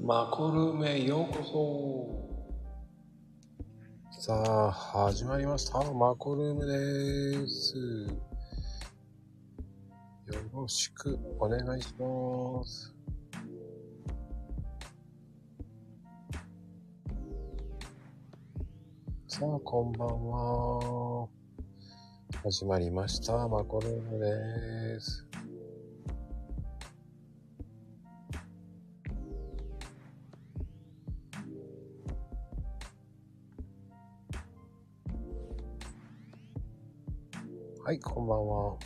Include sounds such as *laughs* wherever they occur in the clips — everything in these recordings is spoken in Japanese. マコルームへようこそさあ始まりましたマコルームですよろしくお願いしますさあこんばんは始まりましたマコルームですはい、こんばんは。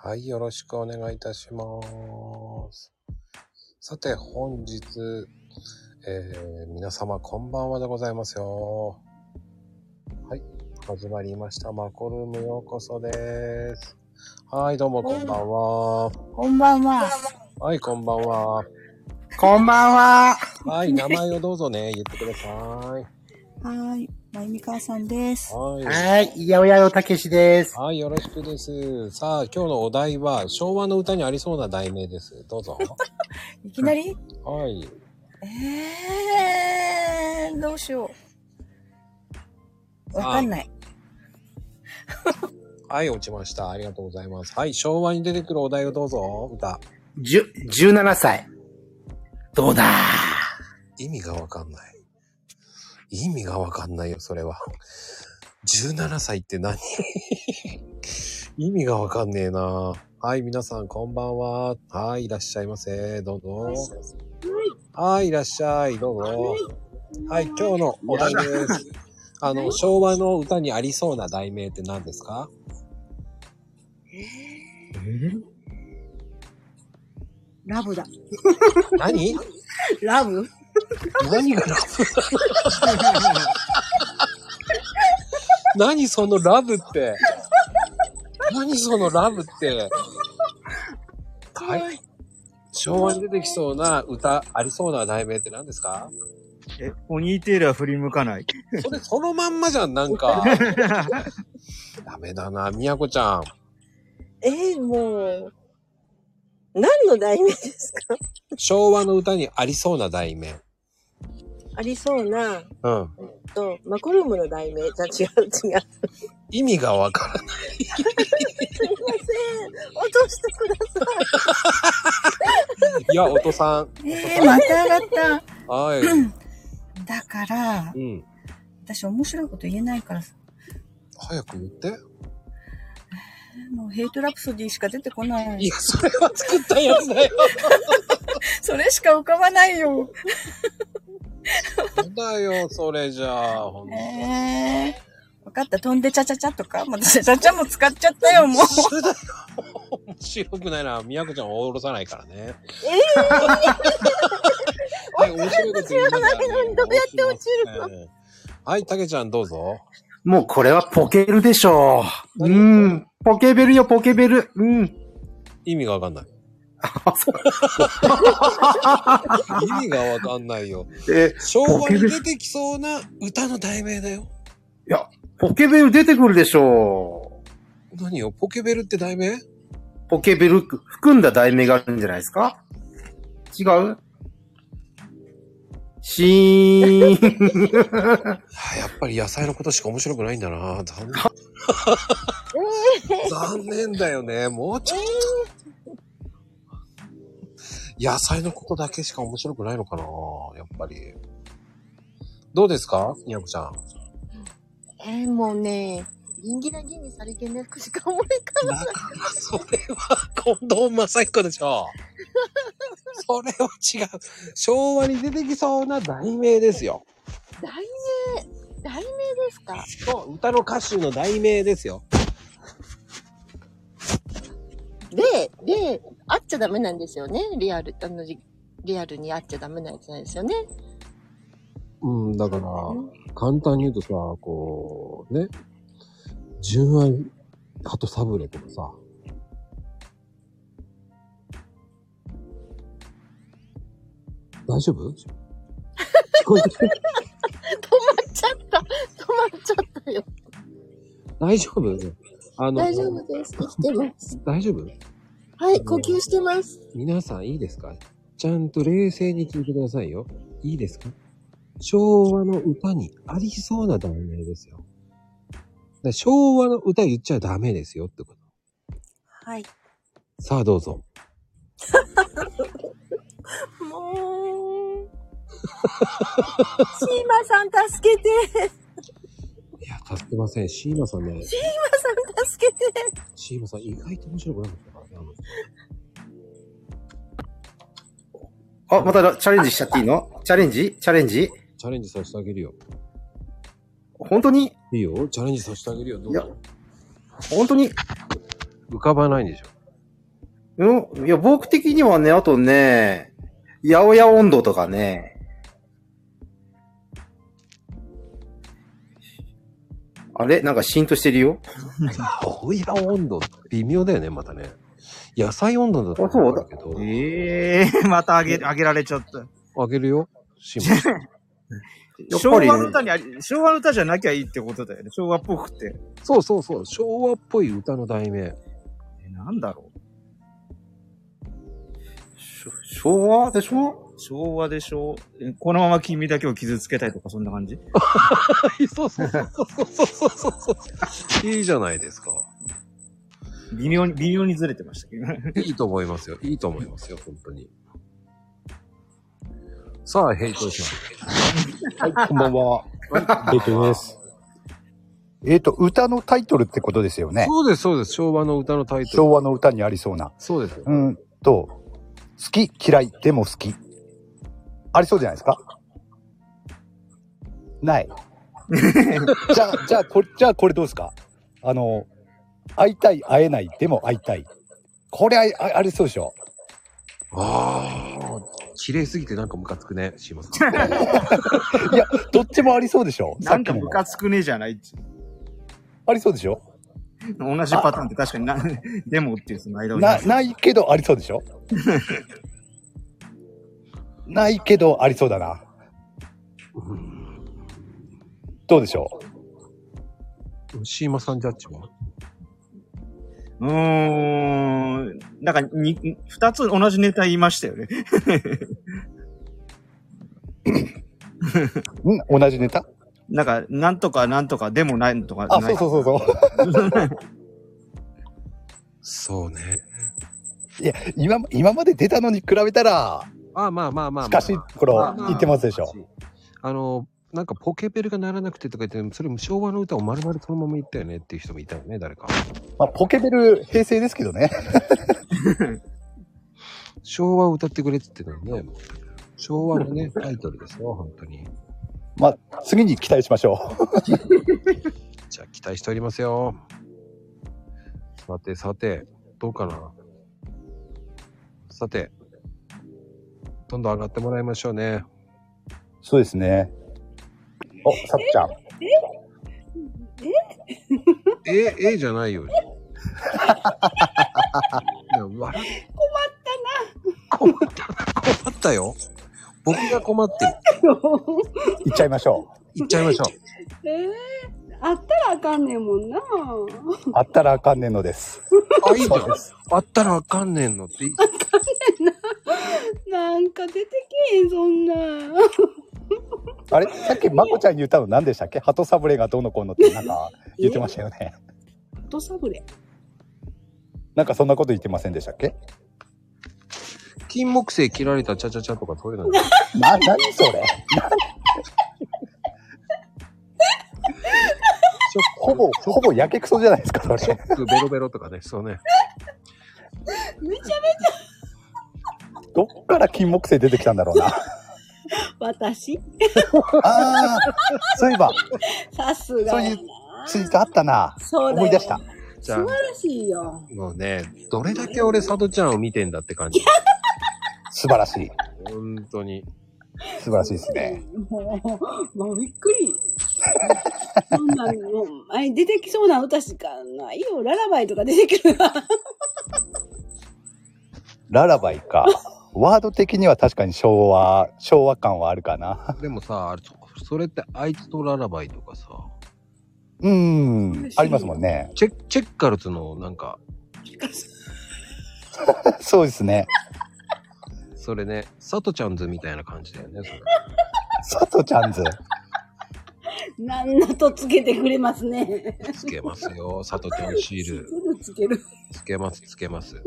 はい、よろしくお願いいたします。さて、本日、えー皆様こんばんはでございますよ。はい、始まりました。マコルームようこそです。はい、どうもこんばんは。こんばんは。はい、こんばんは。こんばんは。はい、名前をどうぞね、言ってくださはーい。まゆみかわさんですい。。ははい、いやおやおたけしですい。。はい、よろしくです。さあ、今日のお題は、昭和の歌にありそうな題名です。どうぞ。いきなり *laughs* はい。えー、どうしよう。わかんない。はい、落ちました。ありがとうございます。はい、昭和に出てくるお題をどうぞ、歌。じゅ、17歳。どうだ意味がわかんない。意味がわかんないよ、それは。17歳って何 *laughs* 意味がわかんねえな。はい、皆さん、こんばんは。はい、いらっしゃいませ。どうぞ。はい、いらっしゃい。どうぞ。はい、今日のお題です。あの、昭和の歌にありそうな題名って何ですかラブだ。何ラブ何がラブ何そのラブって。 *laughs* 何そのラブって。はい。昭和に出てきそうな歌、ありそうな題名って何ですかえ、ポニーテールは振り向かない。それそのまんまじゃん、なん *laughs* か。ダメだな、みやこちゃん。 *laughs* えーもう、何の題名ですか *laughs* 昭和の歌にありそうな題名。ありそうな、うん。と、マコルームの題名じゃ違う違う。意味がわからない。すいません。落としてくださ *laughs* いや、おとさん。えー、また上がっはい。た。だから、うん。私面白いこと言えないからさ。早く言って。もうヘイトラプソディしか出てこないい。や、それは作ったやつだよ。 *laughs* それしか浮かばないよ。なんだよ、それじゃあ、ほんと。えー。わかった。飛んでちゃちゃちゃとか。またちゃちゃちゃも使っちゃったよ、もう。一緒だよ。面白くないな。みやこちゃんをおろさないからね。ええー、面白いこと言うから、ね。どうやって落ちるのはい、たけちゃんどうぞ。もうこれはポケるでしょう。うん。ポケベルよ、ポケベル。うん。意味がわかんない。あ、そう。意味がわかんないよ。 *laughs* え、昭和に出てきそうな歌の題名だよ。ポケベル出てくるでしょ何よ、ポケベルって題名う。ポケベルく含んだ題名があるんじゃないですか違うシ *laughs* ーン。あやっぱり野菜のことしか面白くないんだな。残念残念だよね。もうちょっと。野菜のことだけしか面白くないのかなやっぱり。どうですかみやこちゃん。い。えーもうね、ギンギラギンにされてね、くしか思い浮かばだから、それは、近藤正彦でしょ。それは違う。昭和に出てきそうな題名ですよ。題名、題名ですかそう、歌の歌手の題名ですよ。で、で、会っちゃダメなんですよね。リアル、あの、リリアルに会っちゃダメなやつなんですよね。うん、だからうん、簡単に言うとさ、こう、ね、純愛、鳩サブレとかさ、大丈夫聞こえてきて *laughs* 止まっちゃった。止まっちゃったよ。大丈夫あの、大丈夫です。生きてます。大丈夫はい、呼吸してます。皆さんいいですかちゃんと冷静に聞いてくださいよ。いいですか昭和の歌にありそうな題名ですよ。だから昭和の歌言っちゃダメですよってこと。はい。さあどうぞ。もう。シーマさん助けていや、助けません。シーマさんね、シーマさん助けてシーマさん意外と面白くなかったからね。あのあ、またチャレンジしちゃっていいのチャレンジチャレンジチャレンジさせてあげるよ。本当にいいよ。チャレンジさせてあげるよ。どういぞ。本当に浮かばないんでしょ。うんいや、僕的にはね、あとね、八百屋温度とかね、あれなんかシーンとしてるよ青や温度微妙だよね、またね。野菜温度だとあそうだけど、ええまたあげ、あげられちゃった。あげるよ。シーマさん。やっ昭ぱ和りの歌にあり、昭和の歌じゃなきゃいいってことだよね。昭和っぽくて。そうそうそう。昭和っぽい歌の題名。えなんだろう。し昭和でしょ昭和でしょえこのまま君だけを傷つけたいとか、そんな感じ *laughs* そうそうそうそうそうそうそう。いいじゃないですか。微妙に、微妙にずれてましたけど。いいと思いますよ。いいと思いますよ、本当に。さあ、ヘイトさはい、こんばんは。えっとです。えっと、歌のタイトルってことですよん。ね。そうです、そうです。昭和の歌のタイトル。昭和の歌にありそうな。そうです。うーんと、好き、嫌い、でも好き。ありそうじゃないですか *laughs* ない。じゃあ、じゃあ、これ、じゃあ、これどうですかあの、会いたい、会えない、でも会いたい。これあ、あありそうでしょああ、綺麗すぎてなんかムカつくね、シーマさん。いや、どっちもありそうでしょなさっんきかムも。カつくねえじゃないっつうありそうでしょ同じパターンって確かにな、 *laughs* でもっていうその間をな、ないけどありそうでし *laughs* ょないけどありそうだな。どうでしょシーマさんジャッジはうーん。なんか、に、二つ同じネタ言いましたよね。うん同じネタなんか、なんとかなんとかでもないとかない。あ、そうそうそうそう。そうね。いや、今、今まで出たのに比べたら、まあまあまあまあ、まあ。しかしいところ言ってますでしょ。あの、なんかポケベルが鳴らなくてとか言って、それも昭和の歌を丸々そのまま言ったよねっていう人もいたよね、誰か。まあ、ポケベル平成ですけどね。 *laughs* 昭和を歌ってくれって言ってたよね。昭和のね、タイトルですよ、本当に。まあ、次に期待しましょじゃあ期待しておりますよ。さてさて、どうかな。さて、どんどん上がってもらいましょうね。う。そうですね。お、さっちゃん。え、えじゃないよ。いや笑困ったな。困ったな。困ったよ。僕が困ってる。 *laughs* 行っちゃいましょ行っちゃいましょええあったらあかんねんもんな。う。あったらあかんねんのです。う。あ、いいじゃそうんで。す。あったらあかんねんのっていい。 *laughs* なんか出てけへん、そんな。あれさっきまこちゃん言ったの何でしたっけ鳩サブレがどうのこうのってなんか言ってましたよね。とサブレ。なんかそんなこと言ってませんでしたっけ金木犀切られたチャチャチャとかそういうのね。な、なにそれなほぼ、ほぼやけくそじゃないですか、そショれ。ックベロベロとかね、そうね。めちゃどっから金木犀出てきたんだろうな。私ああ、そういえば、さすそうがいやうな。ツイートあったな。そうだよ思い出した。じ素ゃ晴あ、らしいよ。もうね、どれだけ俺、サトちゃんを見てんだって感じ。素晴らしい。本当に。素晴らしいですね。もう、もうびっくり。そんなの、もうあれ出てきそうな歌しかないよ。ララバイとか出てくるわ。ララバイか。ワード的には確かに昭和、昭和感はあるかな。でもさ、あれそそれってあいつとララバイとかさ、うーん、ありますもんね。チェチェッカルツのなんか、 *laughs* そうですね。それね、サトちゃんズみたいな感じだよね。それ *laughs* 佐藤ちゃんズ。なんのとつけてくれますね。つけますよ。サトちゃんシール。すぐつける。つけます、つけます。す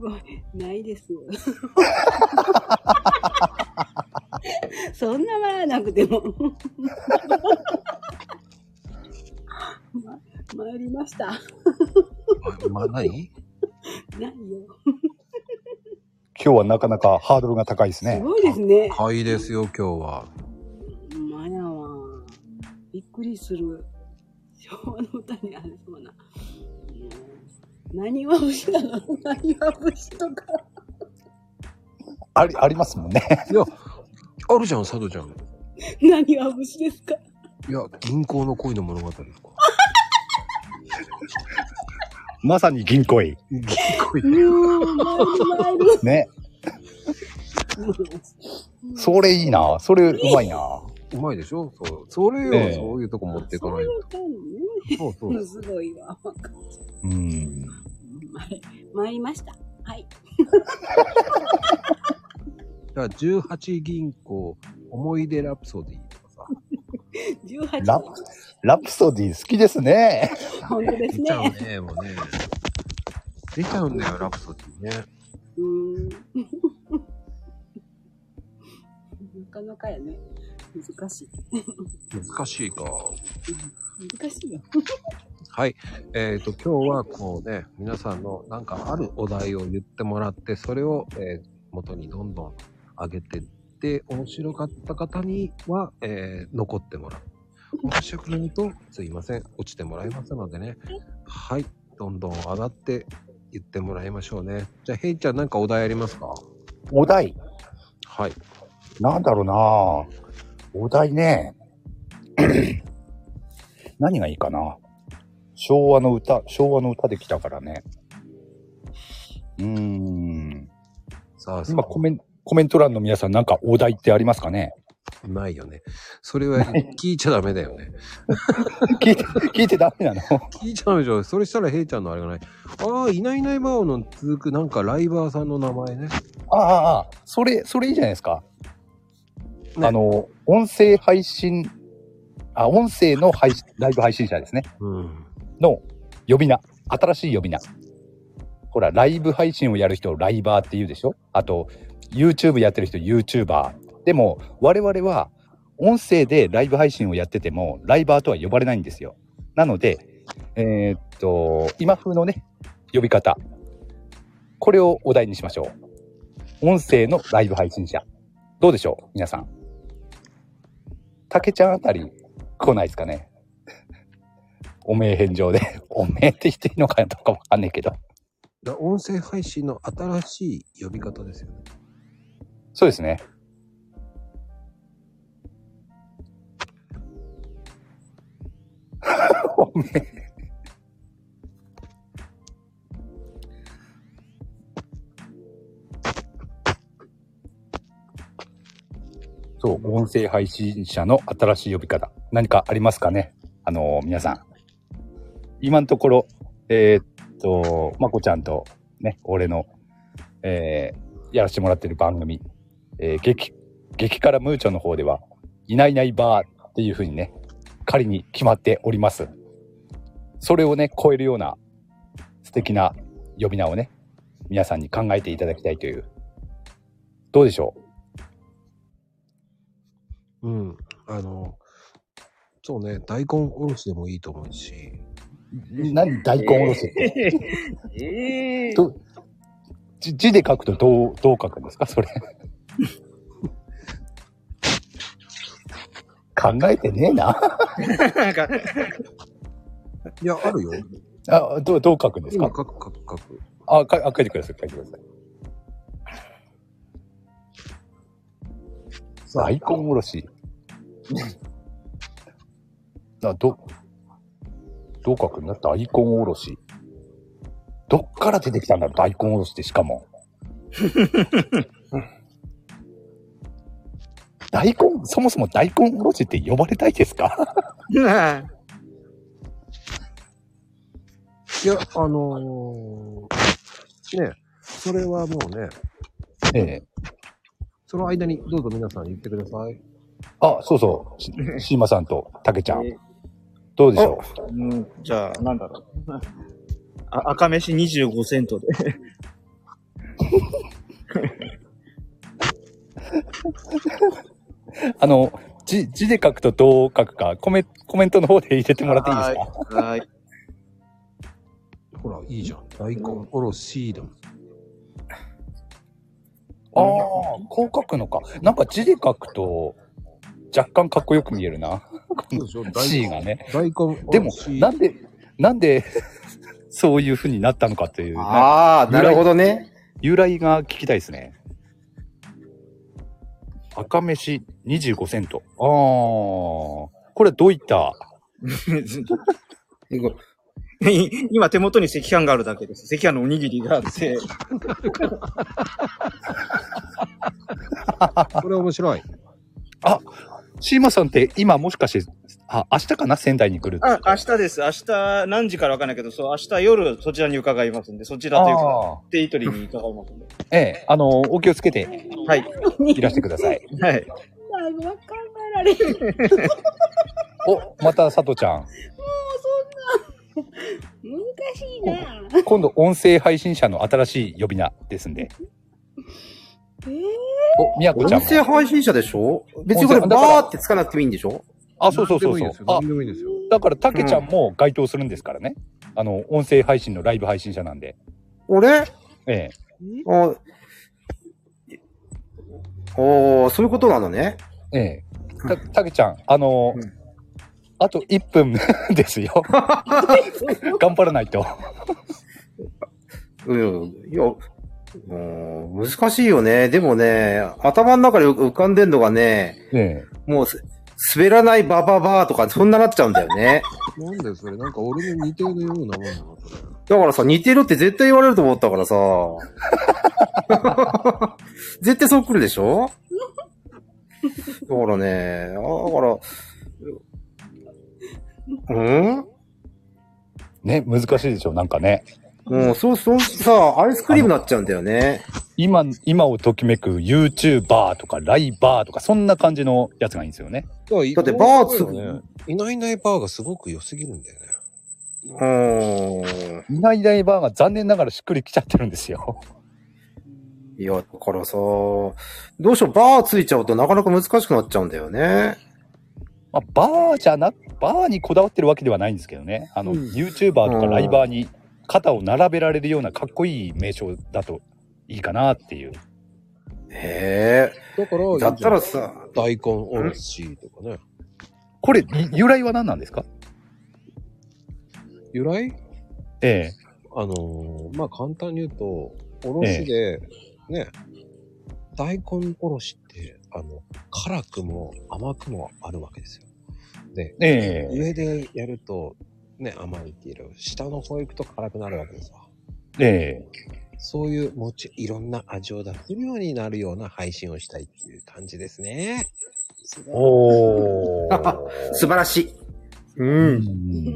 ごい。ないです。そんな笑わなくても。ま、参りました。ま、まないないよ。今日はなかなかハードルが高いですすね。ごいですね。はいですよ、今日は。ほんまやわ。びっくりする。昭和の歌にありそうな。何は節なの何は節とか。あり、ありますもんね。いや、あるじゃん、サトちゃん。何は節ですかいや、銀行の恋の物語とか。まさに銀行員。銀うーん、参る参 *laughs* る。ね。それいいな。それうまいな。行、うまいでしょそう。それよ、ええそういうとこ持っていかそなういいと。う感そうそじね。 *laughs* う。すごいわ。うん。参参りました。 *laughs* はい。じゃあ、18銀行、思い出ラプソディとかさ。 18ラプラプソディ好きですね。本当です出ちゃうね。ね、もうね。出ちゃうんだよ、ラプソディね。うーん。なかなかやね。難しい。難しいか。難しいよ。はい。えっ、と、今日はこうね、皆さんのなんかあるお題を言ってもらって、それを、えー元にどんどん上げてって、面白かった方には、えー残ってもらう。面白くないと、すいません、落ちてもらいますのでね。はい。どんどん上がって言ってもらいましょうね。じゃあ、ヘイちゃんなんかお題ありますかお題。はい。なんだろうな。お題ね。 *clears throat* 何がいいかな。昭和の歌、昭和の歌で来たからね。うーん。さあ、今コメンコメント欄の皆さんなんかお題ってありますかねないよね。それは聞いちゃダメだよね。 *laughs* 聞いて、聞いてダメなの聞いちゃうでしょ。それしたらヘイちゃんのあれがない。ああ、いないいないばおの続くなんかライバーさんの名前ね。ああ、ああ、それ、それいいじゃないですか。ねあの、音声配信、あ、音声の配信、 *laughs* ライブ配信者ですね。うん。の呼び名。新しい呼び名。ほら、ライブ配信をやる人をライバーって言うでしょあと、YouTube やってる人 YouTuber。でも、我々は、音声でライブ配信をやってても、ライバーとは呼ばれないんですよ。なので、えーっと、今風のね、呼び方。これをお題にしましょう。音声のライブ配信者。どうでしょう皆さん。たけちゃんあたり来ないですかねおめえ返上で。 *laughs* おめえって言っていいのかどうかわかんないけど。だから音声配信の新しい呼び方ですよね。そうですね。 *laughs* おめえ。そう、音声配信者の新しい呼び方。何かありますかねあの皆さん。今のところ、えーっと、まこちゃんとね、俺の、えーやらせてもらってる番組、えー激、激辛ムーチョの方では、いないいないバーっていう風にね、仮に決まっております。それをね、超えるような素敵な呼び名をね、皆さんに考えていただきたいという。どうでしょううん。あの、そうね、大根おろしでもいいと思うし。何大根おろ *laughs* しって。ええどじ字で書くとどう、どう書くんですかそれ。考えてねえな。なんか、いや、あるよ。あ、どう、どう書くんです今か書く書く書く。あ、かあ書いてください、書いてください。大根おろし。な、ど、どう書くんだ大根おろし。どっから出てきたんだろう大 *laughs* 根おろしってしかも。大根、そもそも大根おろしって呼ばれたいですかねいや、あのーね、それはもうね、ええ。その間にどうぞ皆さん言ってください。あ、そうそう。しシーマさんとタケちゃん。どうでしょえうん、じゃあ、なんだろう。あ赤飯25セントで。 *laughs* う *laughs* あの、字、字で書くとどう書くか、コメ、コメントの方で入れてもらっていいですかはい。ほら、いいじゃん。大根おろしだもん。ああー、こう書くのか。なんか字で書くと、若干かっこよく見えるな。そうでしょ大 C 根。がね。大根おでろもし、。なんで、なんで、 *laughs* そういう風になったのかという、ああ、なるほどね。由来が聞きたいですね。赤飯25セント。ああ、これはどう *laughs* いった今手元に赤飯があるだけです。赤飯のおにぎりがあって。これ面白い。シーマさんって今もしかして、あ、明日かな仙台に来るって。あ、明日です。明日何時からわかんないけど、そう、明日夜そちらに伺いますんで、そちらというか、あデイトリーに伺いますんで。ーええ、あの、お気をつけてはい。いらしてく *laughs* ださい。はい。なんか考えられへん。もうお、また佐藤ちゃん。そんな、難しいな。今度音声配信者の新しい呼び名ですんで。えお、みやこちゃ音んも。声配信者でしょ別にこれバーってつかなくてもいいんでしょあ、そうそうそうそう。あ何、でもいいですよ。だからたけちゃんも該当するんですからね。あの、音声配信のライブ配信者なんで。俺あええ。おー、そういうことなのね。ええ。た、たけちゃん、あのうあと1分 *laughs* で *laughs* すよ。頑張らないと。うん。いや、うん難しいよね。でもね、頭の中に浮かんでんのがね、えもうす、滑らないバババーとか、そんななっちゃうんだよね。なんでそれなんか俺の似てるようなもんなのそれだからさ、似てるって絶対言われると思ったからさ。 *laughs* 絶対そう来るでしょだからね、あだから、うんえね、難しいでしょ、なんかね。もう、そう、そう、さ、アイスクリームになっちゃうんだよね。今、今をときめく YouTuber とかライバーとか、そんな感じのやつがいいんですよね。だだってバーツね。いないいないバーがすごく良すぎるんだよね。うーん。いないライバーが残念ながらしっくりきちゃってるんですよ。いや、だからさ、どうしよう、バーついちゃうとなかなか難しくなっちゃうんだよね。まあ、バーじゃな、バーにこだわってるわけではないんですけどね。あの、YouTuber とかライバーに肩を並べられるようなかっこいい名称だといいかなっていう。へだからえ。、だったらさ、大根おろしとかね。これ、由来は何なんですか由来えあのーまあ、簡単に言うと、おろしで、ね、大根おろしって、あの、辛くも甘くもあるわけですよ。で、え、ええ、上でやると、ね、甘いっていう、下の方行くと辛くなるわけですわ。ええ。そういうもち、いろんな味を出せるようになるような配信をしたいっていう感じですね。お *laughs* ー。素晴らしい。う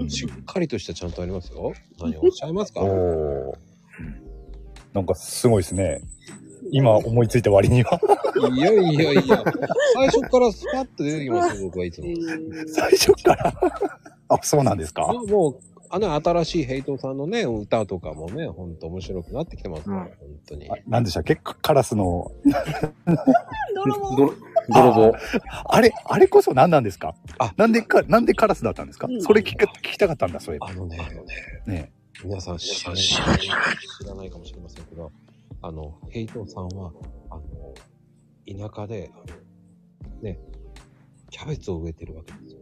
ん。しっかりとしたちゃんとありますよ。何をおっしゃいますかおおー。なんかすごいですね。今思いついた割にはいやいやいや。 *laughs* 最初からスパッと出てきますよ、僕はいつも。いー、最初から。あ、そうなんですやかもう、あの新しいヘイトさんのね、歌とかもね、ほんと面白くなってきてますから、本当にあ。なんでしたっけカラスの。泥棒。ど泥棒。あれ、あれこそ何なんですかあなんでか、なんでカラスだったんですかそれ聞か聞きたかったんだ、そういえば。あのね、ね皆さん知らない知らない知らないかもしれませんけど、あの、ヘイトさんは、あの、田舎で、あのね、キャベツを植えてるわけですよ。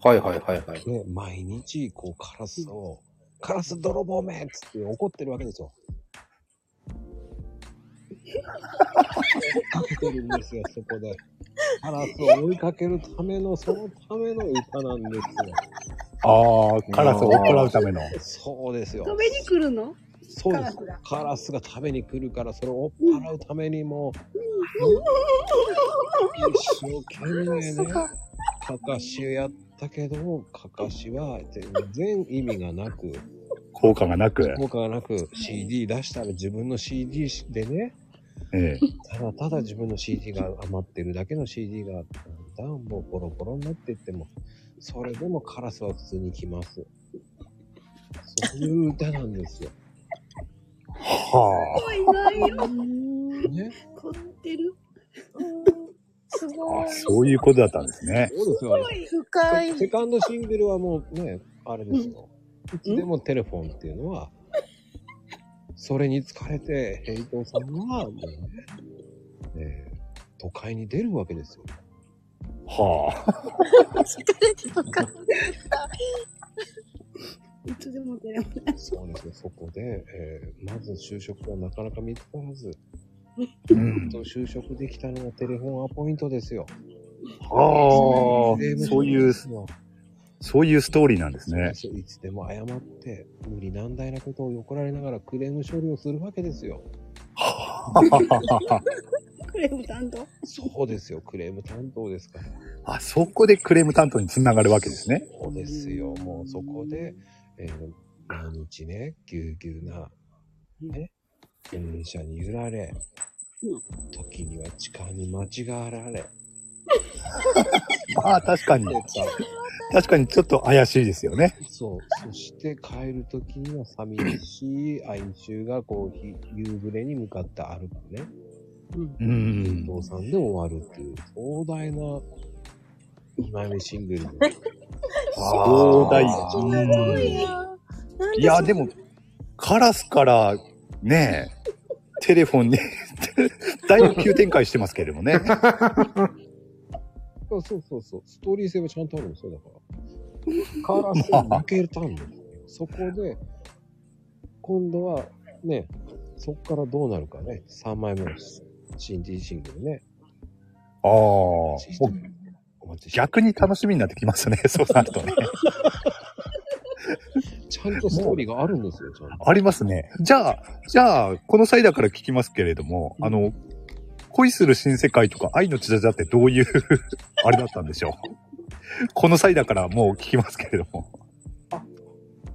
はいはいはいはい。で、毎日、こう、カラスを、カラス泥棒めっつって怒ってるわけですよ。追いかけてるんですよ、そこで。カラスを追いかけるための、そのための歌なんですよ。ああ、カラスを怒らうための。そうですよ。止めに来るのそうですカラス *laughs* が。カラスが食べに来るから、それを追っ払うためにも、一生懸命ね、カカシやったけども、カカシは全然意味がなく、効果がなく、効果がなく CD 出したら自分の CD でね、ええただただ自分の CD が余ってるだけの CD があったんだ、もうボロボロになっていっても、それでもカラスは普通に来ます。そういう歌なんですよ。はもういないよ。ね。凝ってる。すごいあ、。そういうことだったんですね。そうですよね。深い。セカンドシングルはもうね、あれですよ。いつでもテレフォンっていうのは、それに疲れて、ヘイトさんは、もうね、ね都会に出るわけですよ。は疲れてとか。いつでも出れます。そうですね、そこで、えーまず就職はなかなか見つからず、あ。うん。就職できたのがテレフォンアポイントですよ。はあ税務。署そういう、のそういうストーリーなんですそうでね。すよいつでも謝って、無理難題なことを怒られながらクレーム処理をするわけですよ。クレーム担当。そうですよ、クレーム担当ですから。あ、そこでクレーム担当につながるわけですね。そうですよ、もうそこで、えー毎日ね、ぎゅうぎゅうな、ね、電車に揺られうん、時には痴漢に間違わられ、まあ確かに、確かにちょっと怪しいですよね。そう、そして帰る時には寂しい哀愁がこう、ひ夕暮れに向かって歩くね、う運ん。動さんで終わるっていう、壮大な2枚目シングルで。壮大。うんいや、でも、カラスから、ねえ、テレフォンに、 *laughs* だいぶ急展開してますけれどもね。あそうそうそう。ストーリー性はちゃんとあるの、そうだ *laughs* から。カラスを抜けたんだよ。そこで、今度は、ね、そこからどうなるかね。3枚目の CD シングルね。ああ、もうお待ちして逆に楽しみになってきますね、そうなるとね。ちゃんとストーリーがあるんですよ、ちゃんと。ありますね。じゃあ、じゃあ、この際だから聞きますけれども、あの、恋する新世界とか愛の血だじゃってどう *laughs* いう、あれだったんでしょう。この際だからもう聞きますけれども。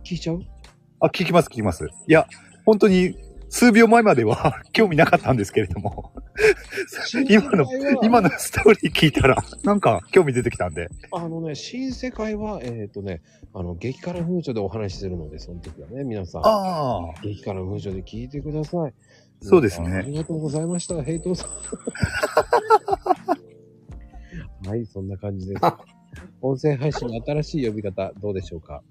聞いちゃうあ、聞きます、聞きます。いや、本当に数秒前までは *laughs* 興味なかったんですけれども、 *laughs* 今の新世界は今のストーリー聞いたら、なんか興味出てきたんで。あのね、新世界は、えっ、とね、あの、激辛風潮でお話しするので、その時はね、皆さん。ああ。激辛風潮で聞いてください。そうですねありがとうございました、ヘイ *laughs* トさん。はい、そんな感じです。音声配信の新しい呼び方、どうでしょうか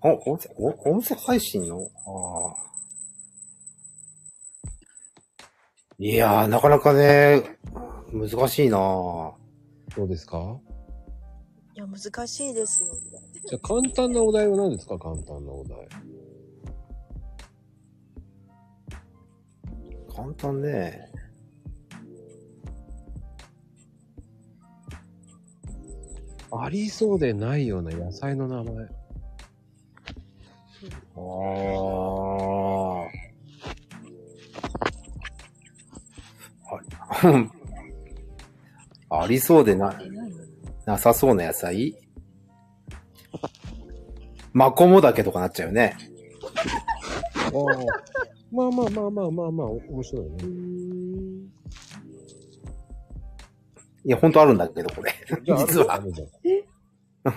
お、音声、お音声配信のああ。いやー、なかなかね、難しいなぁ。どうですかいや、難しいですよ。じゃあ、簡単なお題は何ですか簡単なお題。簡単ね。ありそうでないような野菜の名前。ああ。 *laughs* あありそうでな、なさそうな野菜マコモダケとかなっちゃうよね。ああ。 *laughs* まあまあまあまあまあまあ、面白いね。いや、ほんとあるんだけど、これ。じゃあ、 *laughs* 実はあるじゃん。えあ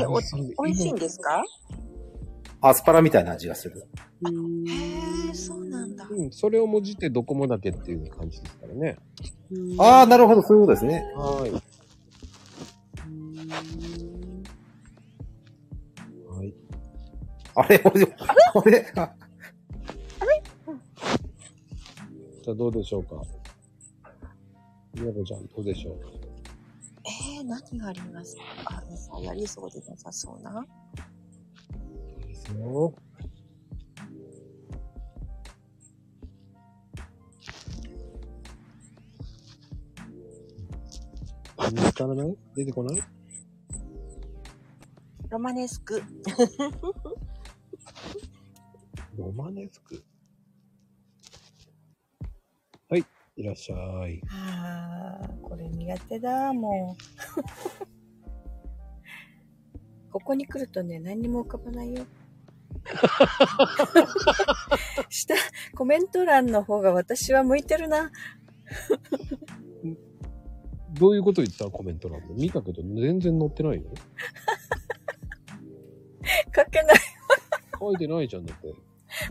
りそうで美味しいんですかアスパラみたいな味がする。へえ、そうなんだ。うん、それをもじってどこもだけっていう感じですからね。ああ、なるほど、そういうことですね。はい。はい。あれ、 *laughs* あれ、あれあじゃあどうでしょうかみやこちゃん、どうでしょうえー、何がありますかあ、野菜ありそうでなさそうな。ですよ。見つからない出てこないロマネスク。ロマネスク。はい。いらっしゃい。ああ、これ苦手だ、もう。 *laughs* ここに来るとね、何にも浮かばないよ。 *laughs* 下、コメント欄の方が私は向いてるな。どういうこと言ってたコメント欄で。見たけど全然載ってないよ。 *laughs* 書けない。書いてないじゃん、だって。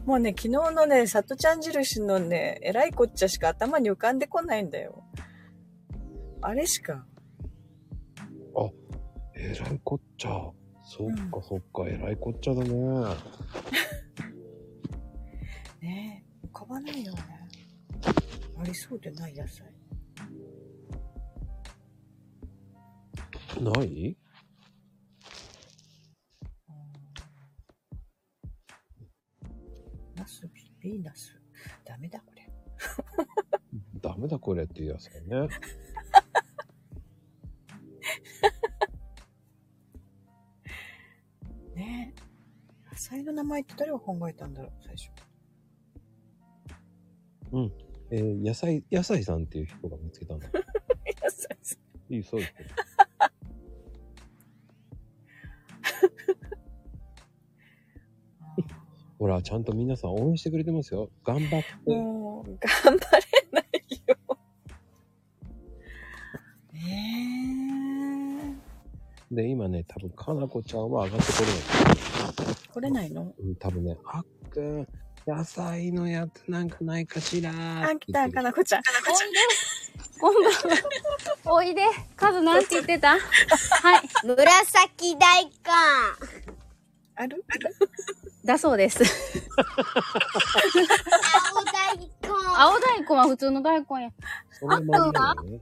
もうね、昨日のね、さとちゃん印のね、えらいこっちゃしか頭に浮かんでこないんだよ。あれしか。えらいこっちゃ。そっかそっか、えらいこっちゃだね。ねえ浮かばないよね。ありそうでない野菜。ないうんナス、ビーナス。ダメだ、これ。ダメだこれっていうやつだよね。ねえ野菜の名前って誰が考えたんだろう、最初。えー野菜、野菜さんっていう人が見つけたんだ。野菜いい、そうですよ。ほら、ちゃんと皆さん応援してくれてますよ。頑張って。もう、頑張れないよ。ねで、今ね、多分、かなこちゃんは上がってこれない。え。来れないのうん、多分ね、あっくん、野菜のやつなんかないかしらあ、来た、かな。なこちゃん。こんばんは。おいで。カズなんて言っ *laughs* てたはい。紫大根。あるだそうです。青大根。青大根は普通の大根や。そのまんまだよね。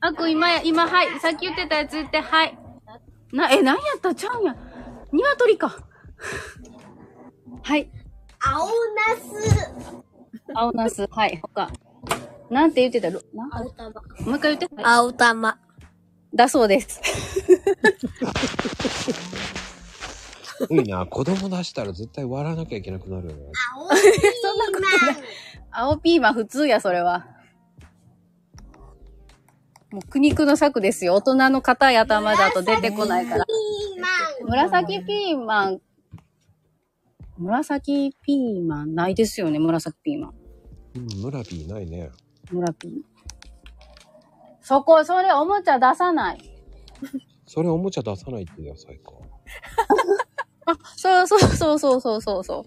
あくん今や、今、はい。さっき言ってたやつ言って、はい。な、え、なんやったちゃうんや。鶏か。はい。青茄子。青ナス、はい。他。なんて言ってたろなんかもう一回言って。青玉。だそうです。す *laughs* ごいな、子供出したら絶対割らなきゃいけなくなるよね。青 *laughs* ピーマン。青ピーマン普通や、それは。もう苦肉の策ですよ。大人の硬い頭だと出てこないから。ピーマン。紫ピーマン。紫ピーマンないですよね、紫ピーマン。うん、村ピーないね。紫ピーマン。そこ、それおもちゃ出さない。それおもちゃ出さないって野菜か。あ、そうそうそうそうそうそうそう。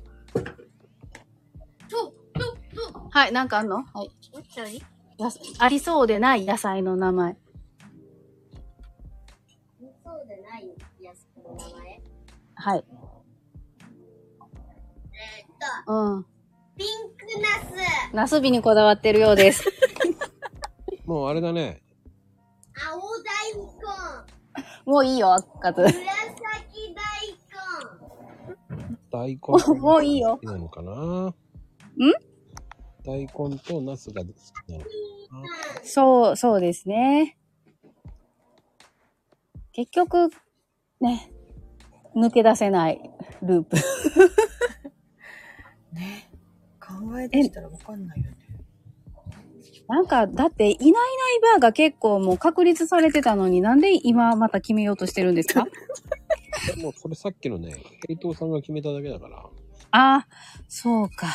はい、なんかあんのはい。やさありそうでない野菜の名前。そうでないやつの名前。えはい。っと、うん。ピンクナス。ナスビにこだわってるようです。 *laughs* もうあれだね。青大もういいよ、カズ。根。紫大大根。 *laughs* もういいよ好きなのかなん大根とナスが好きなのかなそう、そうですね。結局、ね、抜け出せないループ。ねえ考え出したらわかんないよね。なんか、だって、いないいないバーが結構もう確立されてたのに、なんで今また決めようとしてるんですかでもそれさっきのね、平等さんが決めただけだから、ああ、そうか。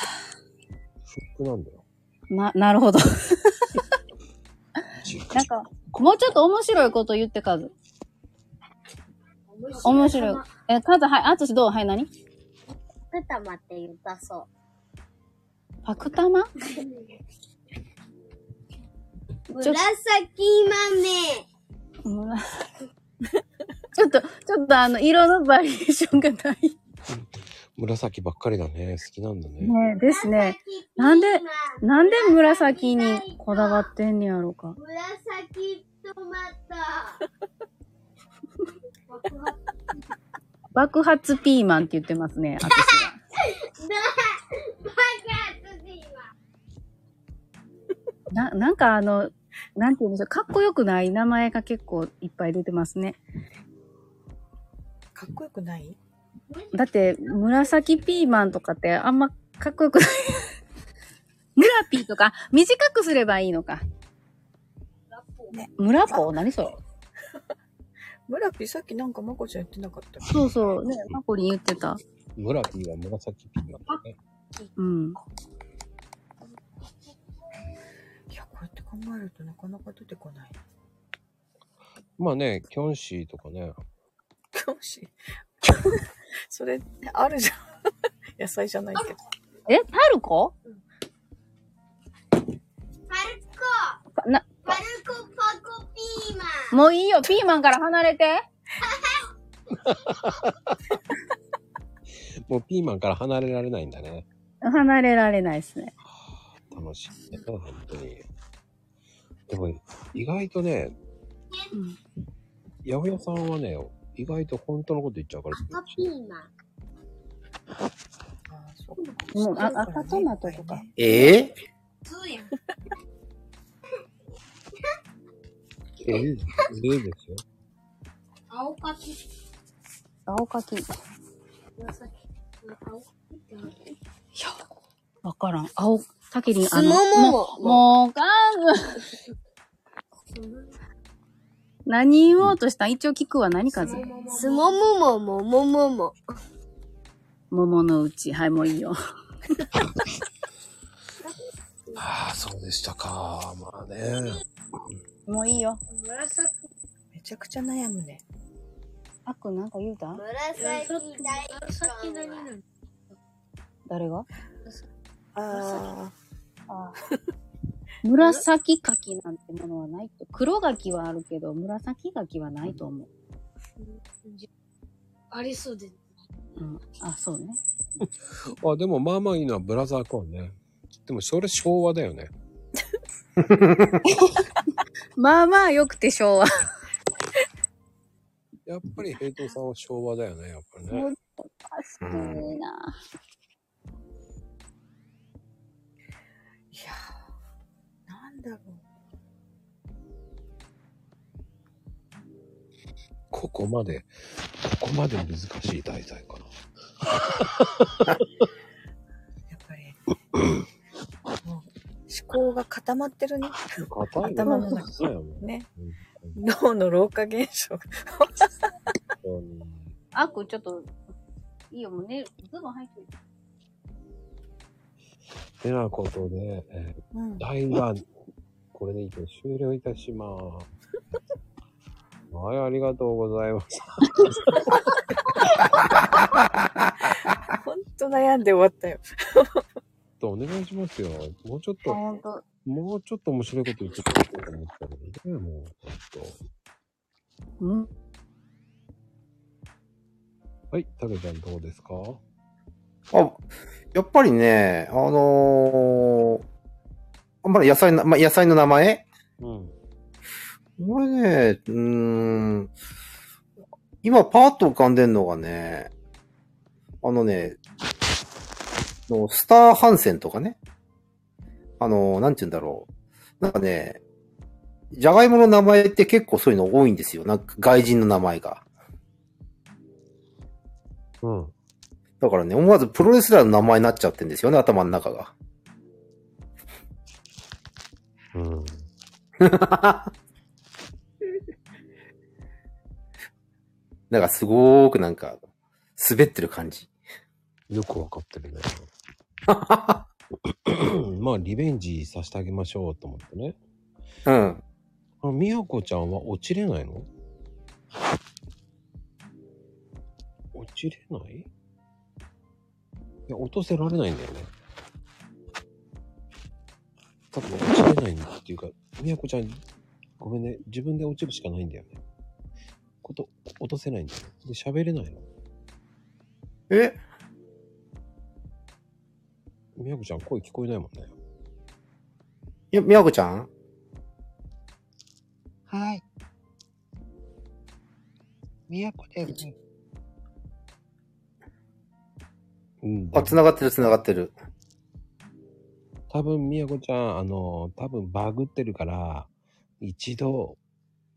不服なんだよ。な、な *laughs* るほど。違うなんか、もうちょっと面白いこと言って、カズ。根。面白い。え、カズ、はい、アツシどうはい、何くたまって言った *laughs* そう。パクタマ紫豆。うん *laughs* ちょっと、ちょっとあの、色のバリエーションがない。紫ばっかりだね。好きなんだね。ねですね。なんで紫ピーマンなんで紫にこだわってんねやろか。紫ト *laughs* マト。な爆発ピーマンって言ってますね、私は。 *laughs* バカつじは。な、なんかあの、なんて言うんでしょう、かっこよくない名前が結構いっぱい出てますね。かっこよくないだって、紫ピーマンとかってあんまかっこよくない。ムラピーとか、短くすればいいのか。ムラポー何それ村ピーさっきなんかまこちゃん言ってなかったっけそうそう。ね、マコリン言ってた。村ピーは紫ピーマンだね。うん。いや、こうやって考えるとなかなか出てこない。 *laughs* まあね、キョンシーとかね。教師。 *laughs* それ、あるじゃん。 *laughs* 野菜じゃないけど。え、タルコパな、パルコパコピーマン。もういいよ、ピーマンから離れて。もうピーマンから離れられないんだね。離れられないですね。楽しいね、本当に。でも、意外とね、うん八百屋さんはね、意外と本当のこと言っちゃうから。パコピーマン。あーそうかもうあ赤トマトとか。ええそうやん。ええですよ。青かき。青かき。い紫。青かき。や、わからん。青、たけりん、あすもももう、もう、かん何言おうとしたん一応聞くわ、何かず。すももももももも。桃のうち。はい、もうい *laughs* いよ。ああ、そうでしたか。まあね。もういいよ。紫。めちゃくちゃ悩むね。あっくんなんか言うた紫大根。紫何なの誰がああ紫柿なんてものはないと。黒柿はあるけど、紫柿はないと思ありそうで。う。うん。あ、そうね。 *laughs* あ、でもまあまあいいのはブラザーコーンね。でもそれ昭和だよね。まあまあ良くて *laughs* 昭和。やっぱり平等さんは昭和だよね、やっぱりね。難しいな。あ。いやー、なんだろう。ここまで、ここまで難しい題材かな。やっぱり。もう思考が固まってるね。硬い頭のね。中そうやもんねうん。脳の老化現象 *laughs* が。本当にあっくんちょっと、いいよ、もうね、ズボン入ってる。てなことで、えーうん。題は、これで一点終了いたします。 *laughs* はい、ありがとうございます。 *laughs* ほんと悩んで終わったよ。お願いしますよ。もうちょっあ、と、ほんと。もうちょっと面白いこと言ってくれると思ったのにね、もう、ちょっと。うん。はい、タケちゃんどうですかあ、やっぱりね、あのー、あんまり野菜な、まあ、野菜の名前うん。これね、うーん、今パーッと浮かんでんのがね、あのね、のスターハンセンとかね、あのー、なんて言うんだろう。なんかね、じゃがいもの名前って結構そういうの多いんですよ。なんか外人の名前が。うん。だからね、思わずプロレスラーの名前になっちゃってんですよね、頭の中が。うん。なんかすごーくなんか、滑ってる感じ。よくわかってるね。まあ、リベンジさせてあげましょうと思ってね。うん。あ、みやこちゃんは落ちれないの落ちれないいや、落とせられないんだよね。多分落ちれないんだっていうか、みやこちゃん、ごめんね。自分で落ちるしかないんだよね。こと、落とせないんだよね。で、喋れないの。えみやこちゃん声聞こえないもんね。いや、みやこちゃんはい。宮古です。うんあ、繋がってる、繋がってる。多分、みやこちゃん、あの、多分バグってるから、一度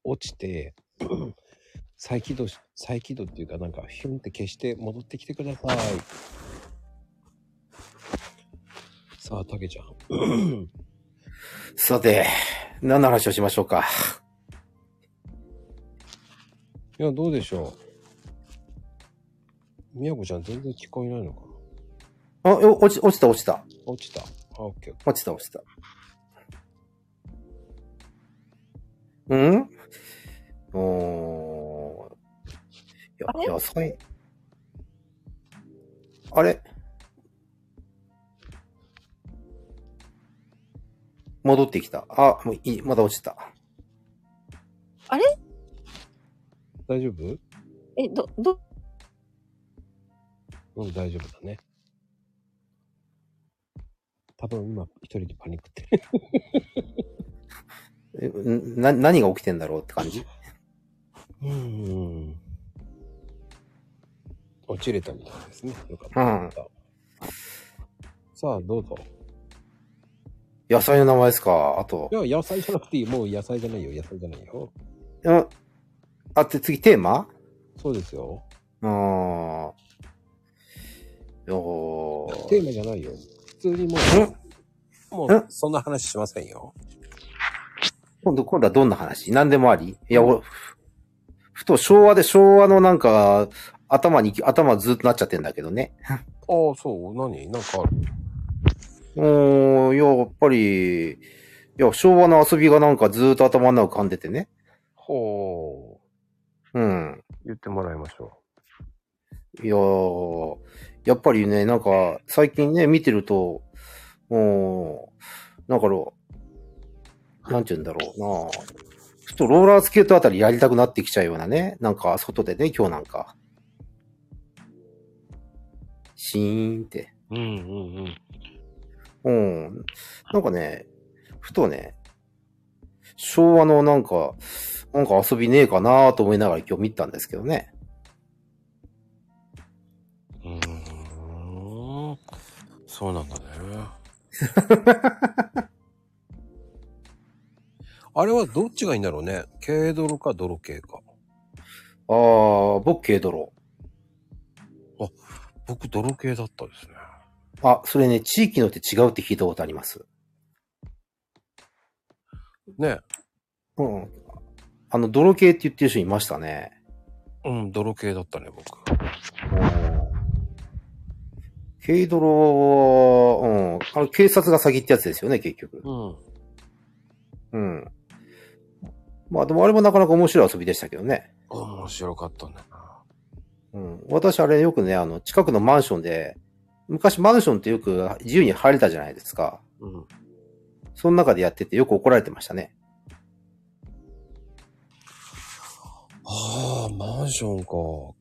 落ちて、 *clears throat* 再起動し、再起動っていうかなんか、ヒュンって消して戻ってきてください。さあ、たけちゃん。さて、何の話をしましょうか。いや、どうでしょう。みやこちゃん全然聞こえないのかなあ、よ落ち、落ちた落ちた。落ちた。あ、オッケー。落ちた落ちた。うんおー。やあれ、野菜。あれ戻ってきた。あ、もういい、まだ落ちた。大丈夫え、ど、ど、うん、大丈夫だね。多分今、一人でパニックってる。えんな、何が起きてんだろうって感 *laughs* じうん。落ちれたみたいですね。よかった。うん。さあ、どうぞ。野菜の名前ですかあとい。や、野菜じゃなくていい。もう野菜じゃないよ。野菜じゃないよ。あ、あて次テーマそうですよ。うーん。よテーーマじゃないよ。普通にもう、もえう、そんな話しませんよ。今度、今度はどんな話何でもありいや、おふふと昭和で昭和のなんか、頭に、頭ずっとなっちゃってんだけどね。 *laughs* ああ、そう。何なんかある。うーん、いや、やっぱり、いや、昭和の遊びがなんかずっと頭の中噛んでてね。ほう。うん。言ってもらいましょいやー、やっぱりね、なんか、最近ね、見てると、もう、なんかろう、なんて言うんだろうなふとローラースケートあたりやりたくなってきちゃうようなね、なんか、外でね、今日なんか。シーンって。う。うんうんうん。うん。なんかね、ふとね、昭和のなんか、なんか遊びねえかなと思いながら今日見たんですけどね。うーんそ *laughs* うなんだね。あれはどっちがいいんだろうね。軽泥か泥系か。あー、僕軽泥。僕、泥系だったですね。あ、それね、地域によって違うって聞いたことあります。ね。うん。あの、泥系って言ってる人いましたね。うん、泥系だったね、僕。軽泥は、うん。あの、警察が先ってやつですよね、結局。うん。うん。まあ、でもあれもなかなか面白い遊びでしたけどね。面白かったね。うん。私、あれよくね、あの、近くのマンションで、昔マンションってよく自由に入れたじゃないですか。うん。その中でやっててよく怒られてましたね。ああ、マンションか。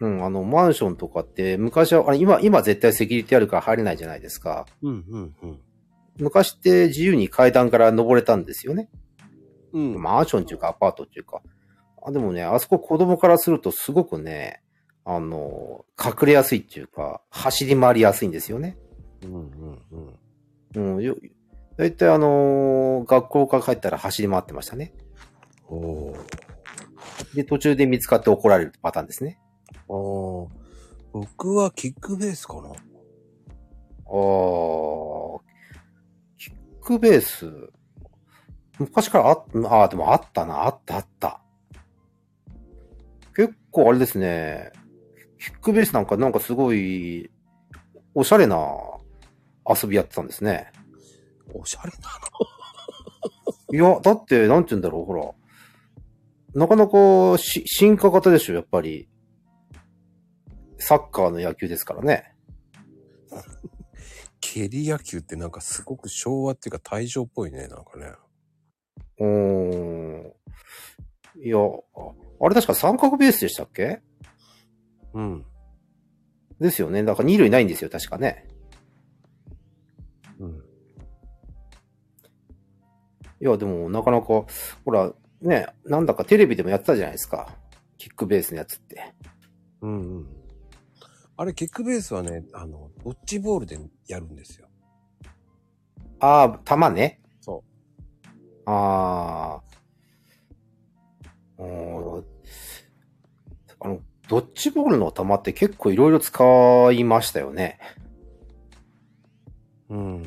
うん、あの、マンションとかって、昔は、あれ、今、今絶対セキュリティあるから入れないじゃないですか。うん、うん、うん。昔って自由に階段から登れたんですよね。うん。マンションっていうかアパートっていうか。あでもね、あそこ子供からするとすごくね、あの、隠れやすいっていうか、走り回りやすいんですよね。うん、うん、ううん。ん、よ、だいたいあのー学校から帰ったら走り回ってましたね。おで、途中で見つかって怒られるパターンですね。お。ああ。僕はキックベースかあな。ー、キックベース。昔からあっ、あー、でもあったな、あったあった。結構あれですね。キックベースなんかなんかすごい、おしゃれな遊びやってたんですね。おしゃれだな。 *laughs* いや、だって、なんて言うんだろう、ほら。なかなかし、進化型でしょ、やっぱり。サッカーの野球ですからね。蹴り野球ってなんかすごく昭和っていうか大正っぽいね、なんかね。うーん。いや、ああれ確か三角ベースでしたっけうん。ですよね。だから二塁ないんですよ、確かね。うん。いや、でもなかなか、ほら、ね、なんだかテレビでもやってたじゃないですか。キックベースのやつって。うんうん。あれ、キックベースはね、あの、ドッジボールでやるんですよ。ああ、球ね。。そうああ。おーあの、ドッジボールの球って結構いろいろ使いましたよね。うん。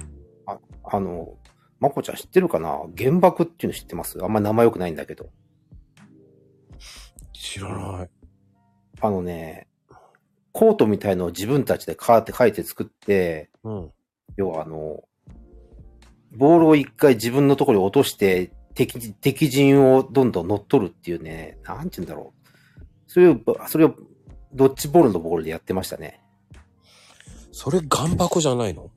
ああの、まこちゃん知ってるかな原爆っていうの知ってますあんまり名前良くないんだけど。知らない。あのね、コートみたいのを自分たちでカーって書いて作って、うん。要はあの、ボールを一回自分のところに落として、敵、敵陣をどんどん乗っ取るっていうね、なんて言うんだろう。それを、それを、ドッジボールのボールでやってましたね。それ、ガンバコじゃないの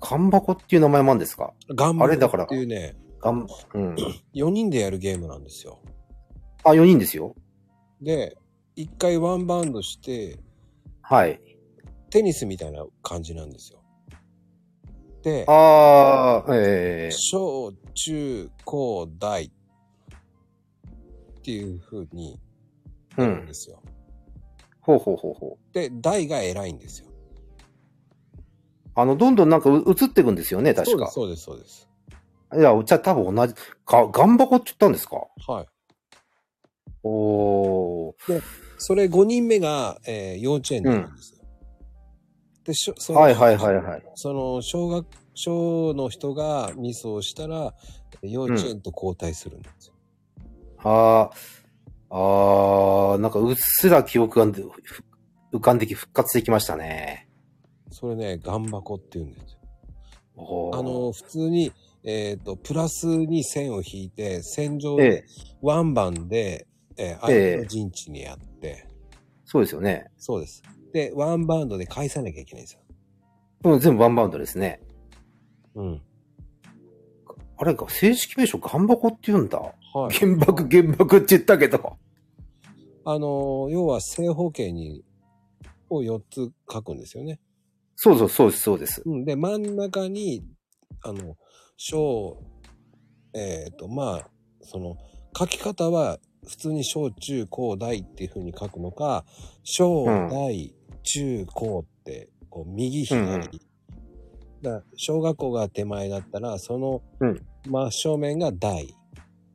缶箱っていう名前もあるんですかガンバあれだコからっていうね、ガン、うん。 4人でやるゲームなんですよ。あ、4人ですよ。で、1回ワンバウンドして、はい。テニスみたいな感じなんですよ。で、あー、ええ小、中、高、大っていう風にうなんんで。すよ。ほうほうほうほう。で、大が偉いんですよ。あの、どんどんなんかう映っていくんですよね、確か。そうです、そうです。いや、じゃあ多分同じ。か、ガンバコって言ったんですかはい。おー。それ5人目が、えー幼稚園なんですよ。でしょそのはいはいはいはい。その小学小の人がミスをしたら幼稚園と交代するんですよ。あー、あー、なんかうっすら記憶がんでふ浮かんでき、復活できましたね。それねガンバコって言うんですよ。おーあの、普通に、えっとプラスに線を引いて線上えでえ、ワンバンで、えー、相手の陣地にやって、そうですよね。そうです。でワンバウンドで返さなきゃいけないんですよ。うん、全部ワンバウンドですね。うん。あれか、正式名称ガンバコって言うんだ。はい。原爆、原爆って言ったけど。あの要は正方形にを4つ書くんですよね。そうそう、そうです、そうです。うん、で、真ん中に、あの、小、えっ、と、まあ、その、書き方は、普通に小、中、高、大っていう風に書くのか、小、うん大、中、高って、こう、右、う左。んうんだから小学校が手前だったら、その、うん真正面が大。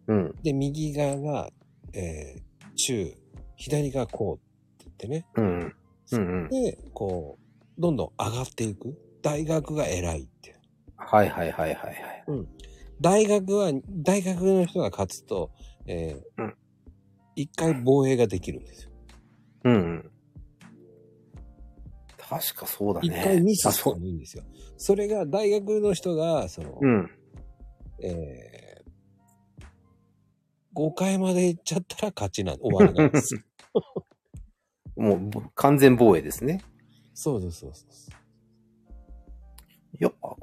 うん。で、右側が、えー中、左が高って言ってね。うん。うんうん。で、こう、どんどん上がっていく。大学が偉いっていう。はいはいはいはいはい。大学は、大学の人が勝つと、えーうん一回防衛ができるんですよ。うんうん。確かそうだね。一回ミスあしてそもいいんですよ。それが、大学の人が、その、うん。え5回まで行っちゃったら勝ちな、終わ *laughs* らないんですよ。もうぼ完全防衛ですね。そうそうそうそう。いや、あや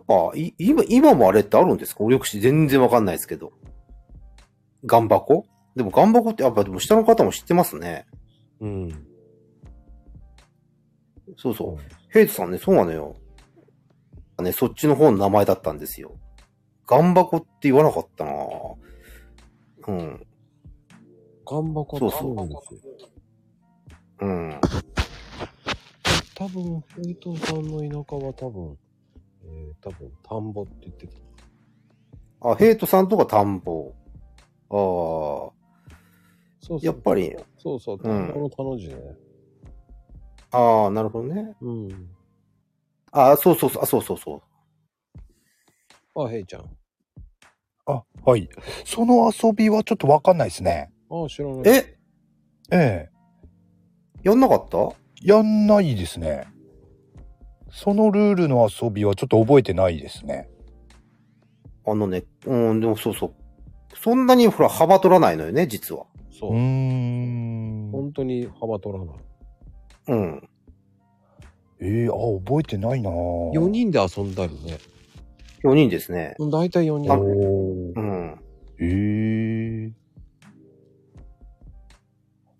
っぱ、い今、今もあれってあるんですか俺よくし全然わかんないですけど。ガンバコでもガンバコって、やっぱでも下の方も知ってますね。うん。そうそう。ヘイトさんね、そうなのよ。ね、そっちの方の名前だったんですよ。ガンバコって言わなかったなぁうん。頑張こそううそうなんですよ。うん。多分、フェイトさんの田舎は多分、えー、多分、田んぼって言ってた。あ、ヘイトさんとか田んぼ。あそうあ、そやっう。ぱり、そうそう、田んぼの田の字ね。ああ、なるほどね。うん。ああ、そうそうそう、あ、そうそうそう。あ、ヘイちゃん。あ、はい。その遊びはちょっとわかんないですね。あ、知らない。えええ。やんなかったやんないですね。そのルールの遊びはちょっと覚えてないですね。あのね、うん、でもそうそう。そんなにほら幅取らないのよね、実は。そうーう。ん。本当に幅取らない。うん。ええあ、覚えてないなぁ4人で遊んだよね。 4人ですね。大体4人。あおーうん。ええ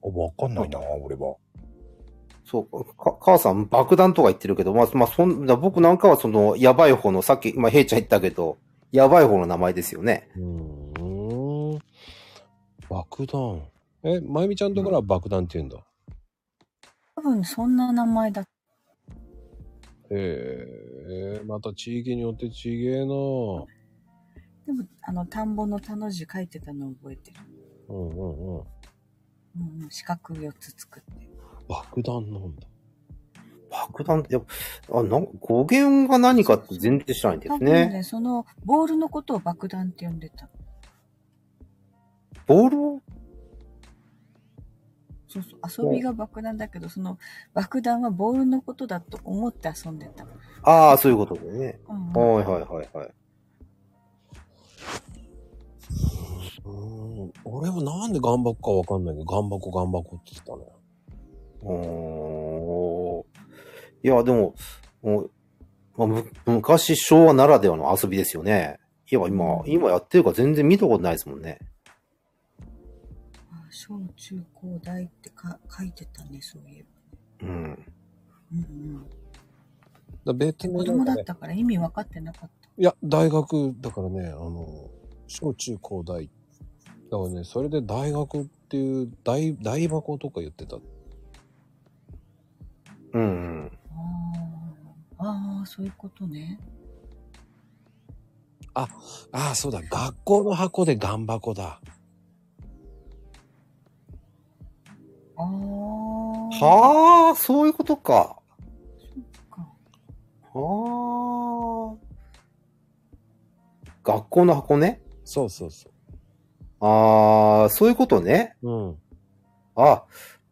あ、わかんないなぁ俺は。そうか、か母さん爆弾とか言ってるけど、まあ、まあ、そんな、僕なんかはその、やばい方の、さっき、まあ、ヘイちゃん言ったけど、やばい方の名前ですよね。うーん。爆弾。え、まゆみちゃんところは爆弾って言うんだ。多分そんな名前だ。へえ、また地域によってちげえなでも、あの、田んぼの田の字書いてたの覚えてる。うんうんうん。うんうん、四角4つ作って。爆弾なんだ。爆弾って、やっぱあ、なんか語源が何かって全然知らないんで多す分ね。ね、そのボールのことを爆弾って呼んでた。ボールをそうそう、遊びが爆弾だけど、その爆弾はボールのことだと思って遊んでた。ああ、そういうことでね。うんうはいん、はいはいはい。うーん。俺もなんで頑張っかわかんないけど、頑張こ頑張こって言ってたね。おーいや、でも、もうまあむ昔昭和ならではの遊びですよね。いや、今、今やってるから全然見たことないですもんね。あ小中高大ってか書いてたね、そういえば。うん。うんだ別うん、に子なんか供だねっ、たから意味分かってなかった。いや、大学、だからね、あの、小中高大。だからね、それで大学っていう、大、大箱とか言ってた。うん、うん。あーあー、そういうことね。ああ、そうだ、学校の箱で頑箱だ。ああ。はあ、そういうことか。かはあ。学校の箱ね。そうそうそああ、そういうことね。う。うん。あ、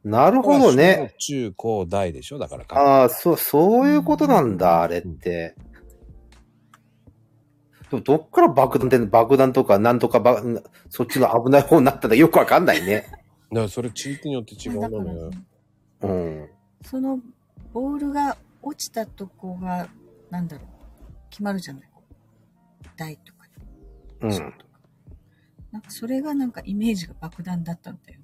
なるほどね。。小中高大でしょだからか。ああ、そう、そういうことなんだ、あれって。でも、どっから爆弾って、爆弾とか、なんとかば、そっちの危ない方になったらよくわかん *laughs* ないね。だからそれ地域によって違うだなのからよ。うん。そのボールが落ちたとこが、なんだろう、決まるじゃない台とか、うそうとんか。。なんかそれがなんかイメージが爆弾だったんだよ。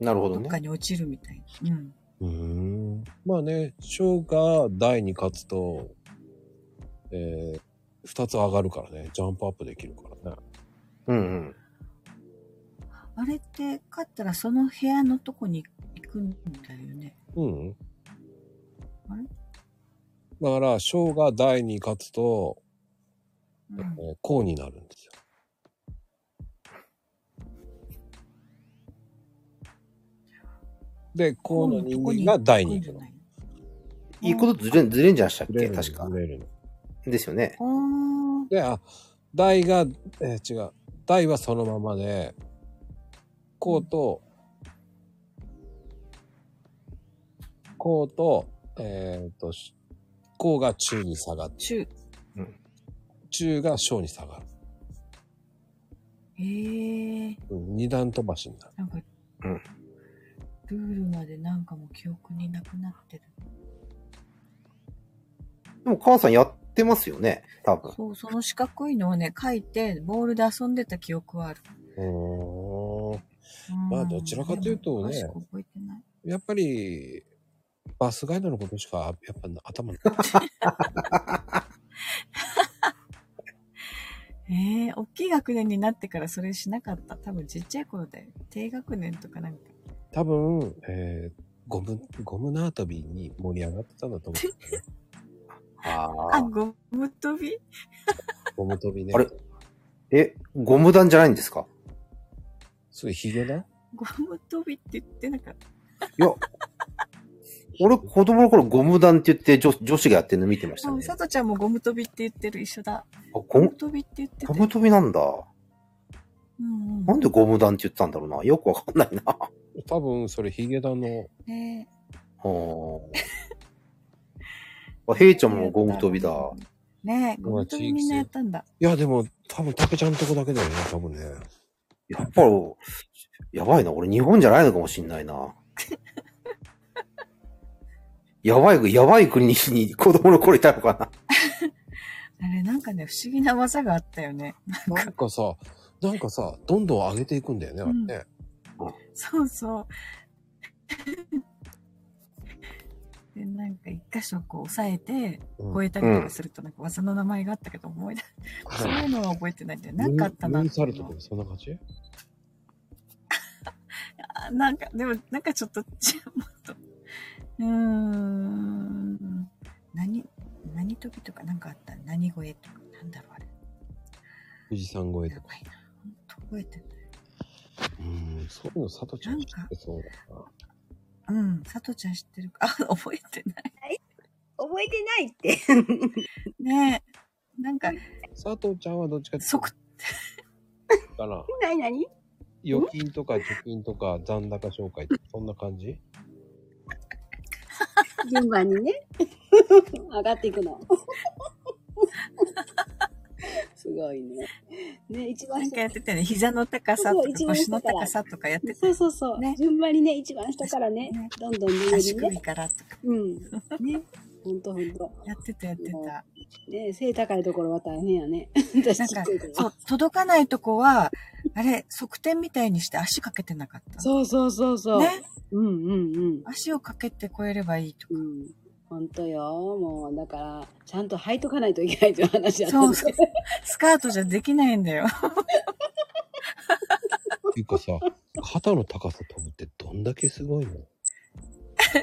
なるほどどっかね。に落ちるみたいな。うん。うーん。まあね、小が大に勝つと、えー、二つ上がるからね、ジャンプアップできるからね。うんうん。あれって、勝ったらその部屋のとこに行くんだよね。うんあれ。だから、小が大に勝つと、うんえー高になるんですよ。で、高の人間が大に行くんじゃないいいことずれん、ずれんじゃんしたっずれけるの確かず。れるのですよね。ので、あ、大が、えー違う。大はそのままで、こうと、こうと、えっ、と、しこうが中に下がっあー、中。中が小に下がる。へえー、うん二段飛ばしになる。なんか、うんルールまでなんかもう記憶になくなってる。でも、母さんやってますよね。多分。そう、その四角いのをね、書いて、ボールで遊んでた記憶はある。うーん。まあうんどちらかというとねでも詳しく覚えてない。やっぱり、バスガイドのことしか、やっぱ頭 *laughs* に。ええ大きい学年になってからそれしなかった。多分ちっちゃい頃だよ。低学年とかなんか。多分、えーゴム、ゴム縄跳びに盛り上がってたんだと思うんだよね。ああ、ゴム跳び *laughs* ゴム跳びね。あれえ、ゴム弾じゃないんですかそれヒゲだゴム跳びって言ってなかった。いや、俺子供の頃ゴム弾って言って女女子がやってるの見てましたあね。さとちゃんもゴム跳びって言ってる。一緒だ。あ、ゴゴムム、跳びって言ってゴた。ム跳びなんだ。うんうなんん。でゴム弾って言ったんだろうな。よくわかんないな。 *laughs* 多分、それヒゲだの、ねお *laughs* ーあ、ヘイちゃんもゴム跳びだ。え。ねえ、ゴム跳びみんなやったんだ。いや、でも、多分、竹ちゃんとこだけだよね、多分ね。やっぱり、やばいな。俺日本じゃないのかもしんない *laughs* な。やばい、やばい国にに子供の頃いたのかあれ、なんかね、不思議な技があったよね。なんかさ、なんかさ、どんどん上げていくんだよね、あれね。そう *laughs* そう。で、なんか一箇所こう押さえて、うん超えたりとかすると、なんか技の名前があったけど思い出、そういうのは覚えてないんだよ。なんかあったなムーンってサいうルのトはとかそんな感じあなんか、でも、なんかちょっと、ちょっと、うーん、何、何時とかなんかあった何声とか、なんだろうあれ。富士山越えやとか。ばいな。ほんと覚えてない。うん、そういうのさとちゃん知ってそうだな。うん、さとちゃん知ってるか。あ、覚えてない。覚えてないって。ねえ。なんか、佐藤ちゃんはどっちかっていう即、とかな。何何預金とか貯金とか残高紹介ってそんな感じ順番にね。上がっていくの。すごいね。ね、一番なん下かやってたよね。膝の高さとそうか一番腰の下から高さとかやってたそうそうそう。ね順番にね、一番下からね、ねどんどん上足にね。首からとかうん。ね。ほんとほんと。やってたやってた。ね背高いところは大変やね。私なんか低いからそう、届かないとこは、あれ、側転みたいにして足かけてなかった。そうそうそうそう。ね。うんうんうん。足をかけて越えればいいとか。うん。ほんとよ。もう、だから、ちゃんと履いとかないといけないという話やったそんうでそう。 *laughs* スカートじゃできないんだよ。っていうかさ、肩の高さ飛ぶってどんだけすごいの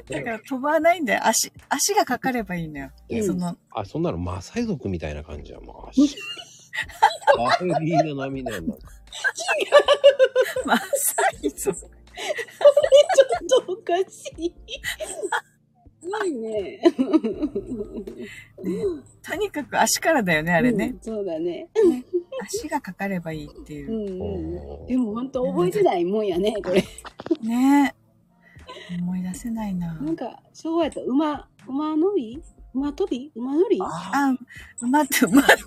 だから飛ばないんだよ。足、足がかかればいいのよ。うんその、あ、そんなのマサイ族みたいな感じじゃん、もう。足アフリーナ並みなんだ。マッサージをちょっとおかしい。すごいね。 *laughs* とにかく足からだよね、あれねう。んそうだね。足がかかればいいっていうう。んうん。おーでもほんと覚えてないもんやね、これ。ねえ。思い出せないな。なんか、昭和やったら馬、馬乗り馬飛び馬乗り何あ、馬って馬、馬乗り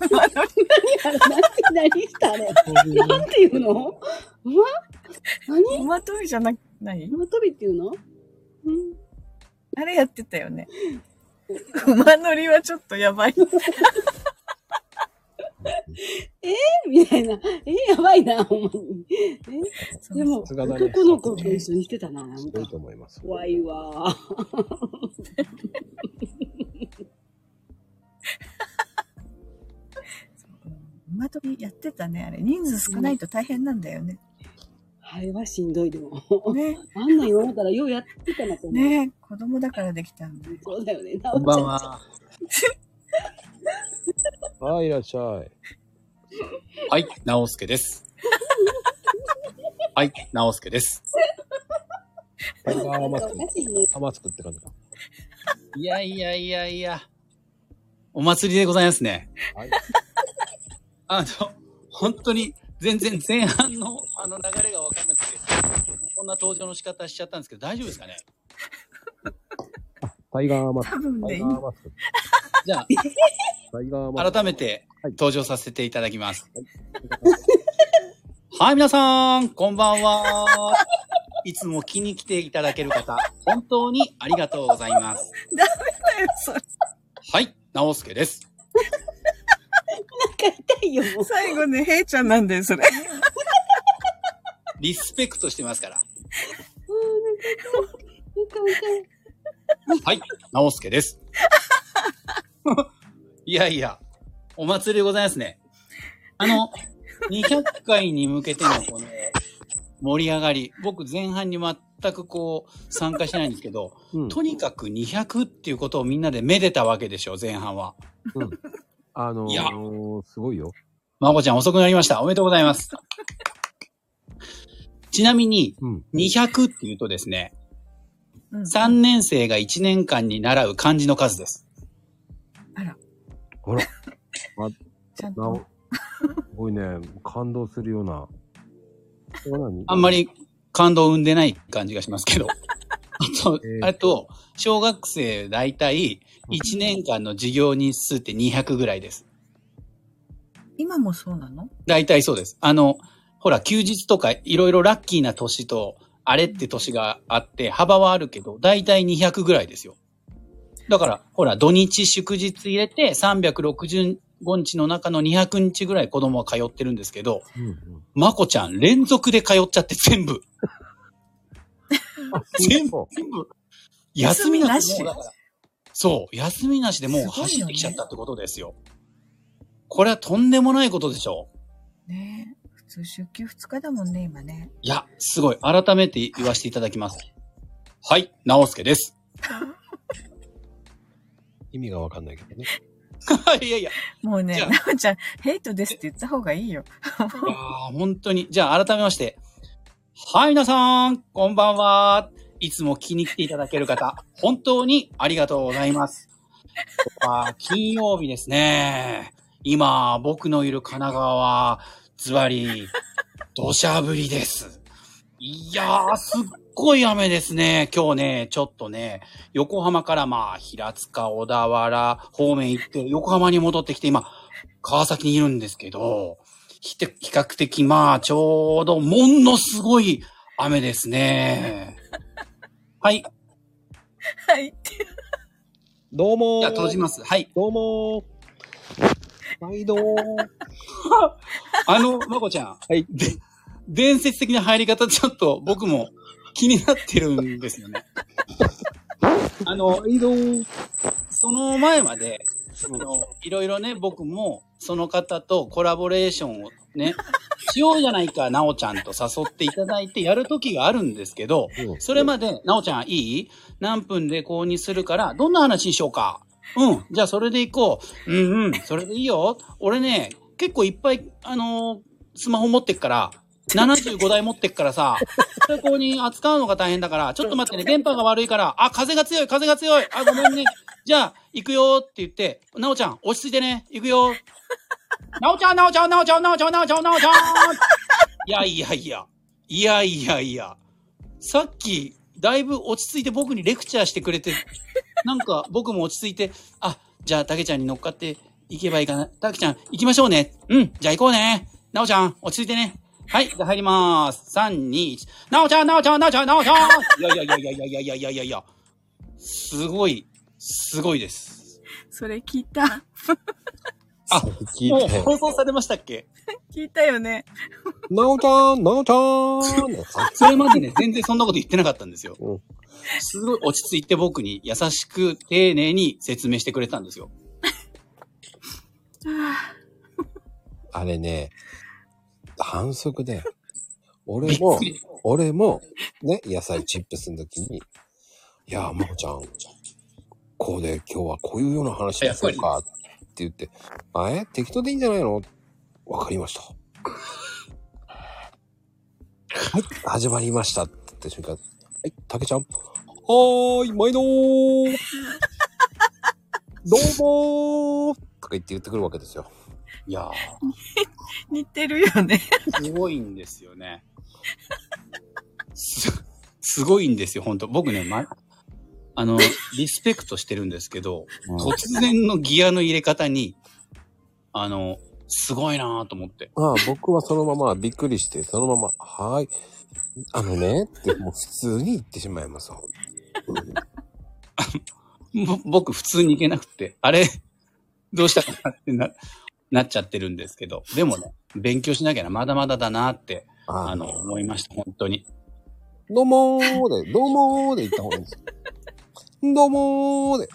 あれ何何したあれなんていうの馬何馬飛びじゃなくない馬飛びっていうのうん。あれやってたよね。馬乗りはちょっとやばい。え *laughs* みたいな。えやばいな、ほんまに。えでも、さすがだね男の子と一緒にしてたな、なんすごいか。と思います。怖いわ。馬跳びやってたね、あれ。人数少ないと大変なんだよね。あれはしんどいでも。ね。 *laughs* あんなん言われたらようやってたなと思う。ね子供だからできたんだ。 *laughs* そうだよね。こんばんは。はい、いらっしゃい。 *laughs* はい、直輔です。はい、直輔です。こんばんは、なマんツかクお。かしいね。あ、マツクって感じだ。いやいやいやいや。お祭りでございますね。はい。 *laughs* あの、本当に全然前半のあの流れがわかんなくて、こんな登場の仕方しちゃったんですけど、大丈夫ですかねタイガーマツ多分ク。タね、イいガーマツク。じゃタイガーマツク。あ、改めてはい登場させていただきます。はい、皆さん、こんばんは。いつも気に来ていただける方、本当にありがとうございます。そはい、直輔です。 *laughs* なんか痛いよ、もう。最後ね、ヘイち *laughs* ゃんなんだよ、それ。リスペクトしてますから。なんか痛い。 *laughs* はい、直 *laughs* 輔です。いやいや、お祭りでございますね。あの、200回に向けてのこの盛り上がり、僕前半に全くこう参加しないんですけど、うんとにかく200っていうことをみんなでめでたわけでしょ、前半は。あのいやー、すごいよ。まこちゃん遅くなりました。おめでとうございます。ちなみに、うん。 200っていうとですね、うん3年生が1年間に習う漢字の数です。ほ *laughs* ら、ちゃんなお、とす。ごいね、感動するような。それは何あんま。り感動を生んでない感じがしま *laughs* すけど。あとえ、ーあと、小学生大体1年間の授業日数って200ぐらいです。今もそうなの大体そうです。あの、ほら、休日とかいろいろラッキーな年と、あれって年があって、幅はあるけど、大体200ぐらいですよ。だから、ほら、土日祝日入れて、365日の中の200日ぐらい子供は通ってるんですけど、うんうんまこちゃん連続で通っちゃって全部、あ全そう全部、休休みみななしし。もうだからそう、休みなしでもうすごい走よねってきちゃったってことですよ。これはとんでもないことでしょう。ねえ。普通出勤2日だもんね、今ね。いや、すごい。改めて言わせていただきます。はい、直輔です。意味がわかんないけどね。 *laughs* いやいや、いもうね、じゃあなおち *laughs* ゃん、ヘイトですって言った方がいいよ。やー本当に。じゃあ、改めまして。はい、皆さん、こんばんは。いつも気に来ていただける方、 *laughs* 本当にありがとうございます。あ金曜日ですね。今、僕のいる神奈川は、ズバリ、土砂降りです。いやー、すっごい雨ですね。今日ね、ちょっとね、横浜からまあ、平塚、小田原方面行って、横浜に戻ってきて、今、川崎にいるんですけど、ひて比較的まあ、ちょうど、ものすごい雨ですね。はい。はい。どうもじゃあ閉じます。はい。どうも毎度。あの、まこちゃん。はい。で、伝説的な入り方、ちょっと僕も気になってるんです *laughs* よね。あの、移動、その前まで、そのいろいろね、僕もその方とコラボレーションを *laughs* ね、しようじゃないか、なおちゃんと誘っていただいてやる時があるんですけど、それまで、なおちゃんいい何分で購入するから、どんな話にしようか。うん、じゃあそれで行こう。うんうん、それでいいよ。俺ね、結構いっぱい、あのースマホ持ってっから、75台持ってっからさ、それ購入扱うのが大変だから、ちょっと待ってね、電波が悪いから、あ、風が強い、風が強い、あ、ごめんね。じゃあ、行くよって言って、なおちゃん、落ち着いてね、行くよ。なおちゃん、なおちゃん、なおちゃん、なおちゃん、なおちゃん、なおちゃん。いやいやいや、いやいやいや、さっき、だいぶ落ち着いて僕にレクチャーしてくれて、なんか僕も落ち着いて、あ、じゃあ、たけちゃんに乗っかって行けばいいかな。たけちゃん、行きましょうね。うん、じゃあ行こうね。なおちゃん、落ち着いてね。はい、じゃあ入りまーす。3、2、1。なおちゃん、なおちゃん、なおちゃん、なおちゃん。いやいやいやいやいやいやいやいやいや。すごい、すごいです。 *laughs* それ聞いた。あ、いもうたよ放送されましたっけ *laughs* 聞いたよね。なおたーん、なおたーん。それまでね、全然そんなこと言ってなかったんですよ。すごい落ち着いて僕に優しく丁寧に説明してくれたんですよ。あれね、反則だよ。俺も、俺も、ね、野菜チップスの時に、いやー、まこちゃん、こうで今日はこういうような話でしょうかって言って、あえ適当でいいんじゃないのわかりました。はい、始まりましたって言った瞬間、はい、たけちゃん、はーい、毎度ーどうもーとか言って言ってくるわけですよ。いや *laughs* 似てるよね。すごいんですよね。す、すごいんですよ、本当僕ね、ま、あの、リスペクトしてるんですけど、突然のギアの入れ方に、あの、すごいなぁと思って。ああ僕はそのままびっくりして、そのまま、はーい。あのね、ってもう普通に言ってしまいます。ぼ僕普通に行けなくて、あれ、 *laughs* どうしたかなってな、なっちゃってるんですけど、でもね、勉強しなきゃな、まだまだだなって、あの、思いました、本当に。どうもーで、どうもーで言った方がいいんですよ。どうもーで。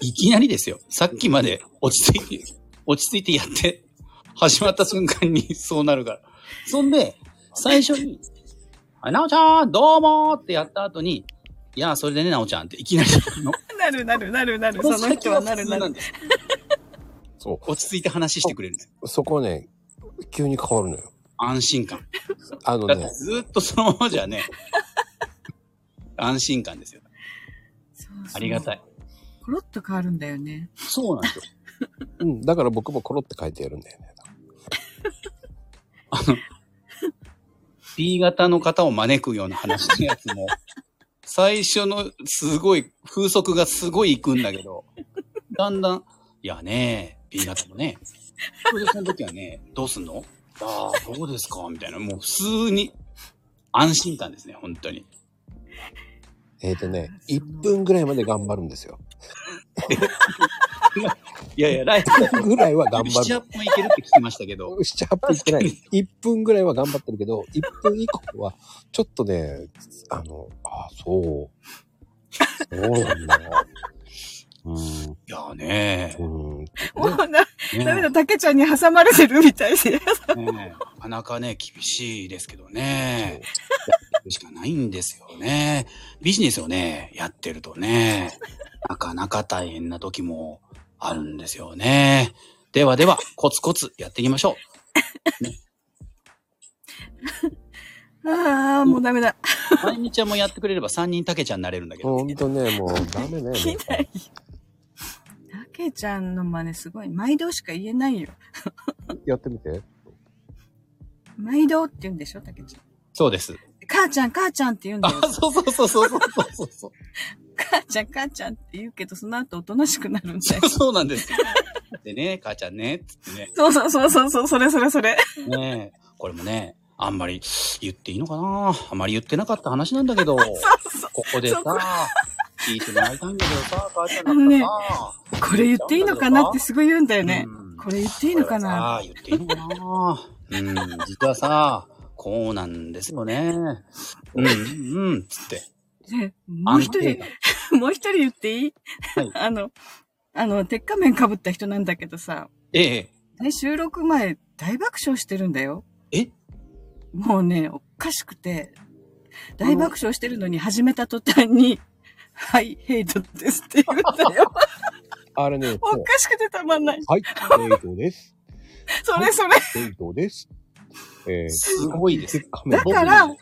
いきなりですよ。さっきまで落ち着いて、落ち着いてやって、始まった瞬間にそうなるから。そんで、最初に、あなおちゃん、どうもーってやった後に、いや、それでね、なおちゃんっていきなり、なるなるなるなる。こそのの人はなるな先るは普通なん。 *laughs* そう。落ち着いて話してくれるんです。そこね、急に変わるのよ。安心感。あのだってね、ずーっとそのままじゃね、安心感ですよ。ありがたい。コロッと変わるんだよね。そうなんですよ。うん、だから僕もコロって書いてやるんだよね。 B 型の方を招くような話のやつも、最初のすごい、風速がすごい行くんだけど、だんだん、いやね、B 型もね、それでその時はね、どうすんのああ、どうですかみたいな、もう普通に、安心感ですね、本当に。えっ、ー、とね、1分ぐらいまで頑張るんですよ。いやいや、ライブぐらいは頑張る。 7、8分いけるって聞きましたけど。 7、8分いけない。1分ぐらいは頑張ってるけど、1分以降は、ちょっとね、あの、ああ、そう。そうなんだ。うん。いやねうん。もうな、ダメだ、竹ちゃんに挟まれてるみたいで。ねえなかなかね、厳しいですけどね。しかないんですよね。ビジネスをね、やってるとね、なかなか大変な時もあるんですよね。ではでは、コツコツやっていきましょ *laughs* う。ああ、もうダメだ。毎日はもうやってくれれば3人たけちゃんになれるんだけど。ほんとね、もうダ *laughs* メね。きない。たけちゃんの真似すごい。毎度しか言えないよ。やってみて。毎度って言うんでしょ、たけちゃん。そうです。母ちゃん、母ちゃんって言うんだよ。そうそうそうそうそうそうそう。 *laughs* 母ちゃん、母ちゃんって言うけど、その後おとなしくなるんだよ。そうなんですよ。でね、母ちゃんね、つってね。そうそうそうそうそう、それそれそれ。ねえ、これもね、あんまり言っていいのかなあんまり言ってなかった話なん *laughs* だけど、ここでさそこ、聞いてもらいたいんだけどさ、母ちゃんあだのったねらさ、、これ言っていいのかなってすごい言うんだよね。これ言っていいのかあなあ、言っていいのかなうん、実はさ、こうなんですよね。うん、うん、うん、つって。ねもう一安定人、もう一人言っていい、 *laughs* あの、あの、鉄仮面被った人なんだけどさ、ええ、ね、収録前大爆笑してるんだよ。えもうね、おかしくて、大爆笑してるのに始めた途端に、はい、ヘイトですって言うんだよ。あれね、おかしくてたまんない。はい、デートです。それそれ。デートです。えー、すごいです。だから、だ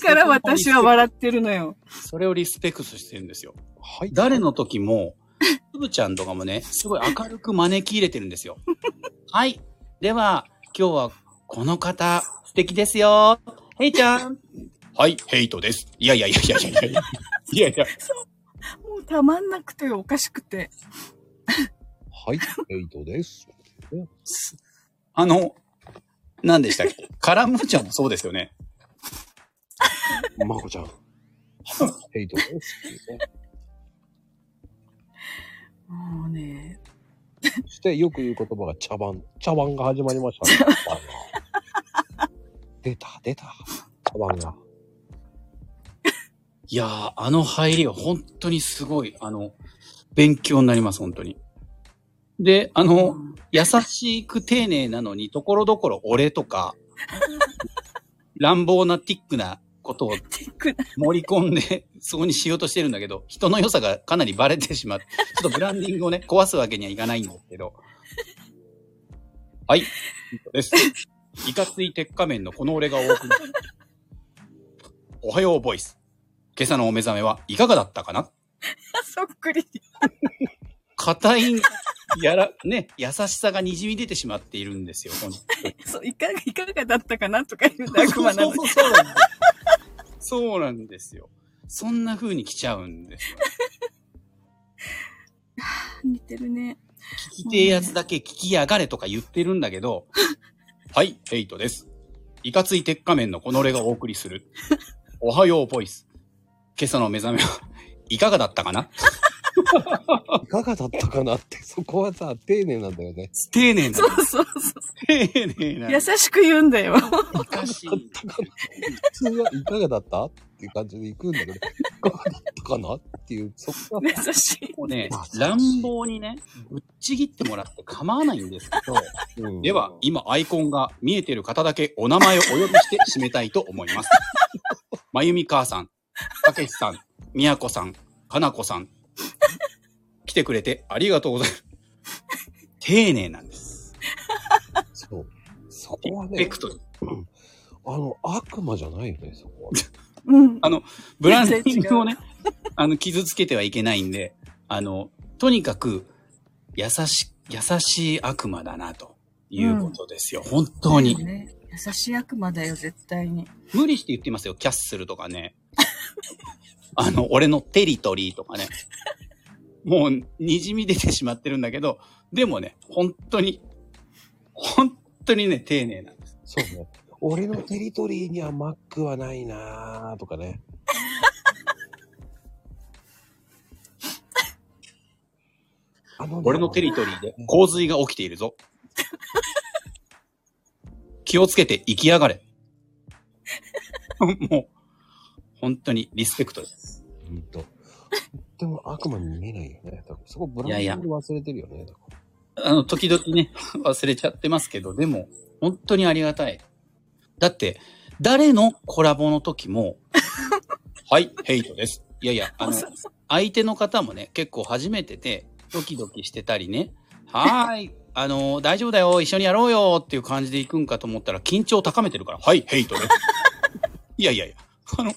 から私は笑ってるのよ。それをリスペクトしてるんですよ。誰の時も、 *laughs* つぶちゃんとかもね、すごい明るく招き入れてるんで *laughs* すよ。はい。では、今日はこの方、素敵ですよ。ヘイちゃん。はい、ヘイトです。いやいやいやいやいやいやいや。いやいや。もうたまんなくておかしくて。はい、ヘイトです。あの、何でしたっけカラムーちゃんもそうですよね。まこちゃん。ヘイトです。もうね、そしてよく言う言葉が茶番。茶番が始まりました *laughs* ね。茶番が出た、出た。茶番が。 *laughs* いやー、あの入りは本当にすごい、あの、勉強になります、本当に。で、あの、優しく丁寧なのに、ところどころ俺とか、乱暴なティックなことを盛り込んで、そこにしようとしてるんだけど、人の良さがかなりバレてしまって、ちょっとブランディングをね、壊すわけにはいかないんですけど。はい、です。いかつい鉄仮面のこの俺がお送りする。おはようボイス。今朝のお目覚めはいかがだったかなそっくり。硬い、 *laughs* やら、ね、優しさが滲み出てしまっているんですよ。本 *laughs* そういかが、いかがだったかなとか言 *laughs* うんだ、悪魔なのに。当にそうなんですよ。そんな風に来ちゃうんですよ。似てるね。聞きてえやつだけ聞きやがれとか言ってるんだ *laughs* けど、はい、ヘイトです。いかつい鉄仮面のこの俺がお送りする。おはようボイス。今朝の目覚めはい *laughs* かがだった *laughs* かないかがだったかなって、そこはさ、丁寧なんだよね。丁寧なそ。うそうそう。丁寧な。優しく言うんだよ。かしい。普通はいかがだったっていう感じで行くんだけど、いかがだったかなっていう、そこが。優しい。もうね、乱暴にね、ぶっちぎってもらって構わないんですけど、では、今アイコンが見えてる方だけお名前をお呼びして締めたいと思 *laughs* います。まゆみ母さん、たけしさん、みやこさん、かなこさん、来てくれてありがとうございます。丁寧なんです。そう。そこはリスねペ、クトにあの、悪魔じゃないよね、そこは。 *laughs* あの、ブランディングをね、あの、傷つけてはいけないんで、あの、とにかく、優し、優しい悪魔だな、ということですよ。本当に。ね優しい悪魔だよ、絶対 *laughs* に。無理して言ってますよ。キャッスルとかね。あの、俺のテリトリーとかね。もう、滲み出てしまってるんだけど、でもね、本当に、本当にね、丁寧なんです。そうね。俺のテリトリーにはマックはないなーとかね。あのね俺のテリトリーで洪水が起きているぞ。 *laughs* 気をつけて生きやがれ。 *laughs* もう、本当にリスペクトです。うんと。でも悪魔に見えないよね。だからそこブランいデやいィやング忘れてるよね。だからあの、時々ね、 *laughs* 忘れちゃってますけど、でも、本当にありがたい。だって、誰のコラボの時も、 *laughs* はい、ヘイトです。いやいや、あの、相手の方もね、結構初めてで、ドキドキしてたりね、はーい、 *laughs* あの、大丈夫だよ、一緒にやろうよっていう感じで行くんかと思ったら、緊張を高めてるから、はい、ヘイトです。 *laughs* いやいやいや、あの、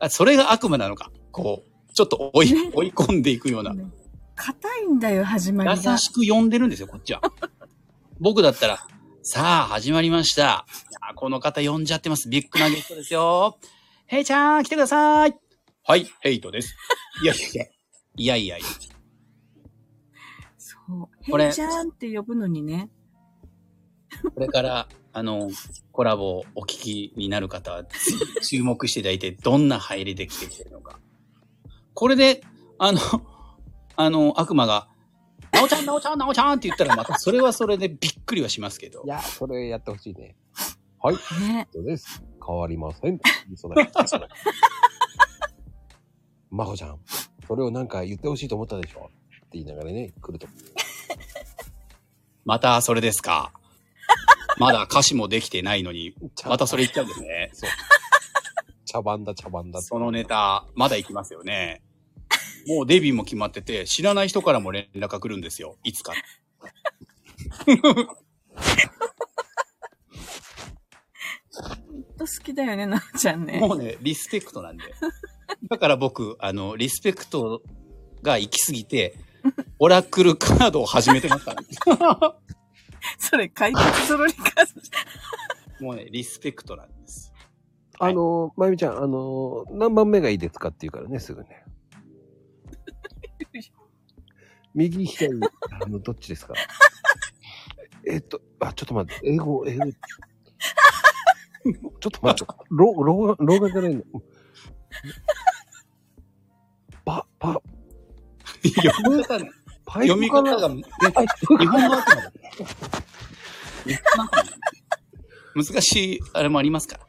あそれが悪魔なのか。こう、ちょっと追い、追い込んでいくような。硬いんだよ、始まりが。優しく呼んでるんですよ、こっちは。僕だったら、さあ、始まりました。いやこの方呼んじゃってます。ビッグなゲストですよ。ヘイちゃん、来てください。はい、ヘイトです。いやいやいや。いやいやいや。そう。これへいちゃんって呼ぶのにね。これから、あの、コラボをお聞きになる方は、ぜひ注目していただいて、どんな入りで来てきてるのか。これで、あの、あの、悪魔が、なおちゃん、なおちゃん、なおちゃんって言ったら、またそれはそれでびっくりはしますけど。いや、それやってほしいね。はい。ね。そうです。変わりません。嘘 *laughs* だ。まほちゃん、それをなんか言ってほしいと思ったでしょって言いながらね、来ると。またそれですか。まだ歌詞もできてないのに、またそれ言っちゃうんですね。茶番だ、茶番だ。そのネタ、まだ行きますよね。もうデビューも決まってて、知らない人からも連絡が来るんですよ。いつか。ほんと好きだよね、なおちゃんね。もうね、リスペクトなんで。だから僕、あの、リスペクトが行き過ぎて、オラクルカードを始めてますからね。 *laughs* それ、解決ぞろりか。もうね、リスペクトなんです。あの、まゆみちゃん、あの、何番目がいいですかって言うからね、すぐね。右、左、あの、どっちですかえっと、あ、ちょっと待って、英語、英語。ちょっと待って、老老眼、老眼じゃないの。パ、パ、読み方ね。読み方が、ね日本語だと思う難しい、あれもありますから。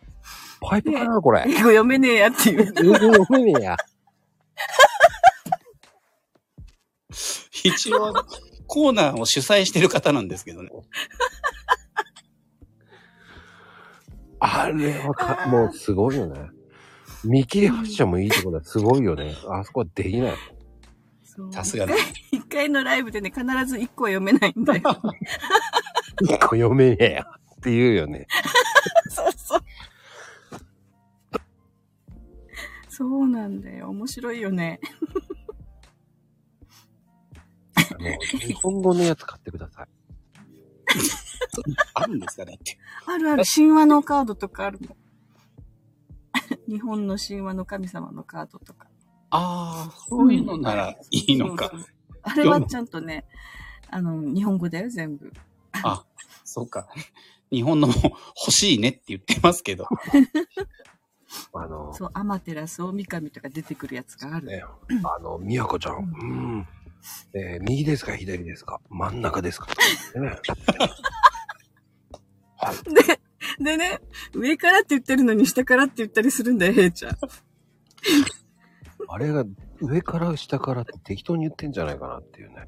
パイプかな、これ。英語読めねえやっていう。英語読めねえ *laughs* や。一応、コーナーを主催してる方なんですけどね。 *laughs* あれはか、もうすごいよね。見切り発車もいいとこだ。すごいよね。あそこはできない。さすがだ。 *laughs* 一回のライブでね、必ず一個は読めないんだよ。 *laughs* 一個読めねえや。って言うよね。 *laughs* そうそう。そうなんだよ。面白いよね。あの、日本語のやつ買ってください。あるんですかだって。あるある、神話のカードとかあるもん。日本の神話の神様のカードとか。ああ、そういうのならいいのか。あれはちゃんとね、あの、日本語だよ、全部。あ、そうか。日本のも欲しいねって言ってますけど。あの、そう、アマテラス、大神とか出てくるやつがある。あの、みやこちゃん。うん。えー右ですか左ですか真ん中ですか、ね、 *laughs* *laughs* でね、上からって言ってるのに下からって言ったりするんだよ、ヘイちゃん。あれが上から下からって適当に言ってんじゃないかなっていうね。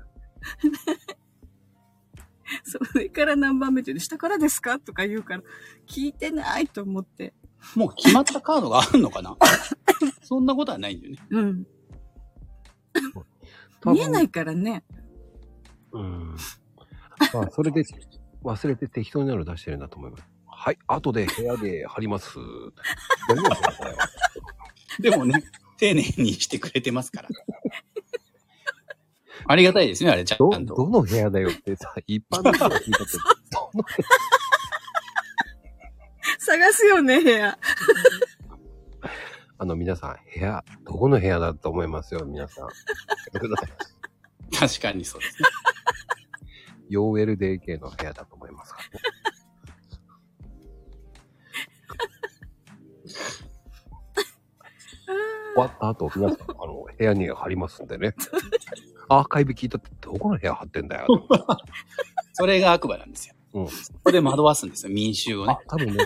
*laughs* そう、上から何番目って言うの下からですかとか言うから、聞いてないと思って。もう決まったカードがあるの *laughs* かなそんなことはないんだよね。うん。分見えないからね。うん。まあ、それで忘れて適当になるの出してるんだと思います。はい、後で部屋で貼ります。大丈夫ですかこれはでもね、丁寧にしてくれてますから。ありがたいですね、あれ、ちゃんと。どの部屋だよってさ、一般の人が聞いたって、どの *laughs* 探すよね、部屋。 *laughs* あの、皆さん、部屋、どこの部屋だと思いますよ、皆さん。ください。確かにそうですね。 4LDK の部屋だと思いますから、終わった後、皆さん、あの、部屋に貼りますんでね。アーカイブ聞いたって、どこの部屋貼ってんだよ。 *laughs* それが悪魔なんですよ。うん。ここで惑わすんですよ、民衆をね。多分ね、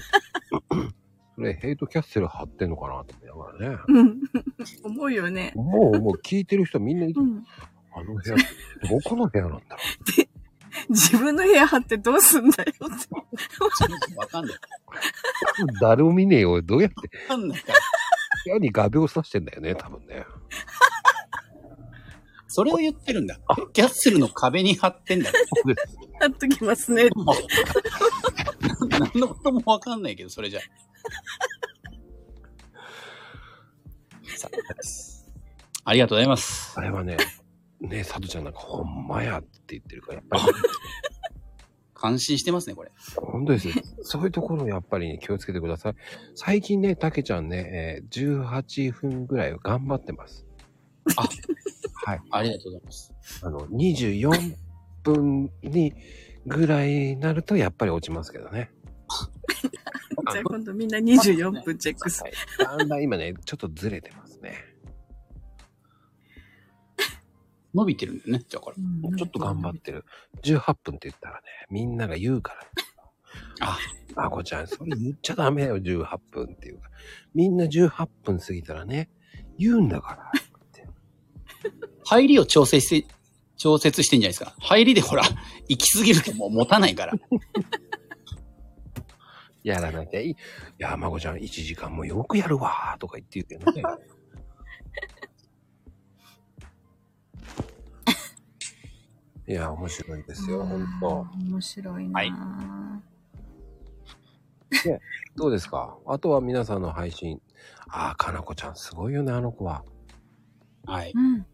*clears throat* それヘイトキャッセル貼ってんのかなと思いながらね。うん。 *laughs* 思うよね。もう、もう聞いてる人みんな言って、うんあの部屋、どこの部屋なんだろ自分の部屋張ってどうすんだよって。わかんない。う *laughs* 誰も見ねえよ。どうやって、わかんないから。部屋に画鋲刺してんだよね、多分ね。それを言ってるんだ。キャッスルの壁に貼ってんだ。貼っときますね。何のこともわかんないけど、それじゃ。ありがとうございます。あれはね、ねえ、サトちゃんなんかほんまやって言ってるから、やっぱり。感心してますね、これ。本当ですよ。そういうところやっぱりね、気をつけてください。最近ね、たけちゃんね、えー18分ぐらいを頑張って *laughs* ます。あ、はい。ありがとうございます。あの、24分に、ぐらいになるとやっぱり落ちますけど *laughs* ね。じゃあ今度みんな24分チェックする。だんだん今ね、ちょっとずれてますね。伸びてるんだよね、じゃあこれ。ちょっと頑張ってる。18分って言ったらね、みんなが言うから。あ、あこちゃん、それ言っちゃダメよ、18分っていうか。みんな18分過ぎたらね、言うんだから。入りを調整して、調節してんじゃないですか。入りでほら、行き過ぎるともう持たな *laughs* いから。やらなきゃいい。いや、まこちゃん、1時間もよくやるわーとか言って言うけど *laughs* ね。いや、面白いですよ、ほんと。面白いなぁ、ね、どうですかあとは皆さんの配信。ああ、かなこちゃん、すごいよね、あの子は。はい。うん。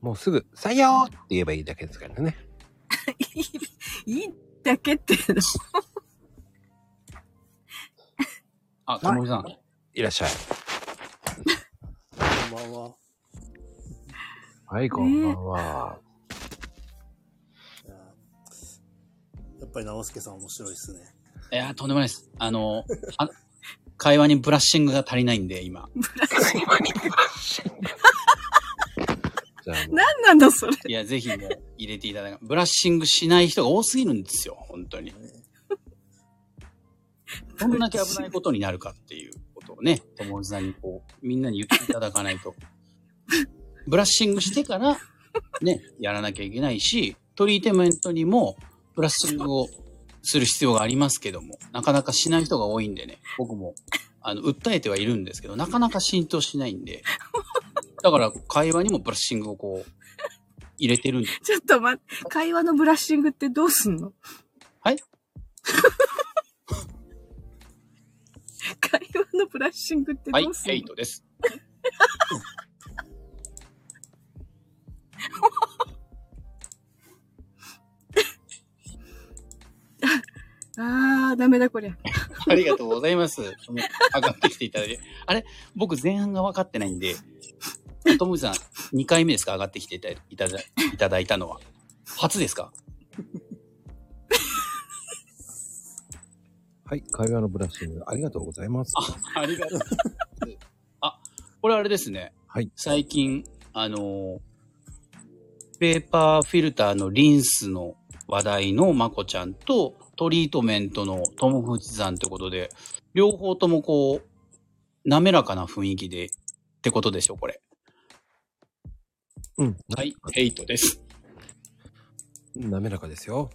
もうすぐ、採用って言えばいいだけですから *laughs* ね。いいだけっていうの。あ、かのこさん。いらっしゃい。こんばんは。はい、こんばんは。やっぱり直輔さん面白いですね。いやー、とんでもないです。あの、あ会話にブラッシングが足りないんで、今。じゃあ何なのそれ。いや、ぜひね、入れていただく。ブラッシングしない人が多すぎるんですよ、本当に。どんだけ危ないことになるかっていうことをね、友達さんにこう、みんなに言っていただかないと。ブラッシングしてから、ね、やらなきゃいけないし、トリートメントにも、ブラッシングをする必要がありますけども、なかなかしない人が多いんでね、僕も、あの、訴えてはいるんですけど、なかなか浸透しないんで、だから会話にもブラッシングをこう、入れてるんで *laughs* ちょっと待って、会話のブラッシングってどうすんのはい *laughs* 会話のブラッシングってはいどうす、んエの、イトです。あー、ダメだこりゃ。 *laughs* ありがとうございます。もう上がってきていただいて。あれ僕前半が分かってないんで、ともじさん、2回目ですか上がってきていたいただいただいたのは。初ですかはい、会話のブラッシング、ありがとうございます。 *laughs* ありがとう。あ、これあれですね。はい。最近、あの、ペーパーフィルターのリンスの話題のまこちゃんと、トリートメントのともふちさんってことで、両方ともこう、滑らかな雰囲気で、ってことでしょ、これ。うん。はい、エイトです。滑らかですよ。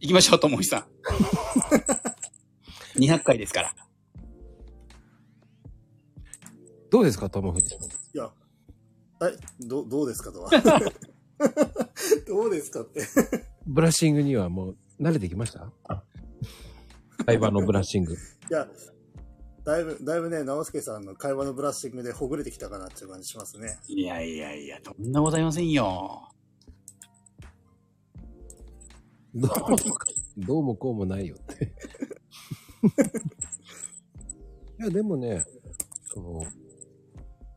行きましょう、ともひさん。200回ですから。どうですか、ともふじさん。いや、え、ど、どうですか *laughs* とは。どうですかって。 *laughs* ブラッシングにはもう慣れてきました会話のブラッシング。いや、だいぶ、だいぶね、直輔さんの会話のブラッシングでほぐれてきたかなっていう感じしますね。いやいやいや、とんでもございませんよ。どうも、どうもこうもないよって。いや、でもね、その、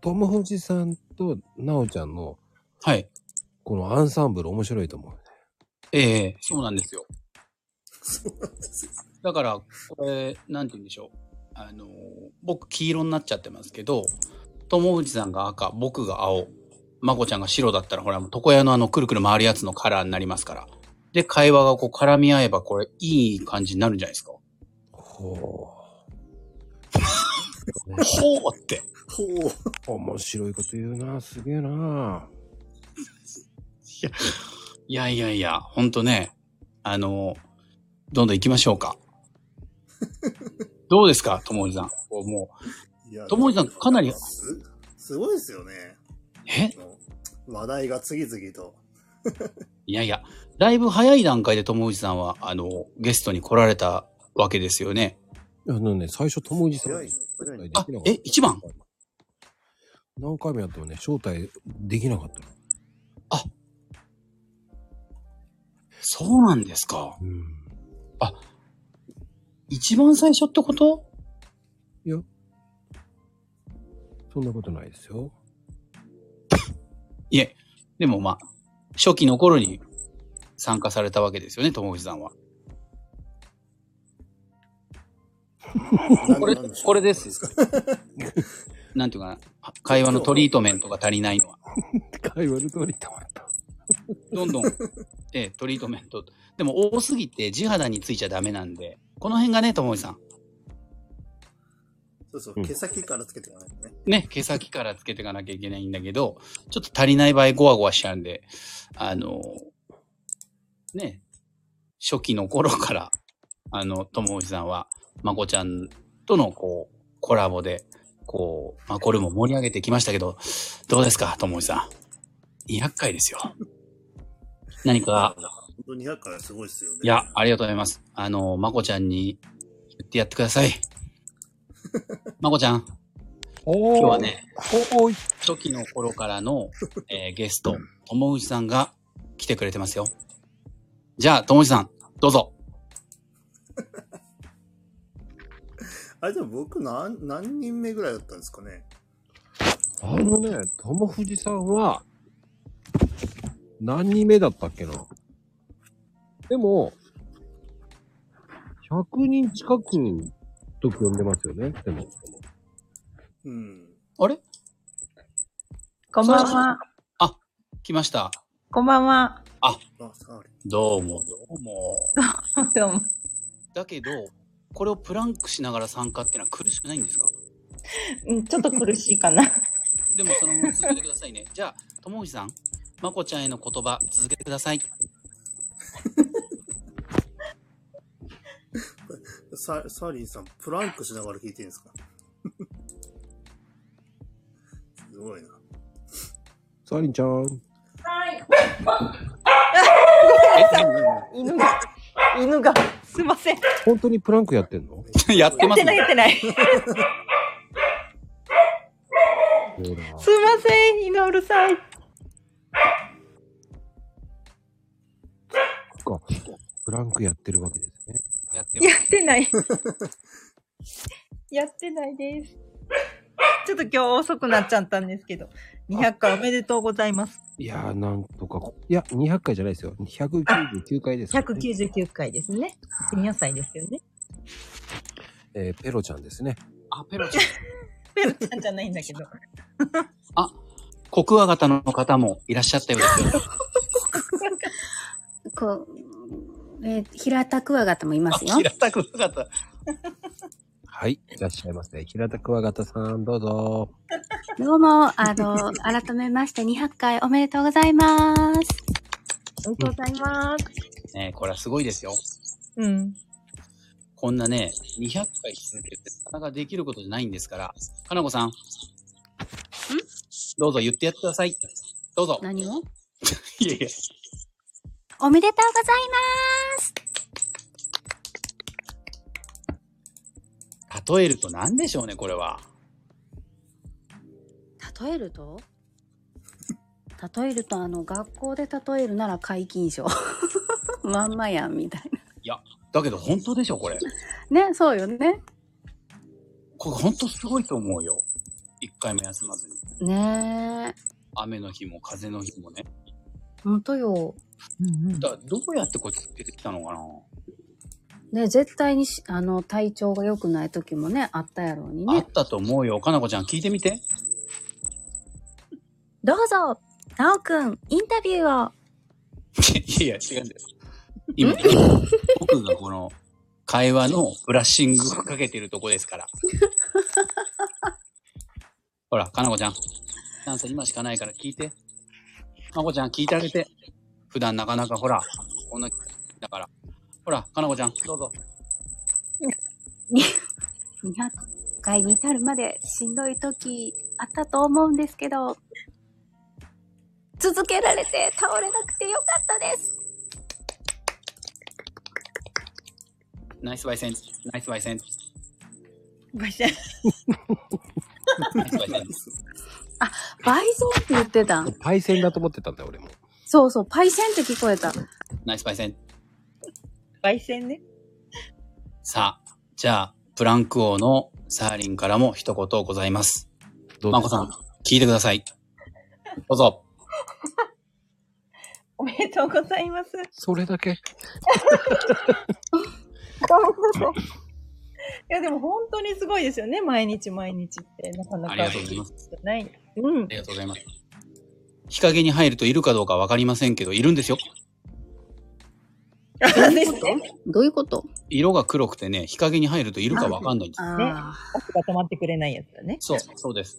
トム・ホジさんとナオちゃんの、はい。このアンサンブル面白いと思う。ええそうなんですよ。 *laughs* だから、これ、なんて言うんでしょう。あの、僕、黄色になっちゃってますけど、友藤さんが赤、僕が青、まこちゃんが白だったら、ほら、もう床屋のあの、くるくる回るやつのカラーになりますから。で、会話がこう、絡み合えば、これ、いい感じになるんじゃないですか。ほう。ほうって。ほう。面白いこと言うなすげえなはいやいやいや、ほんとね、あの、どんどん行きましょ *laughs* うか。どうですか、ともじさん。こうもいやう、ともじさん、かなり、す、すごいですよね。え話題が次々と。いやいや、だいぶ早い段階で友藤さんは、あの、ゲストに来られたわけですよね。あのね、最初、友治さん。あ、え、一番何回もやってもね、招待できなかったの。そうなんですか。あ、一番最初ってこといや、そんなことないですよ。いえ、でもまあ、初期の頃に参加されたわけですよね、友藤さんは。これ、こ *laughs* れです。なんていうかな、会話のトリートメントが足りないのは。 *laughs* 会話のトリートメント。どんどん、ええ、トリートメント。でも多すぎて地肌についちゃダメなんで、この辺がね、友藤さん。そうそう、毛先からつけていかないとね。ね、毛先からつけていかなきゃいけないんだけど、ちょっと足りない場合ゴワゴワしちゃうんで、あの、ね、初期の頃から、あの、友藤さんは、まこちゃんとのこう、コラボで、こう、まあ、これも盛り上げてきましたけど、どうですか、友藤さん。200回ですよ。何か、本当200回はすごいですよね。いや、ありがとうございます。あの、まこちゃんに言ってやってください。 *laughs* まこちゃん。今日はね、初期の頃からの、えーゲスト、友内さんが来てくれてますよ。じゃあ、友内さん、どうぞ。あれでも僕何、何人目ぐらいだったんですかね。あのね、友藤さんは、何人目だったっけな。でも、100人近くの時呼んでますよね、でも。うん。あれこんばんは。来ました。こんばんは。あ、どうも、どうも。どうも。だけど、これをプランクしながら参加ってのは苦しくないんですかうんちょっと苦しいかな。でもそのまま続けてくださいね。 *laughs* じゃあ、友藤さん、まこちゃんへの言葉、続けてください。ササーリンさん、プランクしながら聞いてるんですか *laughs* すごいな。サリンちゃん。え犬が、犬が、 *laughs* すいません。本当にプランクやってんの *laughs* やっやってない、やってない。 *laughs* すいません、犬うるさい。か。プランクやってるわけですね。やってやって *laughs* ない。やってないです。ちょっと今日遅くなっちゃったんですけど、200回おめでとうございます。いやー、なんとか。いや、200回じゃないですよ。199回です。 199回ですね。前夜祭ですよね。えーペロちゃんですね。あ、ペロちゃん。 *laughs* ペロちゃんじゃないんだけど。 *laughs* コクワガタの方もいらっしゃったようですよ。 *laughs* こう、えー平田クワガタもいますよ。平田クワガタ。はい、いらっしゃいませ。平田クワガタさん、どうぞ。どうも、あの、 *laughs* 改めまして200回おめでとうございます。おめでとうございます。ねえこれはすごいですよ。うん。こんなね、200回続けるって、なかなかできることじゃないんですから。かなこさん。んどうぞ言ってやってください。どうぞ。何を *laughs* いやいや。おめでとうございます。例えると何でしょうね、これは。例えると例えると、あの、学校で例えるなら皆勤賞。 *laughs* まんまやん、みたいいや、だけど本当でしょ、これ。な。ね、そうよね。これ本当すごいと思うよ。一回も休まずに。ねえ。雨の日も風の日もね。ほんとよ。だからどうやってこれ続けてきたのかなね、絶対にし、あの、体調が良くない時もね、あったやろうにあねっ。たと思うよ。かなこちゃん聞いてみ *laughs* て。どうぞ、なおくん、インタビュ *laughs* ーを。いやいや、違うんです。今、僕がこの会話のブラッシングをかけてるとこです *laughs* から。ほら、かなこちゃん。チャンス今しかないから聞いて。まこちゃん聞いてあげて。普段なかなかほら、こんな、だから。ほら、かなこちゃん、どうぞ。 200回に至るまでしんどい時あったと思うんですけ *laughs* ど、続けられて倒れなくてよかったです。ナイスバイセン、ナイスバイセン、バイセン。ナイスバイセン。バイセンって言ってたん *laughs* パイセンだと思ってたんだ、俺も。そうそう、パイセンって聞こえた。ナイスバイセン。焙煎ね。さあ、じゃあ、プランク王のサーリンからも一言ございます。マコさん、聞いてください。どうぞ。おめでとうございます。それだけ。ごめんなさい。いや、でも本当にすごいですよね。毎日毎日って。なかなかありがとうございます。ない。うん。ありがとうございます。日陰に入るといるかどうかわかりませんけど、いるんですよ。 *laughs* どういうこと色が黒くてね、日陰に入るといるかわかんないんです。ね。奥が止まってくれないやつだね。そう、そうです。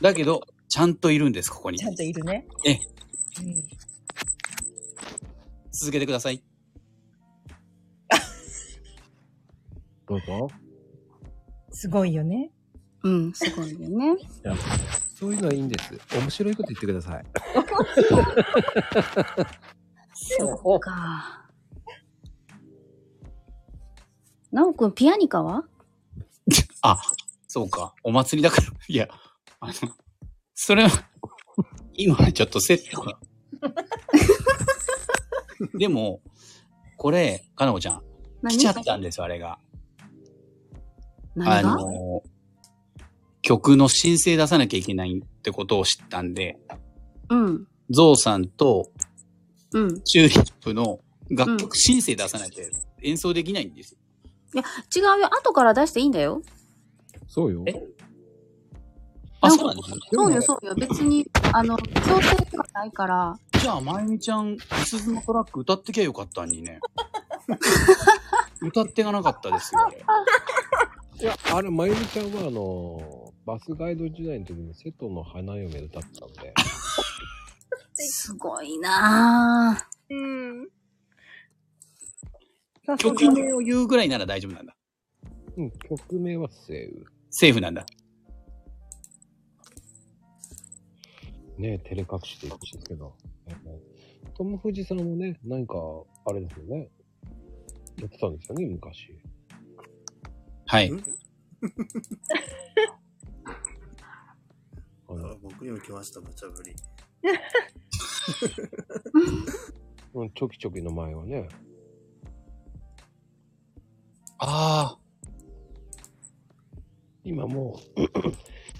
だけど、ちゃんといるんです、ここにち。ゃんといるね。ええ、うん。続けてください。どうぞ。すごいよね。うん、すごいよね。いやそういうのはいいんです。面白いこと言ってください。そうか。なおくん、ピアニカはあ、そうか。お祭りだから。 *laughs* いや、あの、それは、今ちょっとセットが。 *laughs* でも、これ、かなこちゃん、来ちゃったんですよ、あれが。あ何がの、曲の申請出さなきゃいけないってことを知ったんで、 *laughs* うん、ゾウさんとうん。チューリップの楽曲申請出さなきゃ演奏できないんですよ。いや、違うよ。後から出していいんだよ。そうよ。あ、そうなんですねそうよ、そうよ。別に、あの、強制とかないから。じゃあ、まゆみちゃん、五つのトラック歌ってきゃよかったんにね。歌ってがなかったですよ。いや、あれ、まゆみちゃんは、あの、バスガイド時代の時に瀬戸の花嫁歌ってたん *laughs* で。すごいなぁ。うん。曲名を言うぐらいなら大丈夫なんだ。うん、曲名はセーフ。セーフなんだ。ね照れ隠していくんですけど。ねトム・フジさんもね、なんか、あれですよね。やってたんですよね、昔。はい。あ僕にも来ました、無茶ぶ *laughs* り。うん、チョキチョキの前はね。ああ。今も *coughs* う、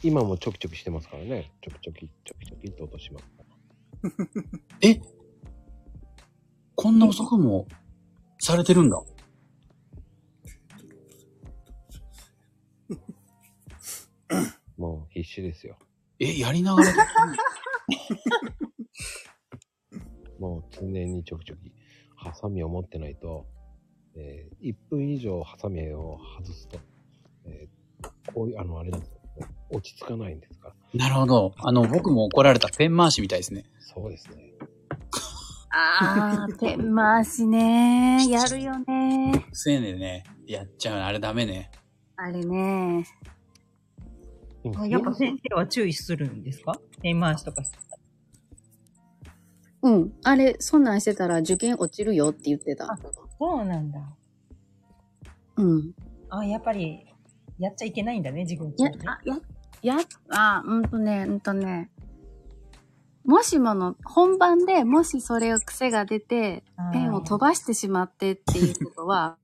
今もチョキチョキしてますからね。チョキチョキ、チョキチョキって音します。こんな遅くもされてるんだ。もう必死ですよ。え、やりながら。もう常にちょきちょき、ハサミを持ってないと、えー1分以上ハサミを外すと、えーこういう、あの、あれなんですよ。落ち着かないんですから。なるほど。あの、僕も怒られたペン回しみたいですね。そうですね。あー、手回しね *laughs* ー。やるよねー。不正でね、やっちゃうのあれダメね。あれねあやっぱ先生は注意するんですかペン回しとかしてたうらん。あれ、そんなんしてたら受験落ちるよって言ってた。そうなんだ。うん。あ、やっぱり、やっちゃいけないんだね、自分や、あ、や、や、あ、うんとね、うんとね。もしもの、本番でもしそれを癖が出て、ペンを飛ばしてしまってっていう *laughs* ことは、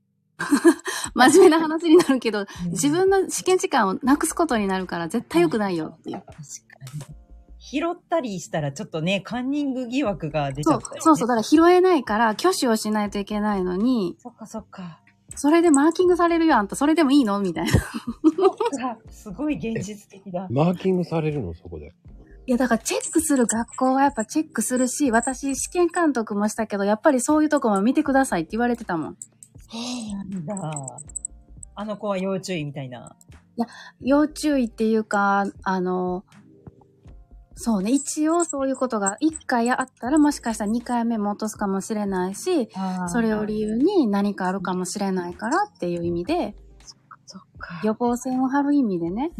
真面目な話になるけど、自分の試験時間をなくすことになるから絶対良くないよっていう。拾ったりしたらちょっとね、カンニング疑惑が出ちそゃうったり、ね。そうそう、だから拾えないから挙手をしないといけないのに、そっかそっか。それでマーキングされるよ、あんた、それでもいいのみたいな。あすごい現実的だ。マーキングされるの、そこで。いや、だからチェックする学校はやっぱチェックするし、私試験監督もしたけど、やっぱりそういうとこも見てくださいって言われてたもん。そうなんだ。あの子は要注意みたいな。いや、要注意っていうか、あの、そうね、一応そういうことが1回あったらもしかしたら2回目も落とすかもしれないしあー、それを理由に何かあるかもしれないからっていう意味で、予防線を張る意味でね。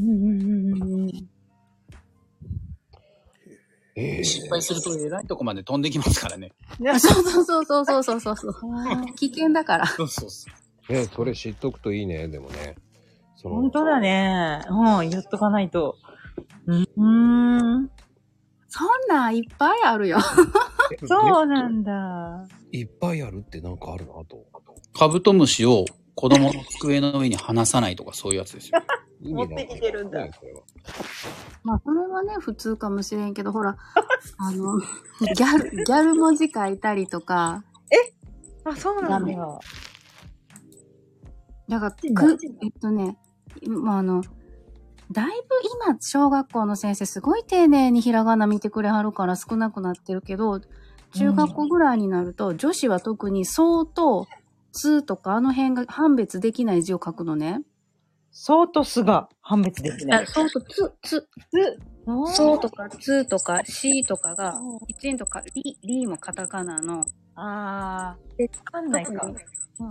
失敗すると偉いとこまで *laughs* 飛んできますからね。そうそうそうそうそうそうそう。危険だから。そうそうそう。ね、それ知っとくといいね、でもね。その本当だね。うん、言っとかないと。うーん。そんなんいっぱいあるよ。そうなんだ。いっぱいあるってなんかあるなと。カブトムシを子供の机の上に離さないとかそういうやつですよ。持ってきてるんだ。まあ、それはね、普通かもしれんけど、ほら、あの、ギャル、ギャル文字書いたりとか。あ、そうなんだ。だから、く、えっとね、もうあの、だいぶ今、小学校の先生すごい丁寧にひらがな見てくれはるから少なくなってるけど、中学校ぐらいになると、女子は特に、そうと、つとか、あの辺が判別できない字を書くのね。そうとすが判別で *laughs* きない。そうとつ、つ、つ、そうとか、つとか、しとかが、きちんとか、り、りもカタカナの。あー、で、わかんないか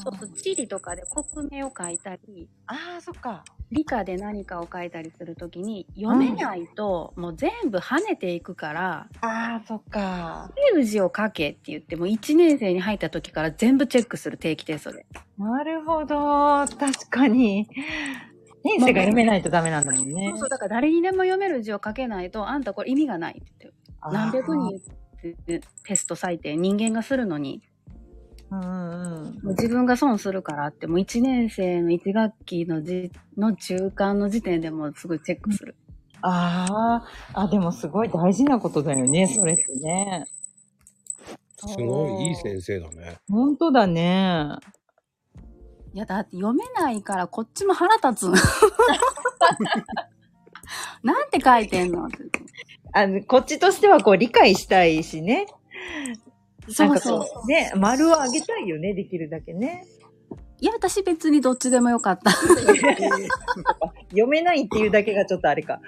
そうそう、地理とかで国名を書いたり、ああ、そっか。理科で何かを書いたりするときに、読めないと、もう全部跳ねていくから、ああ、そっか。書ける字を書けって言って、もう1年生に入った時から全部チェックする定期テストで。なるほど。確かに。人生が読めないとダメなんだもんねそう。そう、だから誰にでも読める字を書けないと、あんたこれ意味がないって言ってあー何百人ってテスト採点人間がするのに、うんうん。もう自分が損するからって、もう1年生の1学期のじの中間の時点でもうすごいチェックする。ああ、あ、でもすごい大事なことだよね、それってね。すごいいい先生だね。本当だね。いや、だって読めないからこっちも腹立つ。なんて書いてんのあの、こっちとしてはこう理解したいしね。そうなんかそうこうね、丸を上げたいよね、できるだけね。いや、私別にどっちでもよかった。読めないっていうだけがちょっとあれか。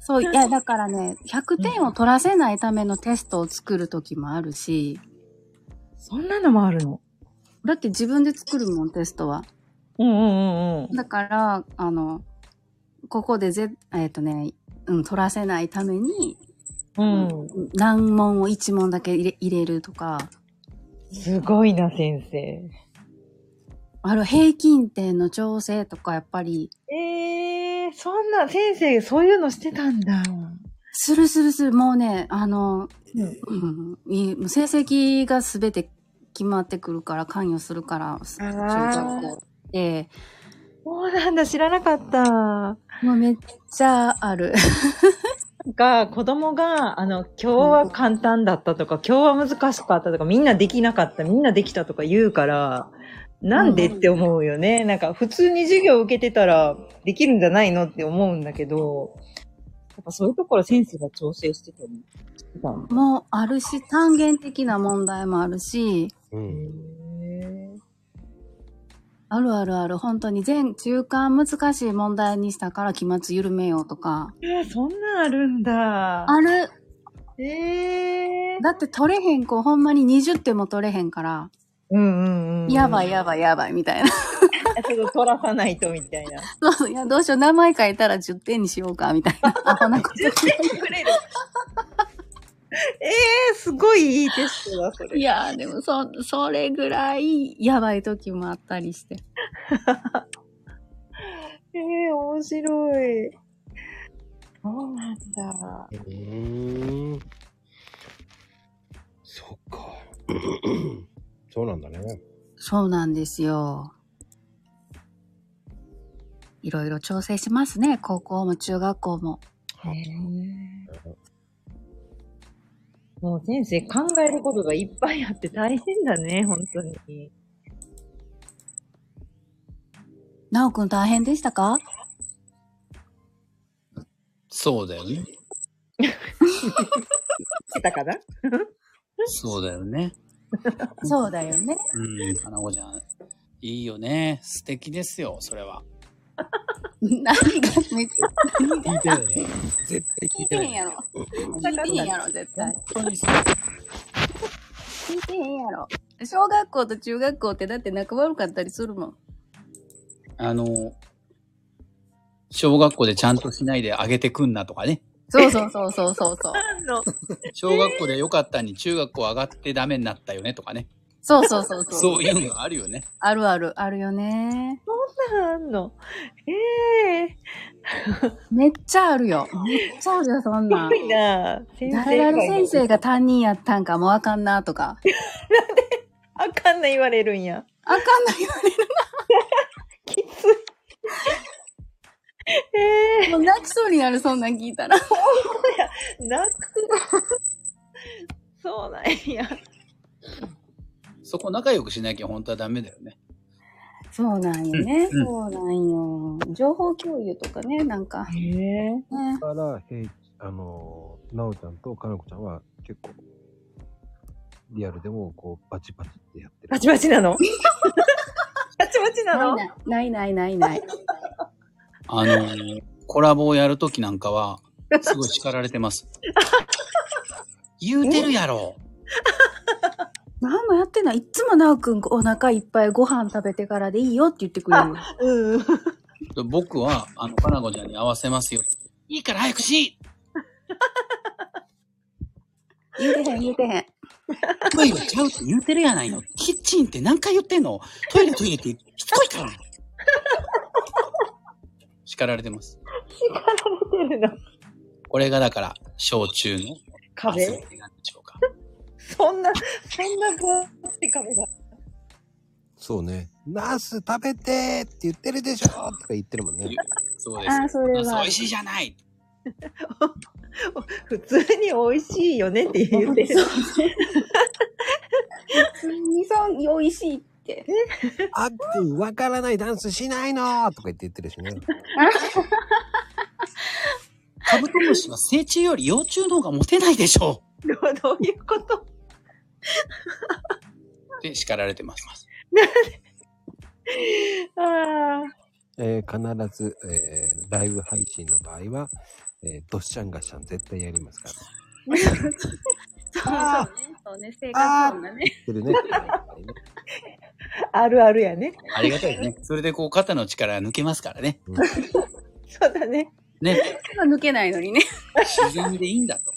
そう、いや、だからね、100点を取らせないためのテストを作る時もあるし。そんなのもあるのだって自分で作るもん、テストは。うんうんうんうん。だから、あの、ここでぜ、えっ、とね、うん、取らせないために、うん。難問を1問だけ入れ入れるとか、すごいな、先生。あの、平均点の調整とか、やっぱり、ええー、そんな、先生、そういうのしてたんだ。するするする、もうね、あの、うんいいもう成績が全て決まってくるから、関与するから、中学校で。そうなんだ、知らなかった。もうめっちゃある。が、子供が、あの、今日は簡単だったとか、今日は難しかったとか、みんなできなかった、みんなできたとか言うから、なんでって思うよね。なんか、普通に授業受けてたら、できるんじゃないのって思うんだけど、やっぱそういうところ先生が調整してたりしてたのもうあるし、単元的な問題もあるし、あるあるある、本当に全中間難しい問題にしたから期末緩めようとか。えーそんなんあるんだ。ある。えだって取れへん子、ほんまに20点も取れへんから、うんうんうん。やばいばやばいやばいみたいな。 *laughs* い。ちょっと取らさないとみたいな。そうそう、いや、どうしよう、名前書いたら10点にしようか、みたいな。 *laughs* アホなこと。ええー、すごいいいテストだ、それ。いやー、でも、そ、それぐらい、やばい時もあったりして。ええー、面白い。そうなんだ。うーん。そっ *laughs* か。そうなんだね。そうなんですよ。いろいろ調整しますね、高校も中学校も。もう先生、考えることがいっぱいあって大変だね、本当に。なおくん大変でしたかそうだよ *laughs* ね。してたかなそうだよね。そうだよね。うん、かなこちゃん。いいよね。素敵ですよ、それ *laughs* は。何がめっちゃ、何聞いてな *laughs* いね。絶対聞いてへんやろ。聞いてへんやろ、絶対。聞いてへんやろ。小学校と中学校ってだって仲悪かったりするもん。あの、小学校でちゃんとしないであげてくんなとか *laughs* ね。そうそうそうそうそうそう。小学校で良かったに中学校上がってダメになったよねとかね。そうそうそうそう。そういうのあるよね。あるある、あるよね。そんなんあんのええめっちゃあるよ。めっちゃあるよ、そんなん。すごいな先生が誰々先生が担任やったんかもわかんなとか。あかんない言われるんや。あかんない言われるな。きつい。ええもう泣きそうになる、そんなん聞いたら。泣く。そうなんや。そこ仲良くしなきゃ本当はダメだよね。そうなんよね。うんそうなんよ。情報共有とかね、なんか。へえ。ねだから、へい、あのー、なおちゃんとかなこちゃんは結構、リアルでもこう、バチバチってやってる。バチバチなのバチバチなのないないないないない。あのー、コラボをやるときなんかは、すごい叱られ *laughs* てます。言うてるやろ。何もやってない。いっつもなおくんお腹いっぱいご飯食べてからでいいよって言ってくれる。うん。僕は、あの、かなこちゃんに合わせますよ。いいから早くし言うてへん言うてへん。トイレちゃうって言うてるやないの。キッチンって何回言ってんのトイレトイレってしつこいから。叱られてます。叱られてるの。これがだから、小中の壁そんな、そんな分厚い壁が。そうね。ナス食べてーって言ってるでしょとか言ってるもんね。そうですあーそれはナス美味しいじゃない普通に美味しいよねって言ってる。普通にそう、美味しいって。あっくん、わからないダンスしないのーとか言って言ってるしね。 *laughs* カブトムシは成虫より幼虫の方がモテないでしょどうどういうことう。で、叱られてます。 *laughs* ああ。えー必ず、えーライブ配信の場合は、えードッシャンガッシャン絶対やりますから。そうね、そうね、生活音がね。言ってるね。 *laughs* あるあるやね。ありがたいね。それでこう肩の力が抜けますからね。そうだね。ね。抜けないのにね。自然でいいんだと。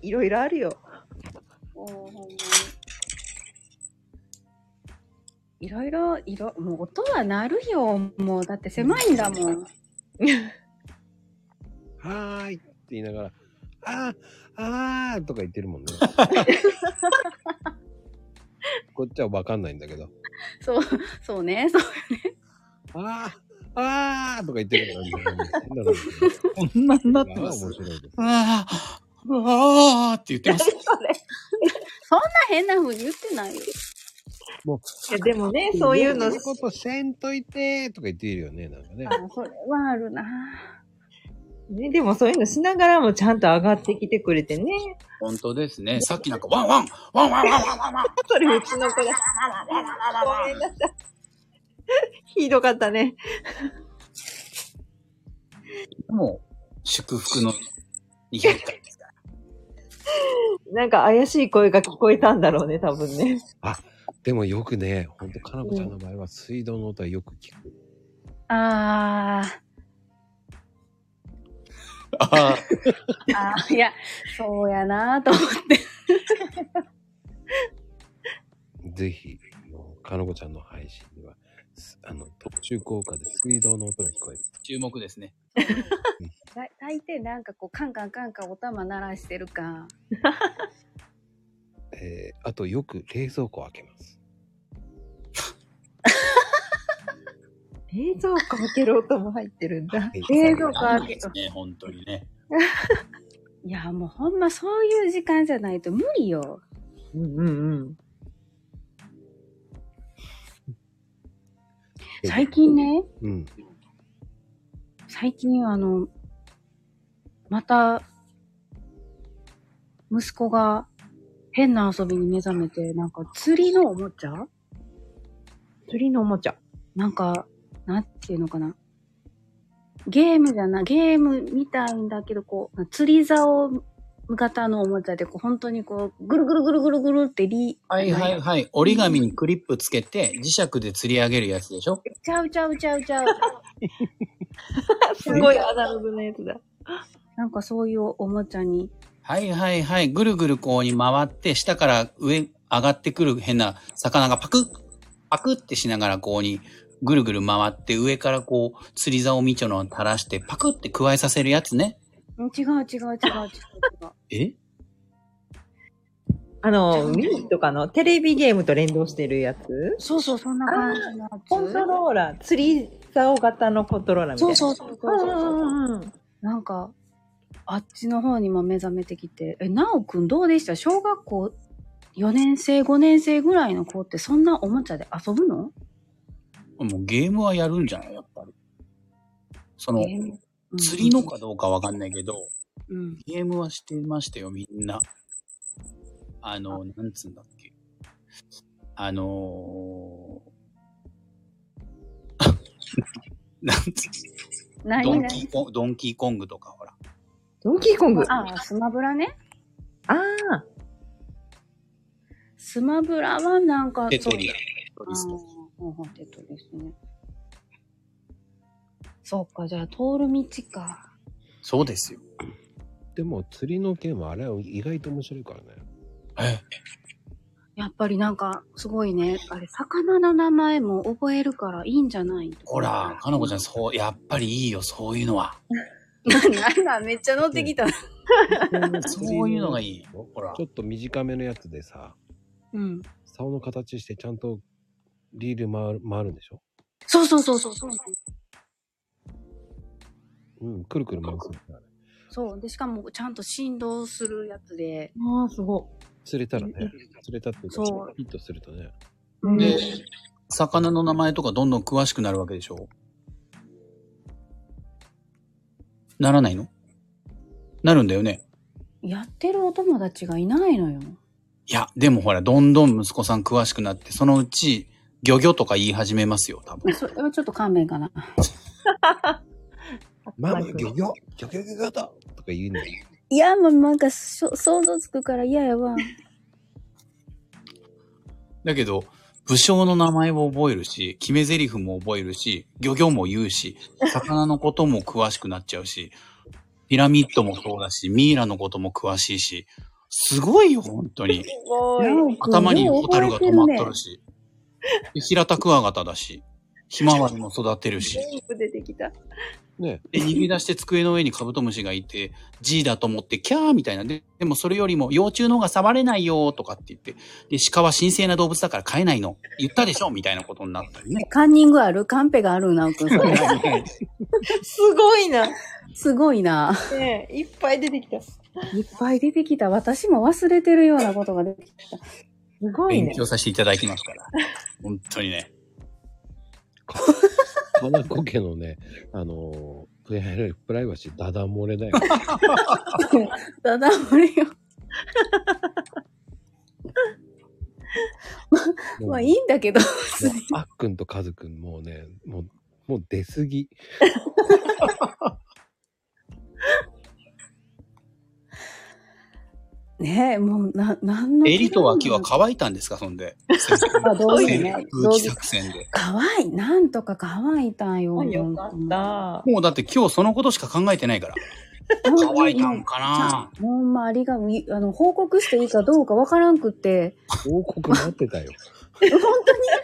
いろいろあるよ。いろいろ、いろ、もう音は鳴るよ。もう、だって狭いんだも *laughs* ん。はーいって言いながら、あー、あーとか言ってるもんね。こっちはわかんないんだけど、そう、そうね、そうね。ああ、ああとか言ってるもんね。こんなになってます。面白いです。ああ、ああって言ってます。そんな変な風に言ってないよ。もう、いやでもねそういうのそんなことせんといてーとか言っているよね、なんかね。それはあるな。ね、でもそういうのしながらもちゃんと上がってきてくれてね。本当ですね。さっきなんかワンワンワンワンワンワンワンワンそれうちの *laughs* 子だ。ごめんなさい。 *laughs* ひどかったね。もう、祝福の200回。なんか怪しい声が聞こえたんだろうね、多分ね。あ、でもよくね、ほんと、かなこちゃんの場合は水道の音はよく聞く。あー。ああーいや、そうやなと思 *laughs* って。ぜひ、もうかのこちゃんの配信には、すあの、特注効果で水道の音が聞こえる。注目ですね。だ大抵なんかこう、カンカンカンカンお玉鳴らしてるか。えー、あとよく冷蔵庫を開けます。冷蔵庫開ける音も入ってるんだ。冷蔵庫開けですね、本当にね。 *laughs* いや、もうほんまそういう時間じゃないと無理よ。うんうんうん。最近ね、うん。最近あの、また、息子が変な遊びに目覚めて、なんか釣りのおもちゃ釣りのおもちゃ。なんか、なんていうのかな。ゲームじゃな、ゲームみたいんだけど、こう、釣り竿型のおもちゃで、こう、本当にこう、ぐるぐるぐるぐるぐるってリ、はいはいはい。折り紙にクリップつけて、磁石で釣り上げるやつでしょちゃうちゃうちゃうちゃう。 *laughs* すごいアナログなやつだ。なんかそういうおもちゃに、はいはいはい。ぐるぐるこうに回って、下から上、上がってくる変な魚がパクッ、パクってしながらこうにぐるぐる回って上からこう釣り竿みちょのを垂らしてパクって加えさせるやつね。違う違う違う違う違う。えあの、ミニとかのテレビゲームと連動してるやつそうそう、そんな感じのやつ。コントローラー、釣り竿型のコントローラーみたいそうな。そうそうそうそううんうんうんなんか、あっちの方にも目覚めてきて、え、なおくんどうでした小学校4年生、5年生ぐらいの子ってそんなおもちゃで遊ぶのもうゲームはやるんじゃないやっぱり。そのゲ、ーム釣りのかどうかわかんないけど、うん。ゲームはしてましたよ、みんな。あの、なんつうんだっけ。あのー、なんつ何ドン何キーコン、ドンキーコングとか、ほら。ドンキーコング。ああ、スマブラね。ああ。スマブラはなんか、テトリア。そうあーほうほうテトリスね。そっか、じゃあ通る道か。そうですよ。でも、釣りの件はあれは意外と面白いからね。やっぱりなんか、すごいね。あれ、魚の名前も覚えるからいいんじゃないほら、かのこちゃん、そう、やっぱりいいよ、そういうのは。 *laughs* なんだ、めっちゃ乗ってきた。そういうのがいい。ほら。ちょっと短めのやつでさ、うん。竿の形してちゃんとリール回る回るんでしょそうそうそうそうそう。うん、くるくる回すんだよね。そう。で、しかも、ちゃんと振動するやつで。ああ、すご釣れたらね、釣れたっていうかそう、ヒットするとね。で、魚の名前とかどんどん詳しくなるわけでしょならないのなるんだよね。やってるお友達がいないのよ。いや、でもほら、どんどん息子さん詳しくなって、そのうち、漁業とか言い始めますよ、多分。それはちょっと勘弁かな。ママ、漁業、漁業漁業だとか言うんだよ。いや、もうなんか、しょ想像つくから嫌や *laughs* わ。だけど、武将の名前を覚えるし、決め台詞も覚えるし、漁業も言うし、魚のことも詳しくなっちゃうし、ピラミッドもそうだし、ミイラのことも詳しいし、すごいよ、本当に。頭にホタルが止まっとるし、平たクワガタだし、ひまわりも育てるし、全部出てき *laughs* た。ねで、逃げ出して机の上にカブトムシがいて、G だと思って、キャーみたいな。で、でもそれよりも、幼虫の方が触れないよーとかって言って、で、鹿は神聖な動物だから飼えないの。言ったでしょみたいなことになったりね。カンニングあるカンペがあるな、 *laughs* おくん。それすごいな。 *laughs* すごいな。い。ねえ、いっぱい出てきた。すいっぱい出てきた。私も忘れてるようなことが出てきた。ごい勉ね。強させていただきますから。本当にね。花子家のね、あのープライプライバシー、だだ漏れだ *laughs* よ。だだ漏れよ。 *laughs* ままあいいんだけど。あっくんとかずくん、もうね、もう、もう出すぎ。ねえ、もう、な、なんの。襟と脇は乾いたんですかそんで。 *laughs* あ、どういうね。空気作戦で。かわいい。なんとかかわいたんよ。よかった。もうだって今日そのことしか考えてないから。乾いたんかなほんまありが、いあの、報告していいかどうかわからんくって。報告待ってたよ。本当に、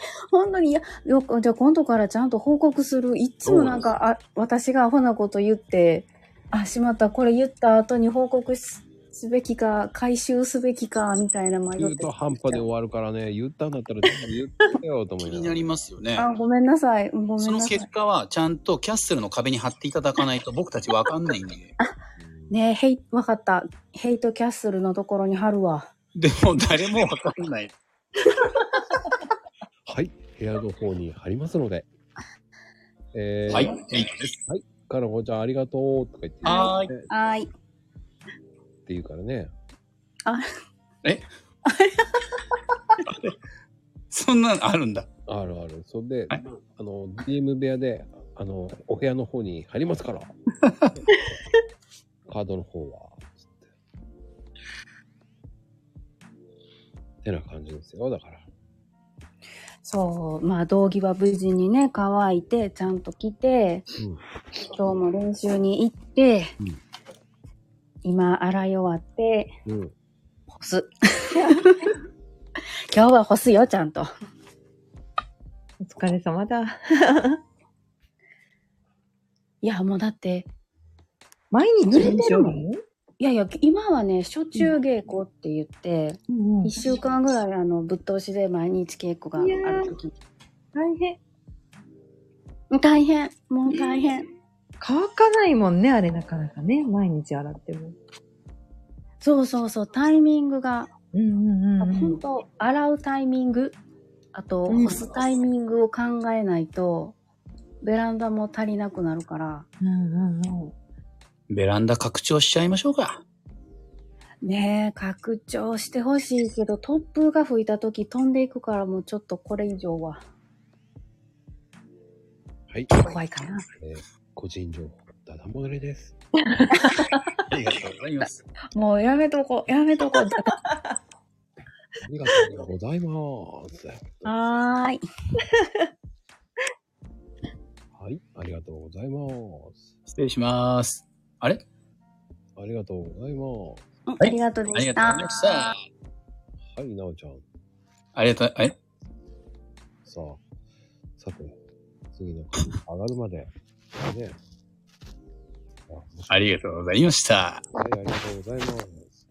*laughs* 本当に、いや、よく、じゃあ今度からちゃんと報告する。いっつもなんか、あ、私がアホなこと言って、あ、しまった、これ言った後に報告すすべきか、回収すべきか、みたいな迷っ中て。途半端で終わるからね、言ったんだったら全部言ってよと思いながら。気になりますよねあ、ごめんなさい。ごめんなそのさい結。果はちゃんとキャッスルの壁に貼っていただかないと僕たちわかんないんで。ねえ、ヘイ、わかった。ヘイトキャッスルのところに貼るわ。 *laughs* でも誰もわかんない。はい、部屋の方に貼ります *laughs* ので。えー、はいはい、かのこちゃんありがとうとか言って、はーい。はーい。って言うからね。あ、えそんなのあるんだ。あるある。そんで、あの、DM 部屋で、あの、お部屋の方に貼ります *laughs* から。カードの方は、つって。てな感じですよ、だから。そう、まあ、道着は無事にね、乾いて、ちゃんと着て、今日も練習に行って、今、洗い終わって、うん。干す。 *laughs* 今日は干すよ、ちゃんと。お疲れ様だ。 *laughs* いや、もうだって、毎日濡れてるもんいやいや、今はね、初中稽古って言って、一うんうん1週間ぐらいあの、ぶっ通しで毎日稽古がある時。大変。大変。もう大変。乾かないもんね、あれなかなかね。毎日洗っても。そうそうそう、タイミングが、うんうんうん。本当洗うタイミング、あと、うん干すタイミングを考えないと、ベランダも足りなくなるから。うんうんうん。ベランダ拡張しちゃいましょうか。ねえ、拡張してほしいけど、突風が吹いた時飛んでいくからもうちょっとこれ以上ははい。怖いかな。えー個人情報、ダダ漏れ *laughs* です。ありがとうございます。もうやめとこう、やめとこう。ありがとうございます。はーい。はい、ありがとうございます。失礼します。あれありがとうございます。ありがとうありがとうございました。はい、なおちゃん。ありがとう、えさあ、さて、次の回に上がるまで、ね。ありがとうございました。はい、ありがとうございます。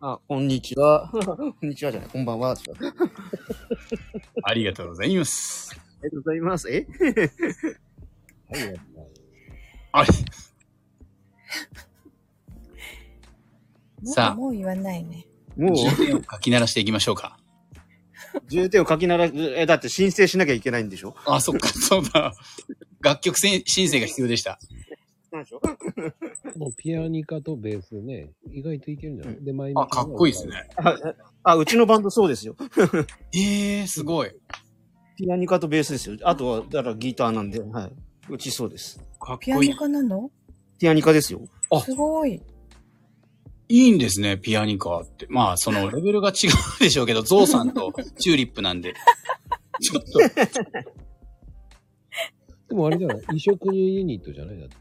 あ、こんにちは。 *laughs* こんにちはじゃない、こんばんは。ありがとうございます。ありがとうございます。えはい、あれもうさあもう言わないね。もう重点をかき鳴らしていきましょうか。重点を書きなら、え、だって申請しなきゃいけないんでしょあ、そっか、そうだ。楽曲せん申請が必要でした。 *laughs* もうピアニカとベースね、意外といけるんじゃない、で、前あ、かっこいいで *laughs* すね。あ、あうちのバンドそうですよ。 *laughs* ええー、すごい。ピアニカとベースですよ。あとは、だからギターなんで、はい。うちそうです。かっピアニカなのピアニカですよ。すごい。いいんですね、ピアニカって。まあ、そのレベルが違うでしょうけど、ゾウさんとチューリップなんで。ちょっと。 *laughs* でもあれじゃない異色ユニットじゃないだって。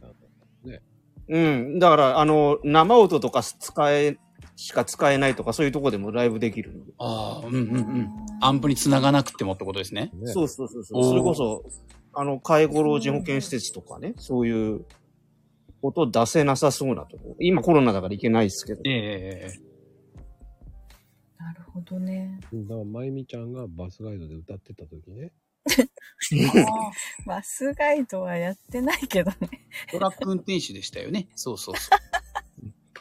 うん。だから、あの、生音とか使え、しか使えないとか、そういうとこでもライブできるので。ああ、うんうんうん。アンプに繋がなくてもってことですね。そうそうそうそう。それこそ、あの、介護老人保健施設とかね、そういう音出せなさそうなとこ。今コロナだから行けないですけど。ええなるほどね。うんだから、まゆみちゃんがバスガイドで歌ってた時ね。バスガイドはやってないけどね。トラック運転手でしたよね。そうそうそう。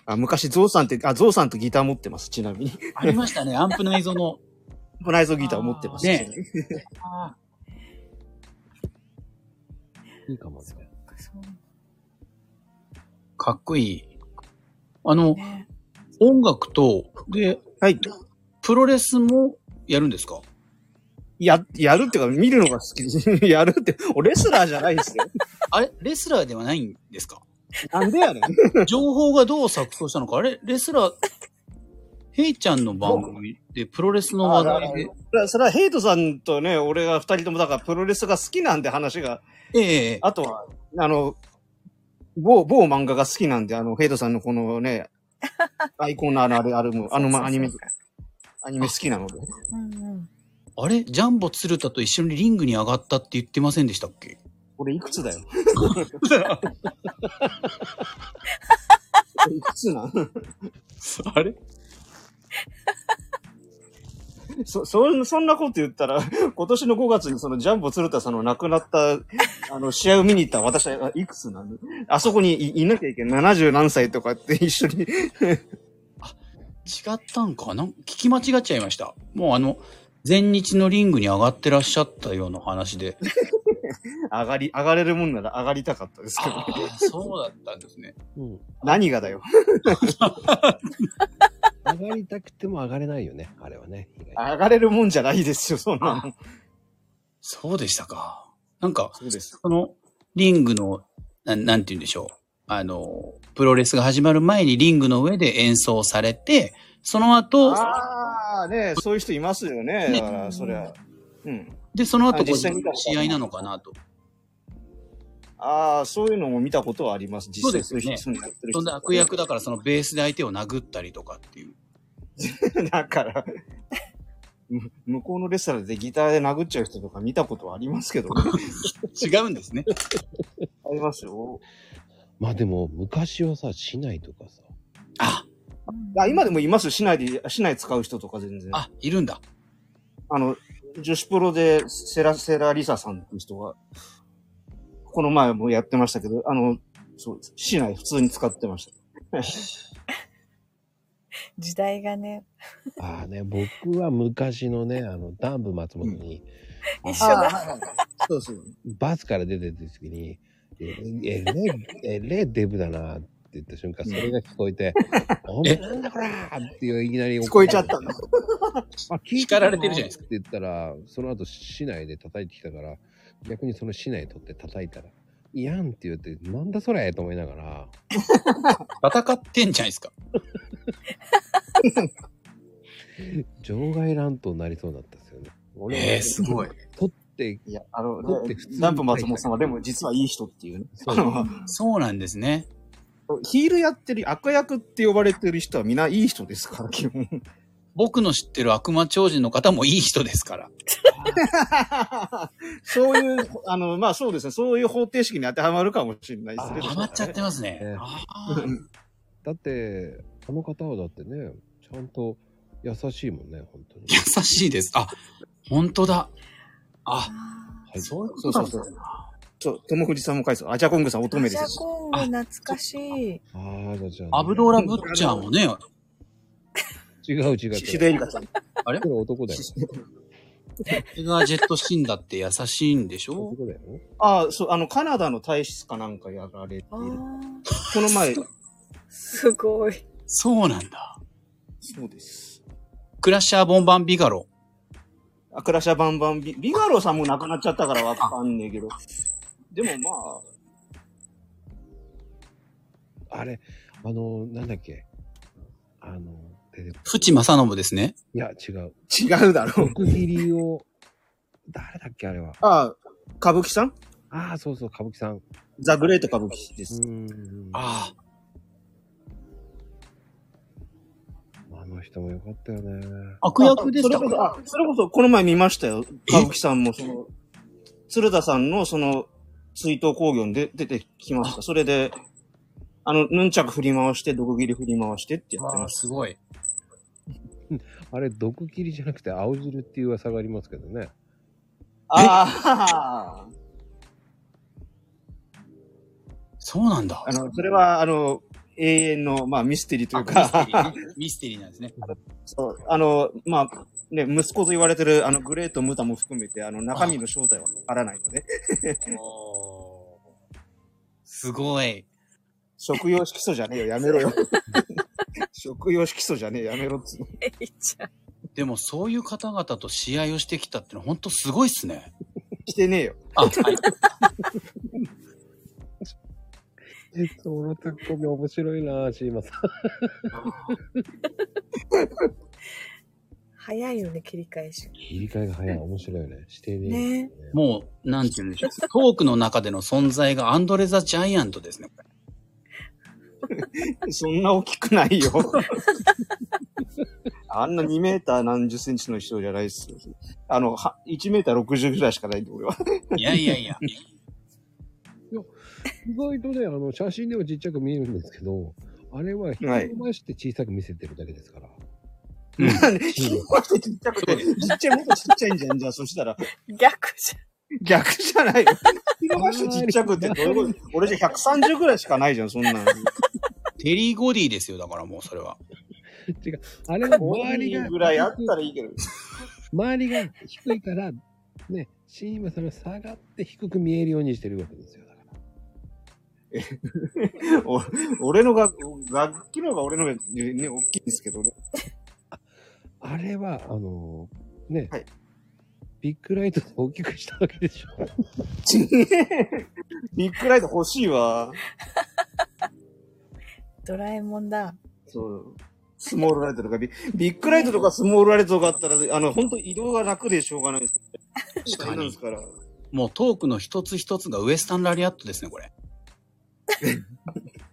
あ昔、ゾウさんって、あ、ゾウさんとギター持ってます、ちなみに。ありましたね、アンプ内 *laughs* 蔵の。アンプ内蔵ギター持ってます。ねあいいかもね。あ、そう。かっこいい。あの、音楽と、で、はい。プロレスもやるんですかや、やるっていうか、見るのが好き *laughs* でやるって、俺レスラーじゃないですよ。 *laughs* あれレスラーではないんですかなんでやねん。情報がどう錯綜したのか。あれレスラー、ヘイちゃんの番組でプロレスの話題で。あそれはヘイトさんとね、俺が二人ともだからプロレスが好きなんで話が。ええあとは、あの、某、某漫画が好きなんで、あの、ヘイトさんのこの *laughs* ね、アイコンのあの、あれ、あれも、あの、まアニメ、アニメ好きなので。うんうん。あれジャンボ鶴田と一緒にリングに上がったって言ってませんでしたっけ俺いくつだよ。いくつなん *laughs* あれ *laughs* そ、そん、そんなこと言ったら、 *laughs* 今年の5月にそのジャンボ鶴田さんの亡くなった、 *laughs* あの、試合を見に行った私はいくつなのあそこにいいなきゃいけない。70何歳とかって一緒に。 *laughs* 違ったんかな聞き間違っちゃいました。もうあの、前日のリングに上がってらっしゃったような話で。上がり、上がれるもんなら上がりたかったですけど。そうだったんですね。 *laughs* 何がだ *laughs* よ。上がりたくても上がれないよね、あれはね。 *laughs* 上がれるもんじゃないですよ、そんなの。そうでしたか。なんか、そうです。この、リングの、なん、なんて言うんでしょう。あの、プロレスが始まる前にリングの上で演奏されて、その後、ああ、ねそういう人いますよね。ねだから、そりゃ。うん。で、その後、あこう実際見たこと試合なのかなと。ああ、そういうのも見たことはあります。実そう際ですよね。そういう人やってるそ人んな悪 *laughs* 役だから、そのベースで相手を殴ったりとかっていう。だから、む向こうのレストランでギターで殴っちゃう人とか見たことはありますけどね。 *laughs* 違うんですね。 *laughs* ありますよ。まあでも、昔はさ、市内とかさ。あ今でもいます市内で、市内使う人とか全然。あ、いるんだ。あの、女子プロでセラセラリサさんっていう人が、この前もやってましたけど、あの、そうです。市内普通に使ってま *laughs* した。時代がね、ああね、僕は昔のね、あの、ダンブ松本に、一緒だ。そうそう。バスから出てた時に、え、え、レ、え、レデブだなって言った瞬間、それが聞こえ *laughs* て、お前なんだこらーっていういきなり聞こえちゃったんだ。あ、聞い叱られてるじゃないですか。って言ったら、その後市内で叩いてきたから、逆にその市内取って叩いたら、いやんって言って、なんだそれと思いながら、戦ってんじゃないですか。 *laughs* 場外乱闘になりそうだったですよね。えーすごい。取って、いや、あの、取って普通にダンプ松本さんはでも実はいい人っていうね。そうなんですね。ヒールやってる、悪役って呼ばれてる人は皆いい人ですから、基本。僕の知ってる悪魔超人の方もいい人ですから。そういう、あの、まあそうですね、そういう方程式に当てはまるかもしれないですけど。はまっちゃってますね。ねだって、あの方はだってね、ちゃんと優しいもんね、本当に。優しいです。あ、本当だ。あ、そういうそこうとそなうんですそねう。そう、友藤さんも返す。アジャコングさん乙女ですジャし。コング懐かしい。ああ、じゃあじゃあ、アブドーラ・ブッチャーもね、違う違う。シシドエリカちゃん。あれこれ男だよ。映画ジェットシンだって優しいんでしょ男だよ。ああ、そう、あの、カナダの大使かなんかやられてる。この前、すごい。そうなんだ。そうです。クラッシャーボンバンビガロ。アクラシャバンバンビ、ビガロさんも亡くなっちゃったからわかんねえけど。でもあれ、あの、なんだっけ。あの、出てこ淵正信ですね。いや、違う。違うだろう。毒斬りを、誰だっけ、あれは。まあ、ああ、歌舞伎さんああ、そうそう、歌舞伎さん。ザ・グレート歌舞伎です。ああ。あの人もよかったよね。悪役ですかあそれこそ、あそれこそこの前見ましたよ。歌舞伎さんも、その、鶴田さんのその、追悼興行に出出てきました。それで、あの、ヌンチャク振り回して、毒斬り振り回してってやってました。すごい。あれ、毒斬りじゃなくて青汁っていう噂がありますけどね。ああ。そうなんだ。あの、それは、あの、永遠の、まあ、ミステリーというか、ミステリーなんですね。そう、あの、まあ、ね、息子と言われてる、あの、グレート・ムタも含めて、あの、中身の正体はわからないので、すごい。食用色素じゃねえよ、やめろよ。食用色素じゃねえ、やめろっつうの *laughs* でもそういう方々と試合をしてきたってのは本当すごいっすね。してねえよ。あ、はい。えそのツッコミ面白いなぁ、シーマさん。早いよね、切り返し。切り替えが早い。面白いよね。してね。ねもう、なんて言うんでしょう。トークの中での存在がアンドレ・ザ・ジャイアントですね。そんな大きくないよ。あんな2メーター何十センチの人じゃないっすよ。あの、は1メーター60ぐらいしかないんで、俺は。いやいやいや。意外とね、あの、写真ではちっちゃく見えるんですけど、あれは、ひはいっまして小さく見せてるだけですから。なんで、ひんましてちっちゃくて、ちっちゃい、もっとちっちゃいんじゃん。じゃあ、そしたら。逆じゃん。逆じゃないよ。ひんましてちっちゃくて、どういうこと俺じゃ130ぐらいしかないじゃん、そんなの。テリー・ゴディですよ、だからもうそれは。違う。あれは周りが5人、ぐらいあったらいいけど。周りが低いから、ね、シーマさんが下がって低く見えるようにしてるわけですよ。お俺の楽楽器の方が俺の方がね、大きいんですけどね。あれは、あのーね、ビッグライトで大きくしたわけでしょ。ビッグライト欲しいわ。ドラえもんだ。そう。スモールライトとかビ、ビッグライトとかスモールライトとかあったら、あの、本当移動が楽でしょうがない *laughs* です。確かに。ですから。もうトークの一つ一つがウエスタンラリアットですね、これ。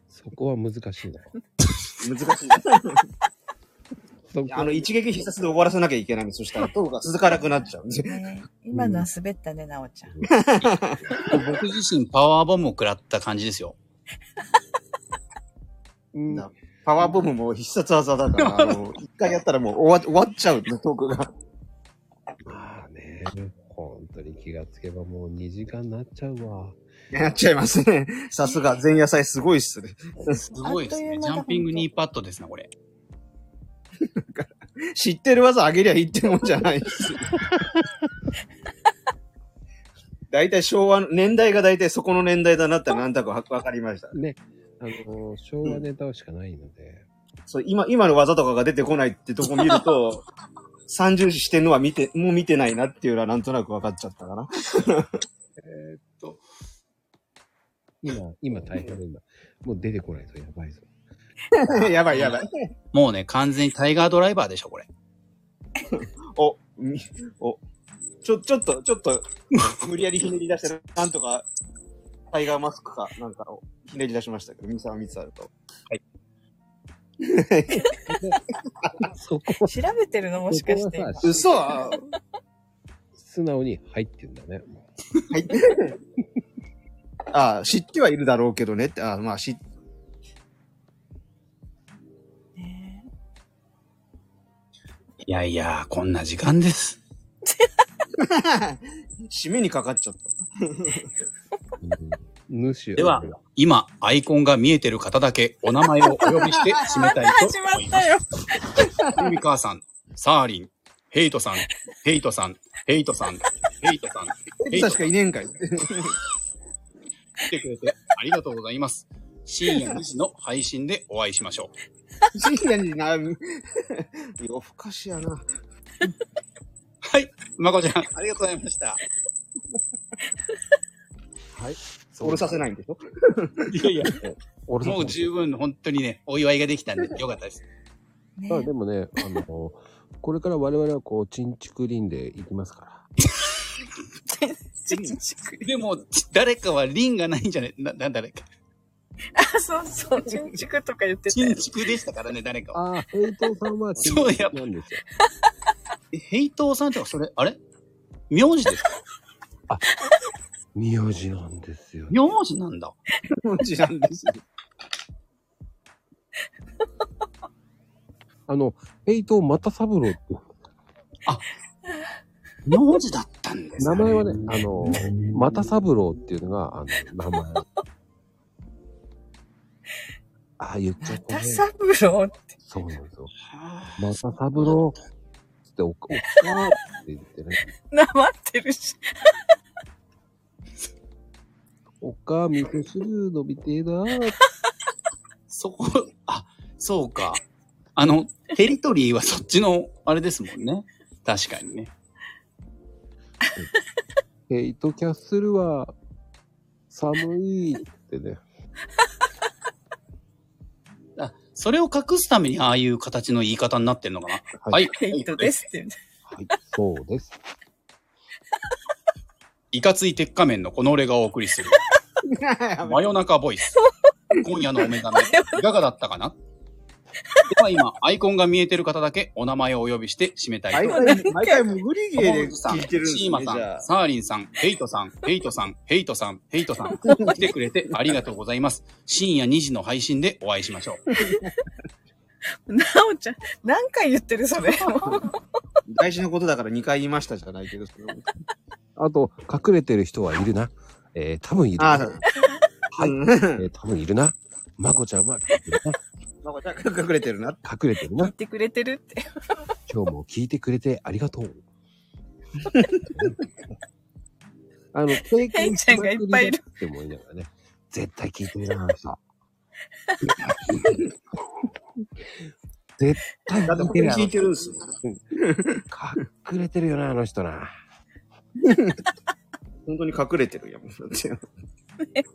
そこは難しいな。難しい。そこあの、一撃必殺で終わらせなきゃいけないんです。そしたら、塔が続かなくなっちゃうんで。今のは滑ったね、なおちゃん。僕自身パワーボムを食らった感じですよ。パワーボムも必殺技だか *laughs* ら、あの、一回やったらもう終わ終わっちゃうんで、トークが。ねえ本当に気がつけばもう2時間になっちゃうわ。やっちゃいますね。さすが、前夜祭すごいっすね。すすごいですね。ジャンピングニーパッドですね、これ。知ってる技あげりゃいいってもんじゃないです。大体昭和の、年代が大体そこの年代だなってなんとなくわわかりました。ね。あの、昭和ネタしかないので。そう、今、今の技とかが出てこないってとこ見ると、三重視してんのは見て、もう見てないなっていうのはなんとなく分かっちゃったかな。えーっと、今、今大変だ、今。もう出てこないとやばいぞ。 *laughs* やばいやばい。もうね、完全にタイガードライバーでしょ、これ。お、みお、ちょ、ちょっと、ちょっと、無理やりひねり出してる、なんとか、タイガーマスクか、なんかをひねり出しましたけど、ミサはミツあると。はい。そこ調べてるのもしかして。そこはさ素直に入ってんだね。ああ、知ってはいるだろうけどねって、ああ、まあ知っ、いやいや、こんな時間です。 *laughs* 締めにかかっちゃった。主では、今、アイコンが見えてる方だけお名前をお呼びして締めたい *laughs* と思います。ゆみかーさん、サーリン、ヘイトさん、ヘイトさん、ヘイトさん、ヘイトさん、ヘイト確さかいねえんかい。ん、来てくれてありがとうございます。深夜2時の配信でお会いしましょう。深夜にな、夜更かしやな。はい、まこちゃん、ありがとうございました。はい。降ろさせないんでしょいやいや、もう十分、本当にね、お祝いができたんで、よかったです。あでもね、あの、これから我々はこう、チンチクリンで行きますから。でも、誰かはリンがないんじゃねな、な、誰か。あ、そうそう、チンチクとか言ってたよ。地区でしたからね、誰かは。ああ、ヘイトさんはチンそうや。なんですよ。ヘイトーさんってか、それ、あれ名字ですか名字なんですよ。名字なんだ。名字なんですよ。あの、ヘイトまたサブローって。名字だったん名前はね、あの、またサブローっていうのが、あの、名前。ああ、言っちゃった、ね。タサブローって。そうなんですよ。またサブローつって、おっかーって言ってね。なまってるし。おっかー、味噌汁飲みてえなーって。そこ、あ、そうか。あの、テリトリーはそっちの、あれですもんね。確かにね。ヘイトキャッスルは寒いってね。 *laughs* あ、それを隠すためにああいう形の言い方になってんのかな。はい。ヘイトですって言うんだ。はい、そう *laughs* です。いかつい鉄仮面のこの俺がお送りす *laughs* る。真夜中ボイス。今夜のお目覚 *laughs* め、いかがだったかなでは今、アイコンが見えてる方だけお名前をお呼びして締めたいと思います。毎回潜り芸でさん、聞いシてるんですねーマさじゃあん、サーリンさん、ヘイトさん、ヘイトさん、ヘイトさん、ヘイトさん、来てくれてありがとうございます。深夜2時の配信でお会いしましょう。なおちゃん、何回言ってるそれ。大事なことだから2回言いましたじゃないけど、それもあと、隠れてる人はいるな。えー、多分いる。あはいー。えー、多分いるな。まこちゃんは隠れてるなまこちゃん隠れてるな。隠れてるな言っ。てくれてるって。今日も聞いてくれてありがと *laughs* う。あの、経験しまくりだって思いながらね。 *laughs* 絶対聞いてるな、あの人。絶対だって聞いてる聞いてるんですよ。隠れてるよな、あの人な。本当に隠れてるやん。だって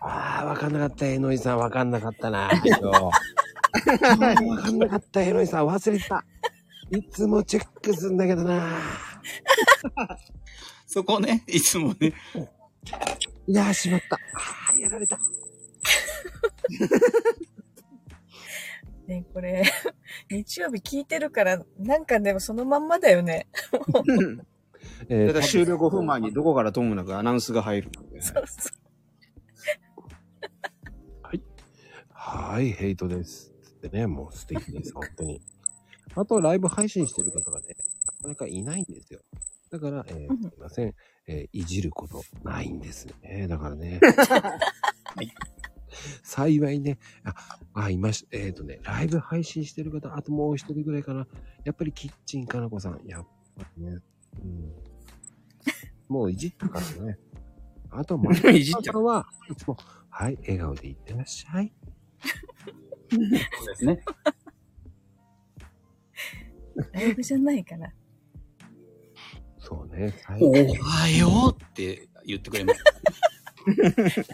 ああ、わかんなかった、えのいさん。わかんなかったな、今日。わかんなかった、えのいさん。忘れてた。いつもチェックするんだけどな。そこね、いつもね。いやー、しまった。ああ、やられた。ねこれ、日曜日聞いてるから、なんかでもそのまんまだよね。だから終了5分前にどこからともなくアナウンスが入る。そうそはい、ヘイトです。ってね、もう素敵です、本当に。あと、ライブ配信してる方がね、なかなかいないんですよ。だから、えーうんすいません、えーいじることないんですよね。だからね。はい幸いね、あ、あ、いました。えっ、とね、ライブ配信してる方、あともう一人ぐらいかな。やっぱりキッチンかなこさん。やっぱりね。うん。もういじったからね。あと、もういじっちゃう。はいつも、はい、笑顔でいってらっしゃい。そうですね。う。ライブじゃないかな。そうね。おはようって言ってくれます。 *laughs*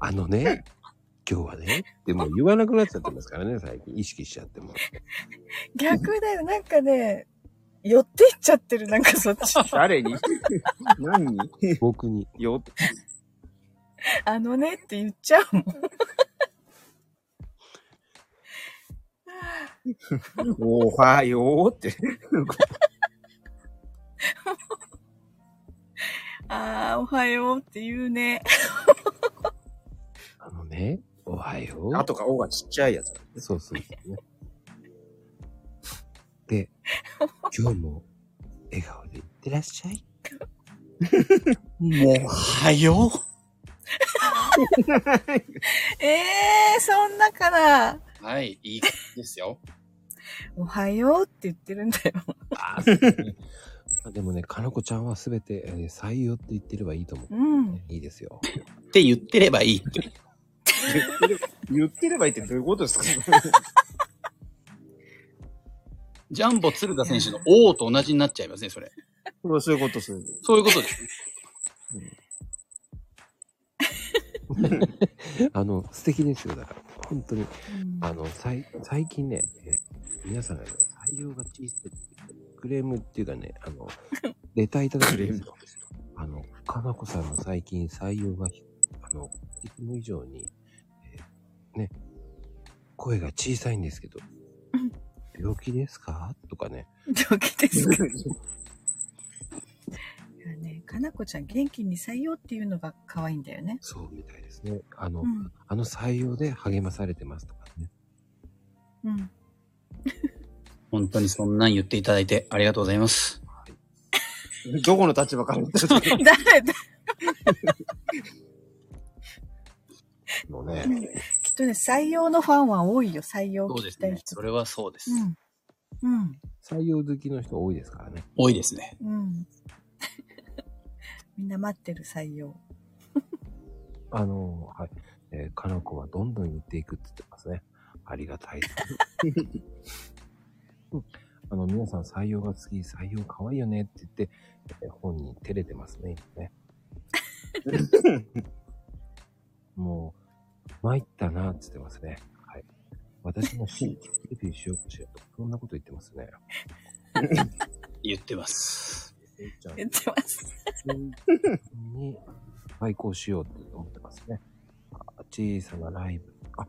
あのね、今日はね、でも言わなくなっちゃってますからね、最近。意識しちゃっても。逆だよ、なんかね、寄っていっちゃってる、なんかそっち。誰に何に僕に。よって。あのねって言っちゃうもん。おはようって。ああ、おはようって言うね。あのね、おはよう。あとか、おがちっちゃいやつ。そうそうそうね。で、今日も笑顔でいってらっし *laughs* ゃい。もう、はよえ *laughs* えー、そんなから、う。はい、いい感じですよ。おはようって言ってるんだよ。あでもね、かなこちゃんはすべて、えー採用って言ってればいいと思う。うん。いいですよ。って言ってればいいって。言ってればいいってどういうことですかジャンボ鶴田選手の王と同じになっちゃいますね、それ。そういうこと、そういうこと。そういうことです。 *laughs* あの、素敵ですよ。だから、本当に。あの、さい最近ね、えー皆さんが、ね、採用が小さいっていうクレームっていうかね、あの、レターいただくんですよ。あの、かなこさんの最近採用がひ、あの、いつも以上に、えーね、声が小さいんですけど、病気ですかと *laughs* かね。病気ですかいやね、かなこちゃん元気に採用っていうのが可愛いんだよね。そうみたいですね。あの、うんあの採用で励まされてますとかね。うん。本当にそんなん言っていただいてありがとうございます。どこの立場から言ってるの誰だもううん *laughs* きっとね、採用のファンは多いよ、採用そう聞できすたいね。人。それはそうです。うん。採用好きの人多いですからね。多いですね。うん。 *laughs* みんな待ってる採用。あの、はい。えー、かのこはどんどん言っていくって言ってますね。ありがたい。 *laughs* うんあの、皆さん採用が好き、採用可愛いよねって言って、えー本人照れてますね、今ね。もう、参ったなって言ってますね。はい。私も新規デビューしようかしらと、そんなこと言ってますね。言ってます。 *laughs* 言ってます。に対抗しようって思ってますね。あ小さなライブ。あ、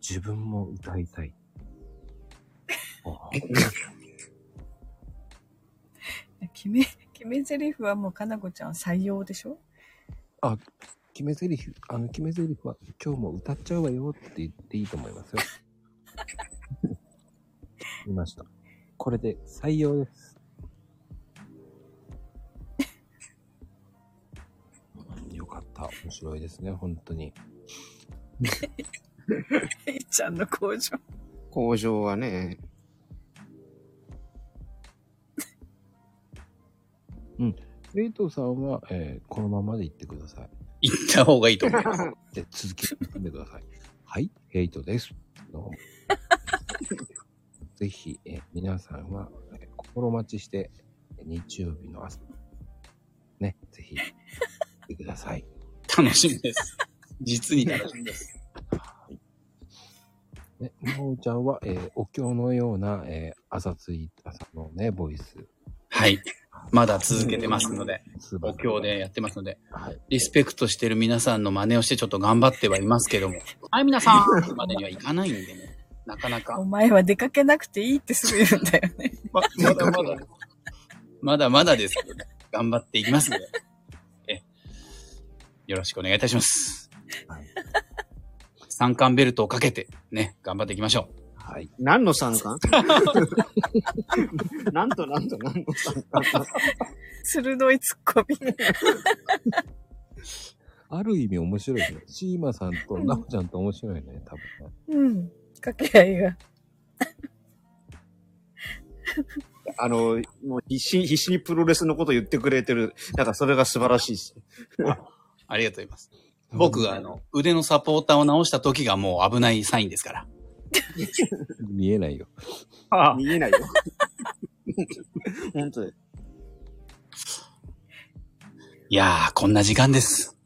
自分も歌いたい。あ決め、決め台詞はもうかなこちゃん採用でしょあ、決め台詞、あの、決め台詞は今日も歌っちゃうわよって言っていいと思い *laughs* ますよ。いました。これで採用 *laughs* です。よかった。面白いですね、本当に。えいちゃんの工場。工場はね。うん。レイトさんは、えーこのままで行ってください。行った方がいいと思います。で、続きを読んでください。はい、ヘイトです。どうもぜひ、えー皆さんは、えー心待ちして、えー日曜日の朝、ね、ぜひ、来てください。楽しみです。 *laughs* 実に楽しみです。ね、なおちゃんは、えーお経のような、えー朝つい、朝のね、ボイス。はい。まだ続けてますので素、晴おらしい経でやってますので、リスペ *laughs* クトしてる皆さんの真似をしてちょっと頑張ってはいますけども、はい、皆さんまでにはいかないんでね。なかな *laughs* か。お前は出かけなくていいってすぐ言うんだよね。ままだまだ、まだまだですけどね、頑張っていきますので、えよろしくお願いいたします。三冠ベルトをかけて、ね、頑張っていきましょう。はい。何の三冠 *laughs* なんとなんと何の三冠鋭いツッコミ。ある意味面白いね。シーマさんとナオちゃんと面白いね、多分ね。うん。掛け合いが。あの、もう必死、必死にプロレスのこと言ってくれてる。なんかそれが素晴らしいです。ありがとうございます。僕があの、腕のサポーターを直した時がもう危ないサインですから。見えないよ。ああ。見えないよ。本当で。。いやー、こんな時間です。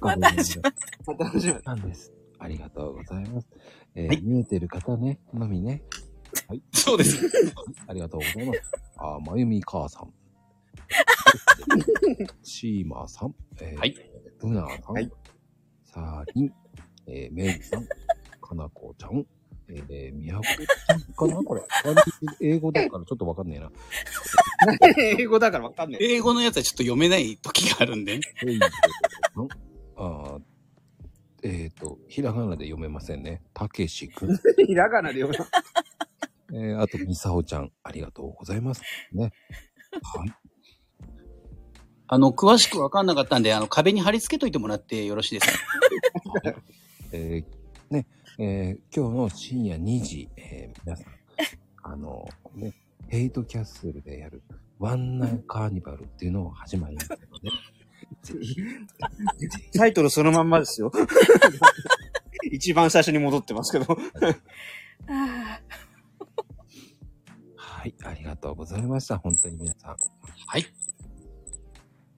また始まった。また始まったんです。ありがとうございます。えー見えてる方ね、のみね。はい。そうです。 *laughs* ありがとうございます。あー、まゆみ母 *laughs* さん。シーマさん。えー、はい。ブナーさん。はい。サーリン。えー、メイさん。かなこちゃん。えー、みやこちゃんかなこれ。漢字英語だからちょっとわかんねえな。 *laughs* 英語だからわかんない。英語のやつはちょっと読めない時があるんで。えいあーえっ、と、ひらがなで読めませんね。たけしくん。ひらがなで読む。えー、あと、みさおちゃん、ありがとうございます。ね。はい。 *laughs* あの、詳しくわかんなかったんで、あの、壁に貼り付けといてもらってよろしいですかえーね、えー今日の深夜2時、えー皆さん、あの、ね、ヘイトキャッスルでやるワンナイカーニバルっていうのを始まりますので、タイトルそのまんまです *laughs* よ。一番最初に戻ってますけど。あはい、ありがとうございました。本当に皆さん。はい。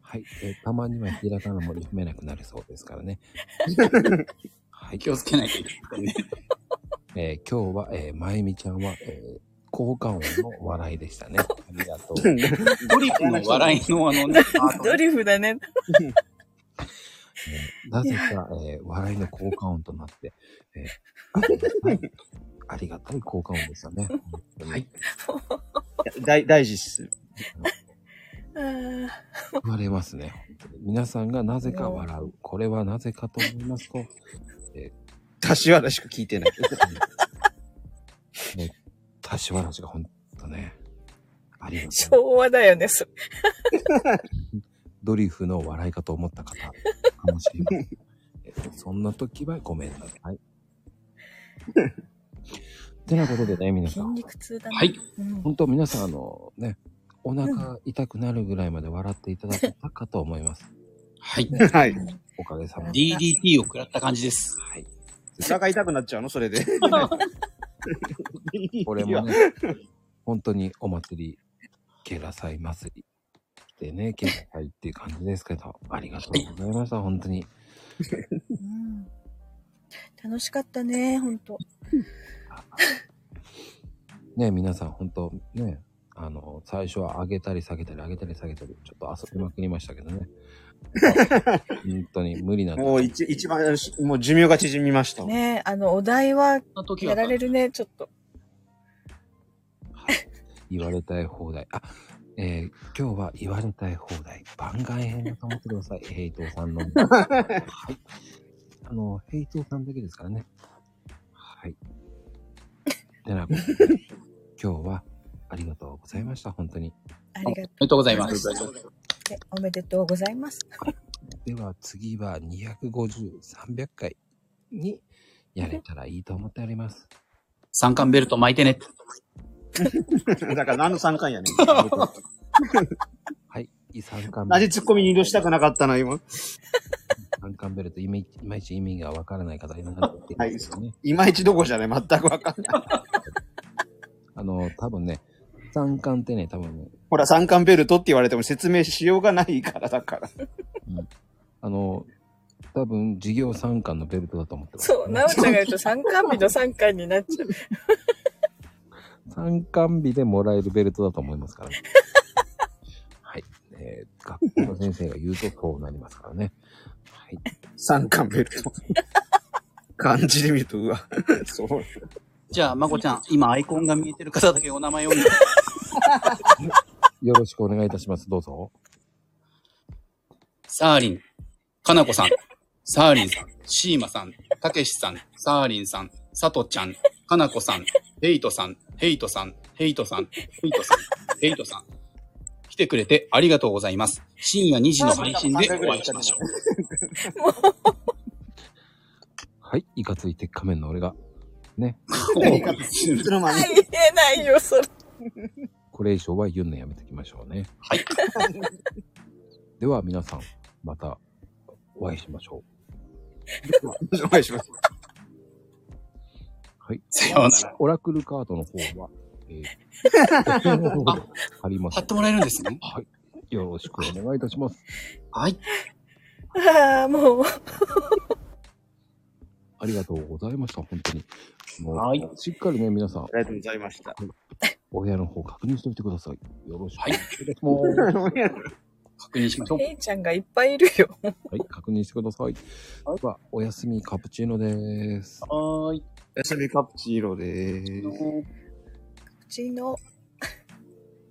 はい、えーたまにはひらがなも読めなくなるそうです *laughs* からね。はい、気をつけないといけないね。 *laughs* えー今日は、えーまゆみちゃんは、えー効果音の笑いでしたね。ありがとう。ドリフの笑いのあのね、あ。 *laughs* ドリフだね。 *laughs* なぜか、えー笑いの効果音となって、えーありがたい効果音でしたね。 *laughs* はい。大、大事っす。言われますね。本当に皆さんがなぜか笑う。これはなぜかと思いますと、え私はらしく聞いてない。ね、たしわらしが本当ね、あります。昭和だよね、それ。ドリフの笑いかと思った方かもしれません。えそんな時はごめんなさい。てなことでね、皆さん。肉痛だね。はいうん本当皆さん、あのね、お腹痛くなるぐらいまで笑っていただけたかと思います。はい。はい。おかげさまで。 DDT を食らった感じです。はい。お腹痛くなっちゃうのそれで。 *laughs* これもね、本当にお祭り、ケラ祭祭り。でね、ケラ祭っていう感じですけど、ありがとうございました、本当に。楽しかったね、ほんと。ね、皆さん本当ね、あの、最初は上げたり下げたり上げたり下げたり、ちょっと遊びまくりましたけどね。本当に無理なんもう一一番、もう寿命が縮みま *laughs* した。ねえあの、お題は時はやられるね、ちょっと。言われたい放題。あ、えー今日は言われたい放題。番外編だと思ってく *laughs* ださい。ヘイトさんの。はい。あの、ヘイトさんだけですからね。はい。てなことで、今日はありがとうございました。本当に。ありがとう。おめでとうございます。でおめでとうございます。では次は250、300回にやれたらいいと思っております。三冠ベルト巻いてね。だから何の三冠やねん。はい。三冠なぜツッコミに移動したくなかったな、今。三冠ベルト、いまいいまいち意味がわからない方いらっしゃってるんですよね。いまいちどころじゃない。全くわかんない。 *laughs* あの、多分ね、三冠ってね、多分ね、ほら、三冠ベルトって言われても説明しようがないから、だから。あの、多分事業三冠のベルトだと思ってます。そう、なおちゃんが言うと三冠日の三冠になっ *laughs* ちゃう。参観日でもらえるベルトだと思いま *laughs* すからね。はい。えー学校の先生が言うとそうなりますからね。はい。三冠ベルト。感じで見ると、うわ、そう。じゃあ、まこちゃん、今アイコンが見えてる方だけお名前を見て。よろしくお願いいたします。どうぞ。サーリン、かなこさん、サーリンさん、シーマさん、たけしさん、サーリンさん、さとちゃん、かなこさん、ヘイトさん、ヘイトさん、ヘイトさん、ヘイトさん、ヘイトさん。来てくれてありがとうございます。深夜2時の配信でお会いしましょう。はい。いかつい鉄仮面の俺が。ね。い言えないよ、それ。これ以上は言うのやめてきましょうね。では皆さん、またお会いしましょう。お会いしましょう。はい。さようならオラクルカードの方は、えー、あ貼ります。貼ってもらえるんですね。はい。よろしくお願いいたします。はい。ああ、もう。ありがとうございました、本当に。もうしっかりね、皆さん。ありがとうございました。お部屋の方確認しておいてください。よろしくお願いします。確認しましょう。ヘイちゃんがいっぱいいるよ。はい、確認してください。では、おやすみカプチーノでーす。はーい。おやすみカプチーノでーす。うちの。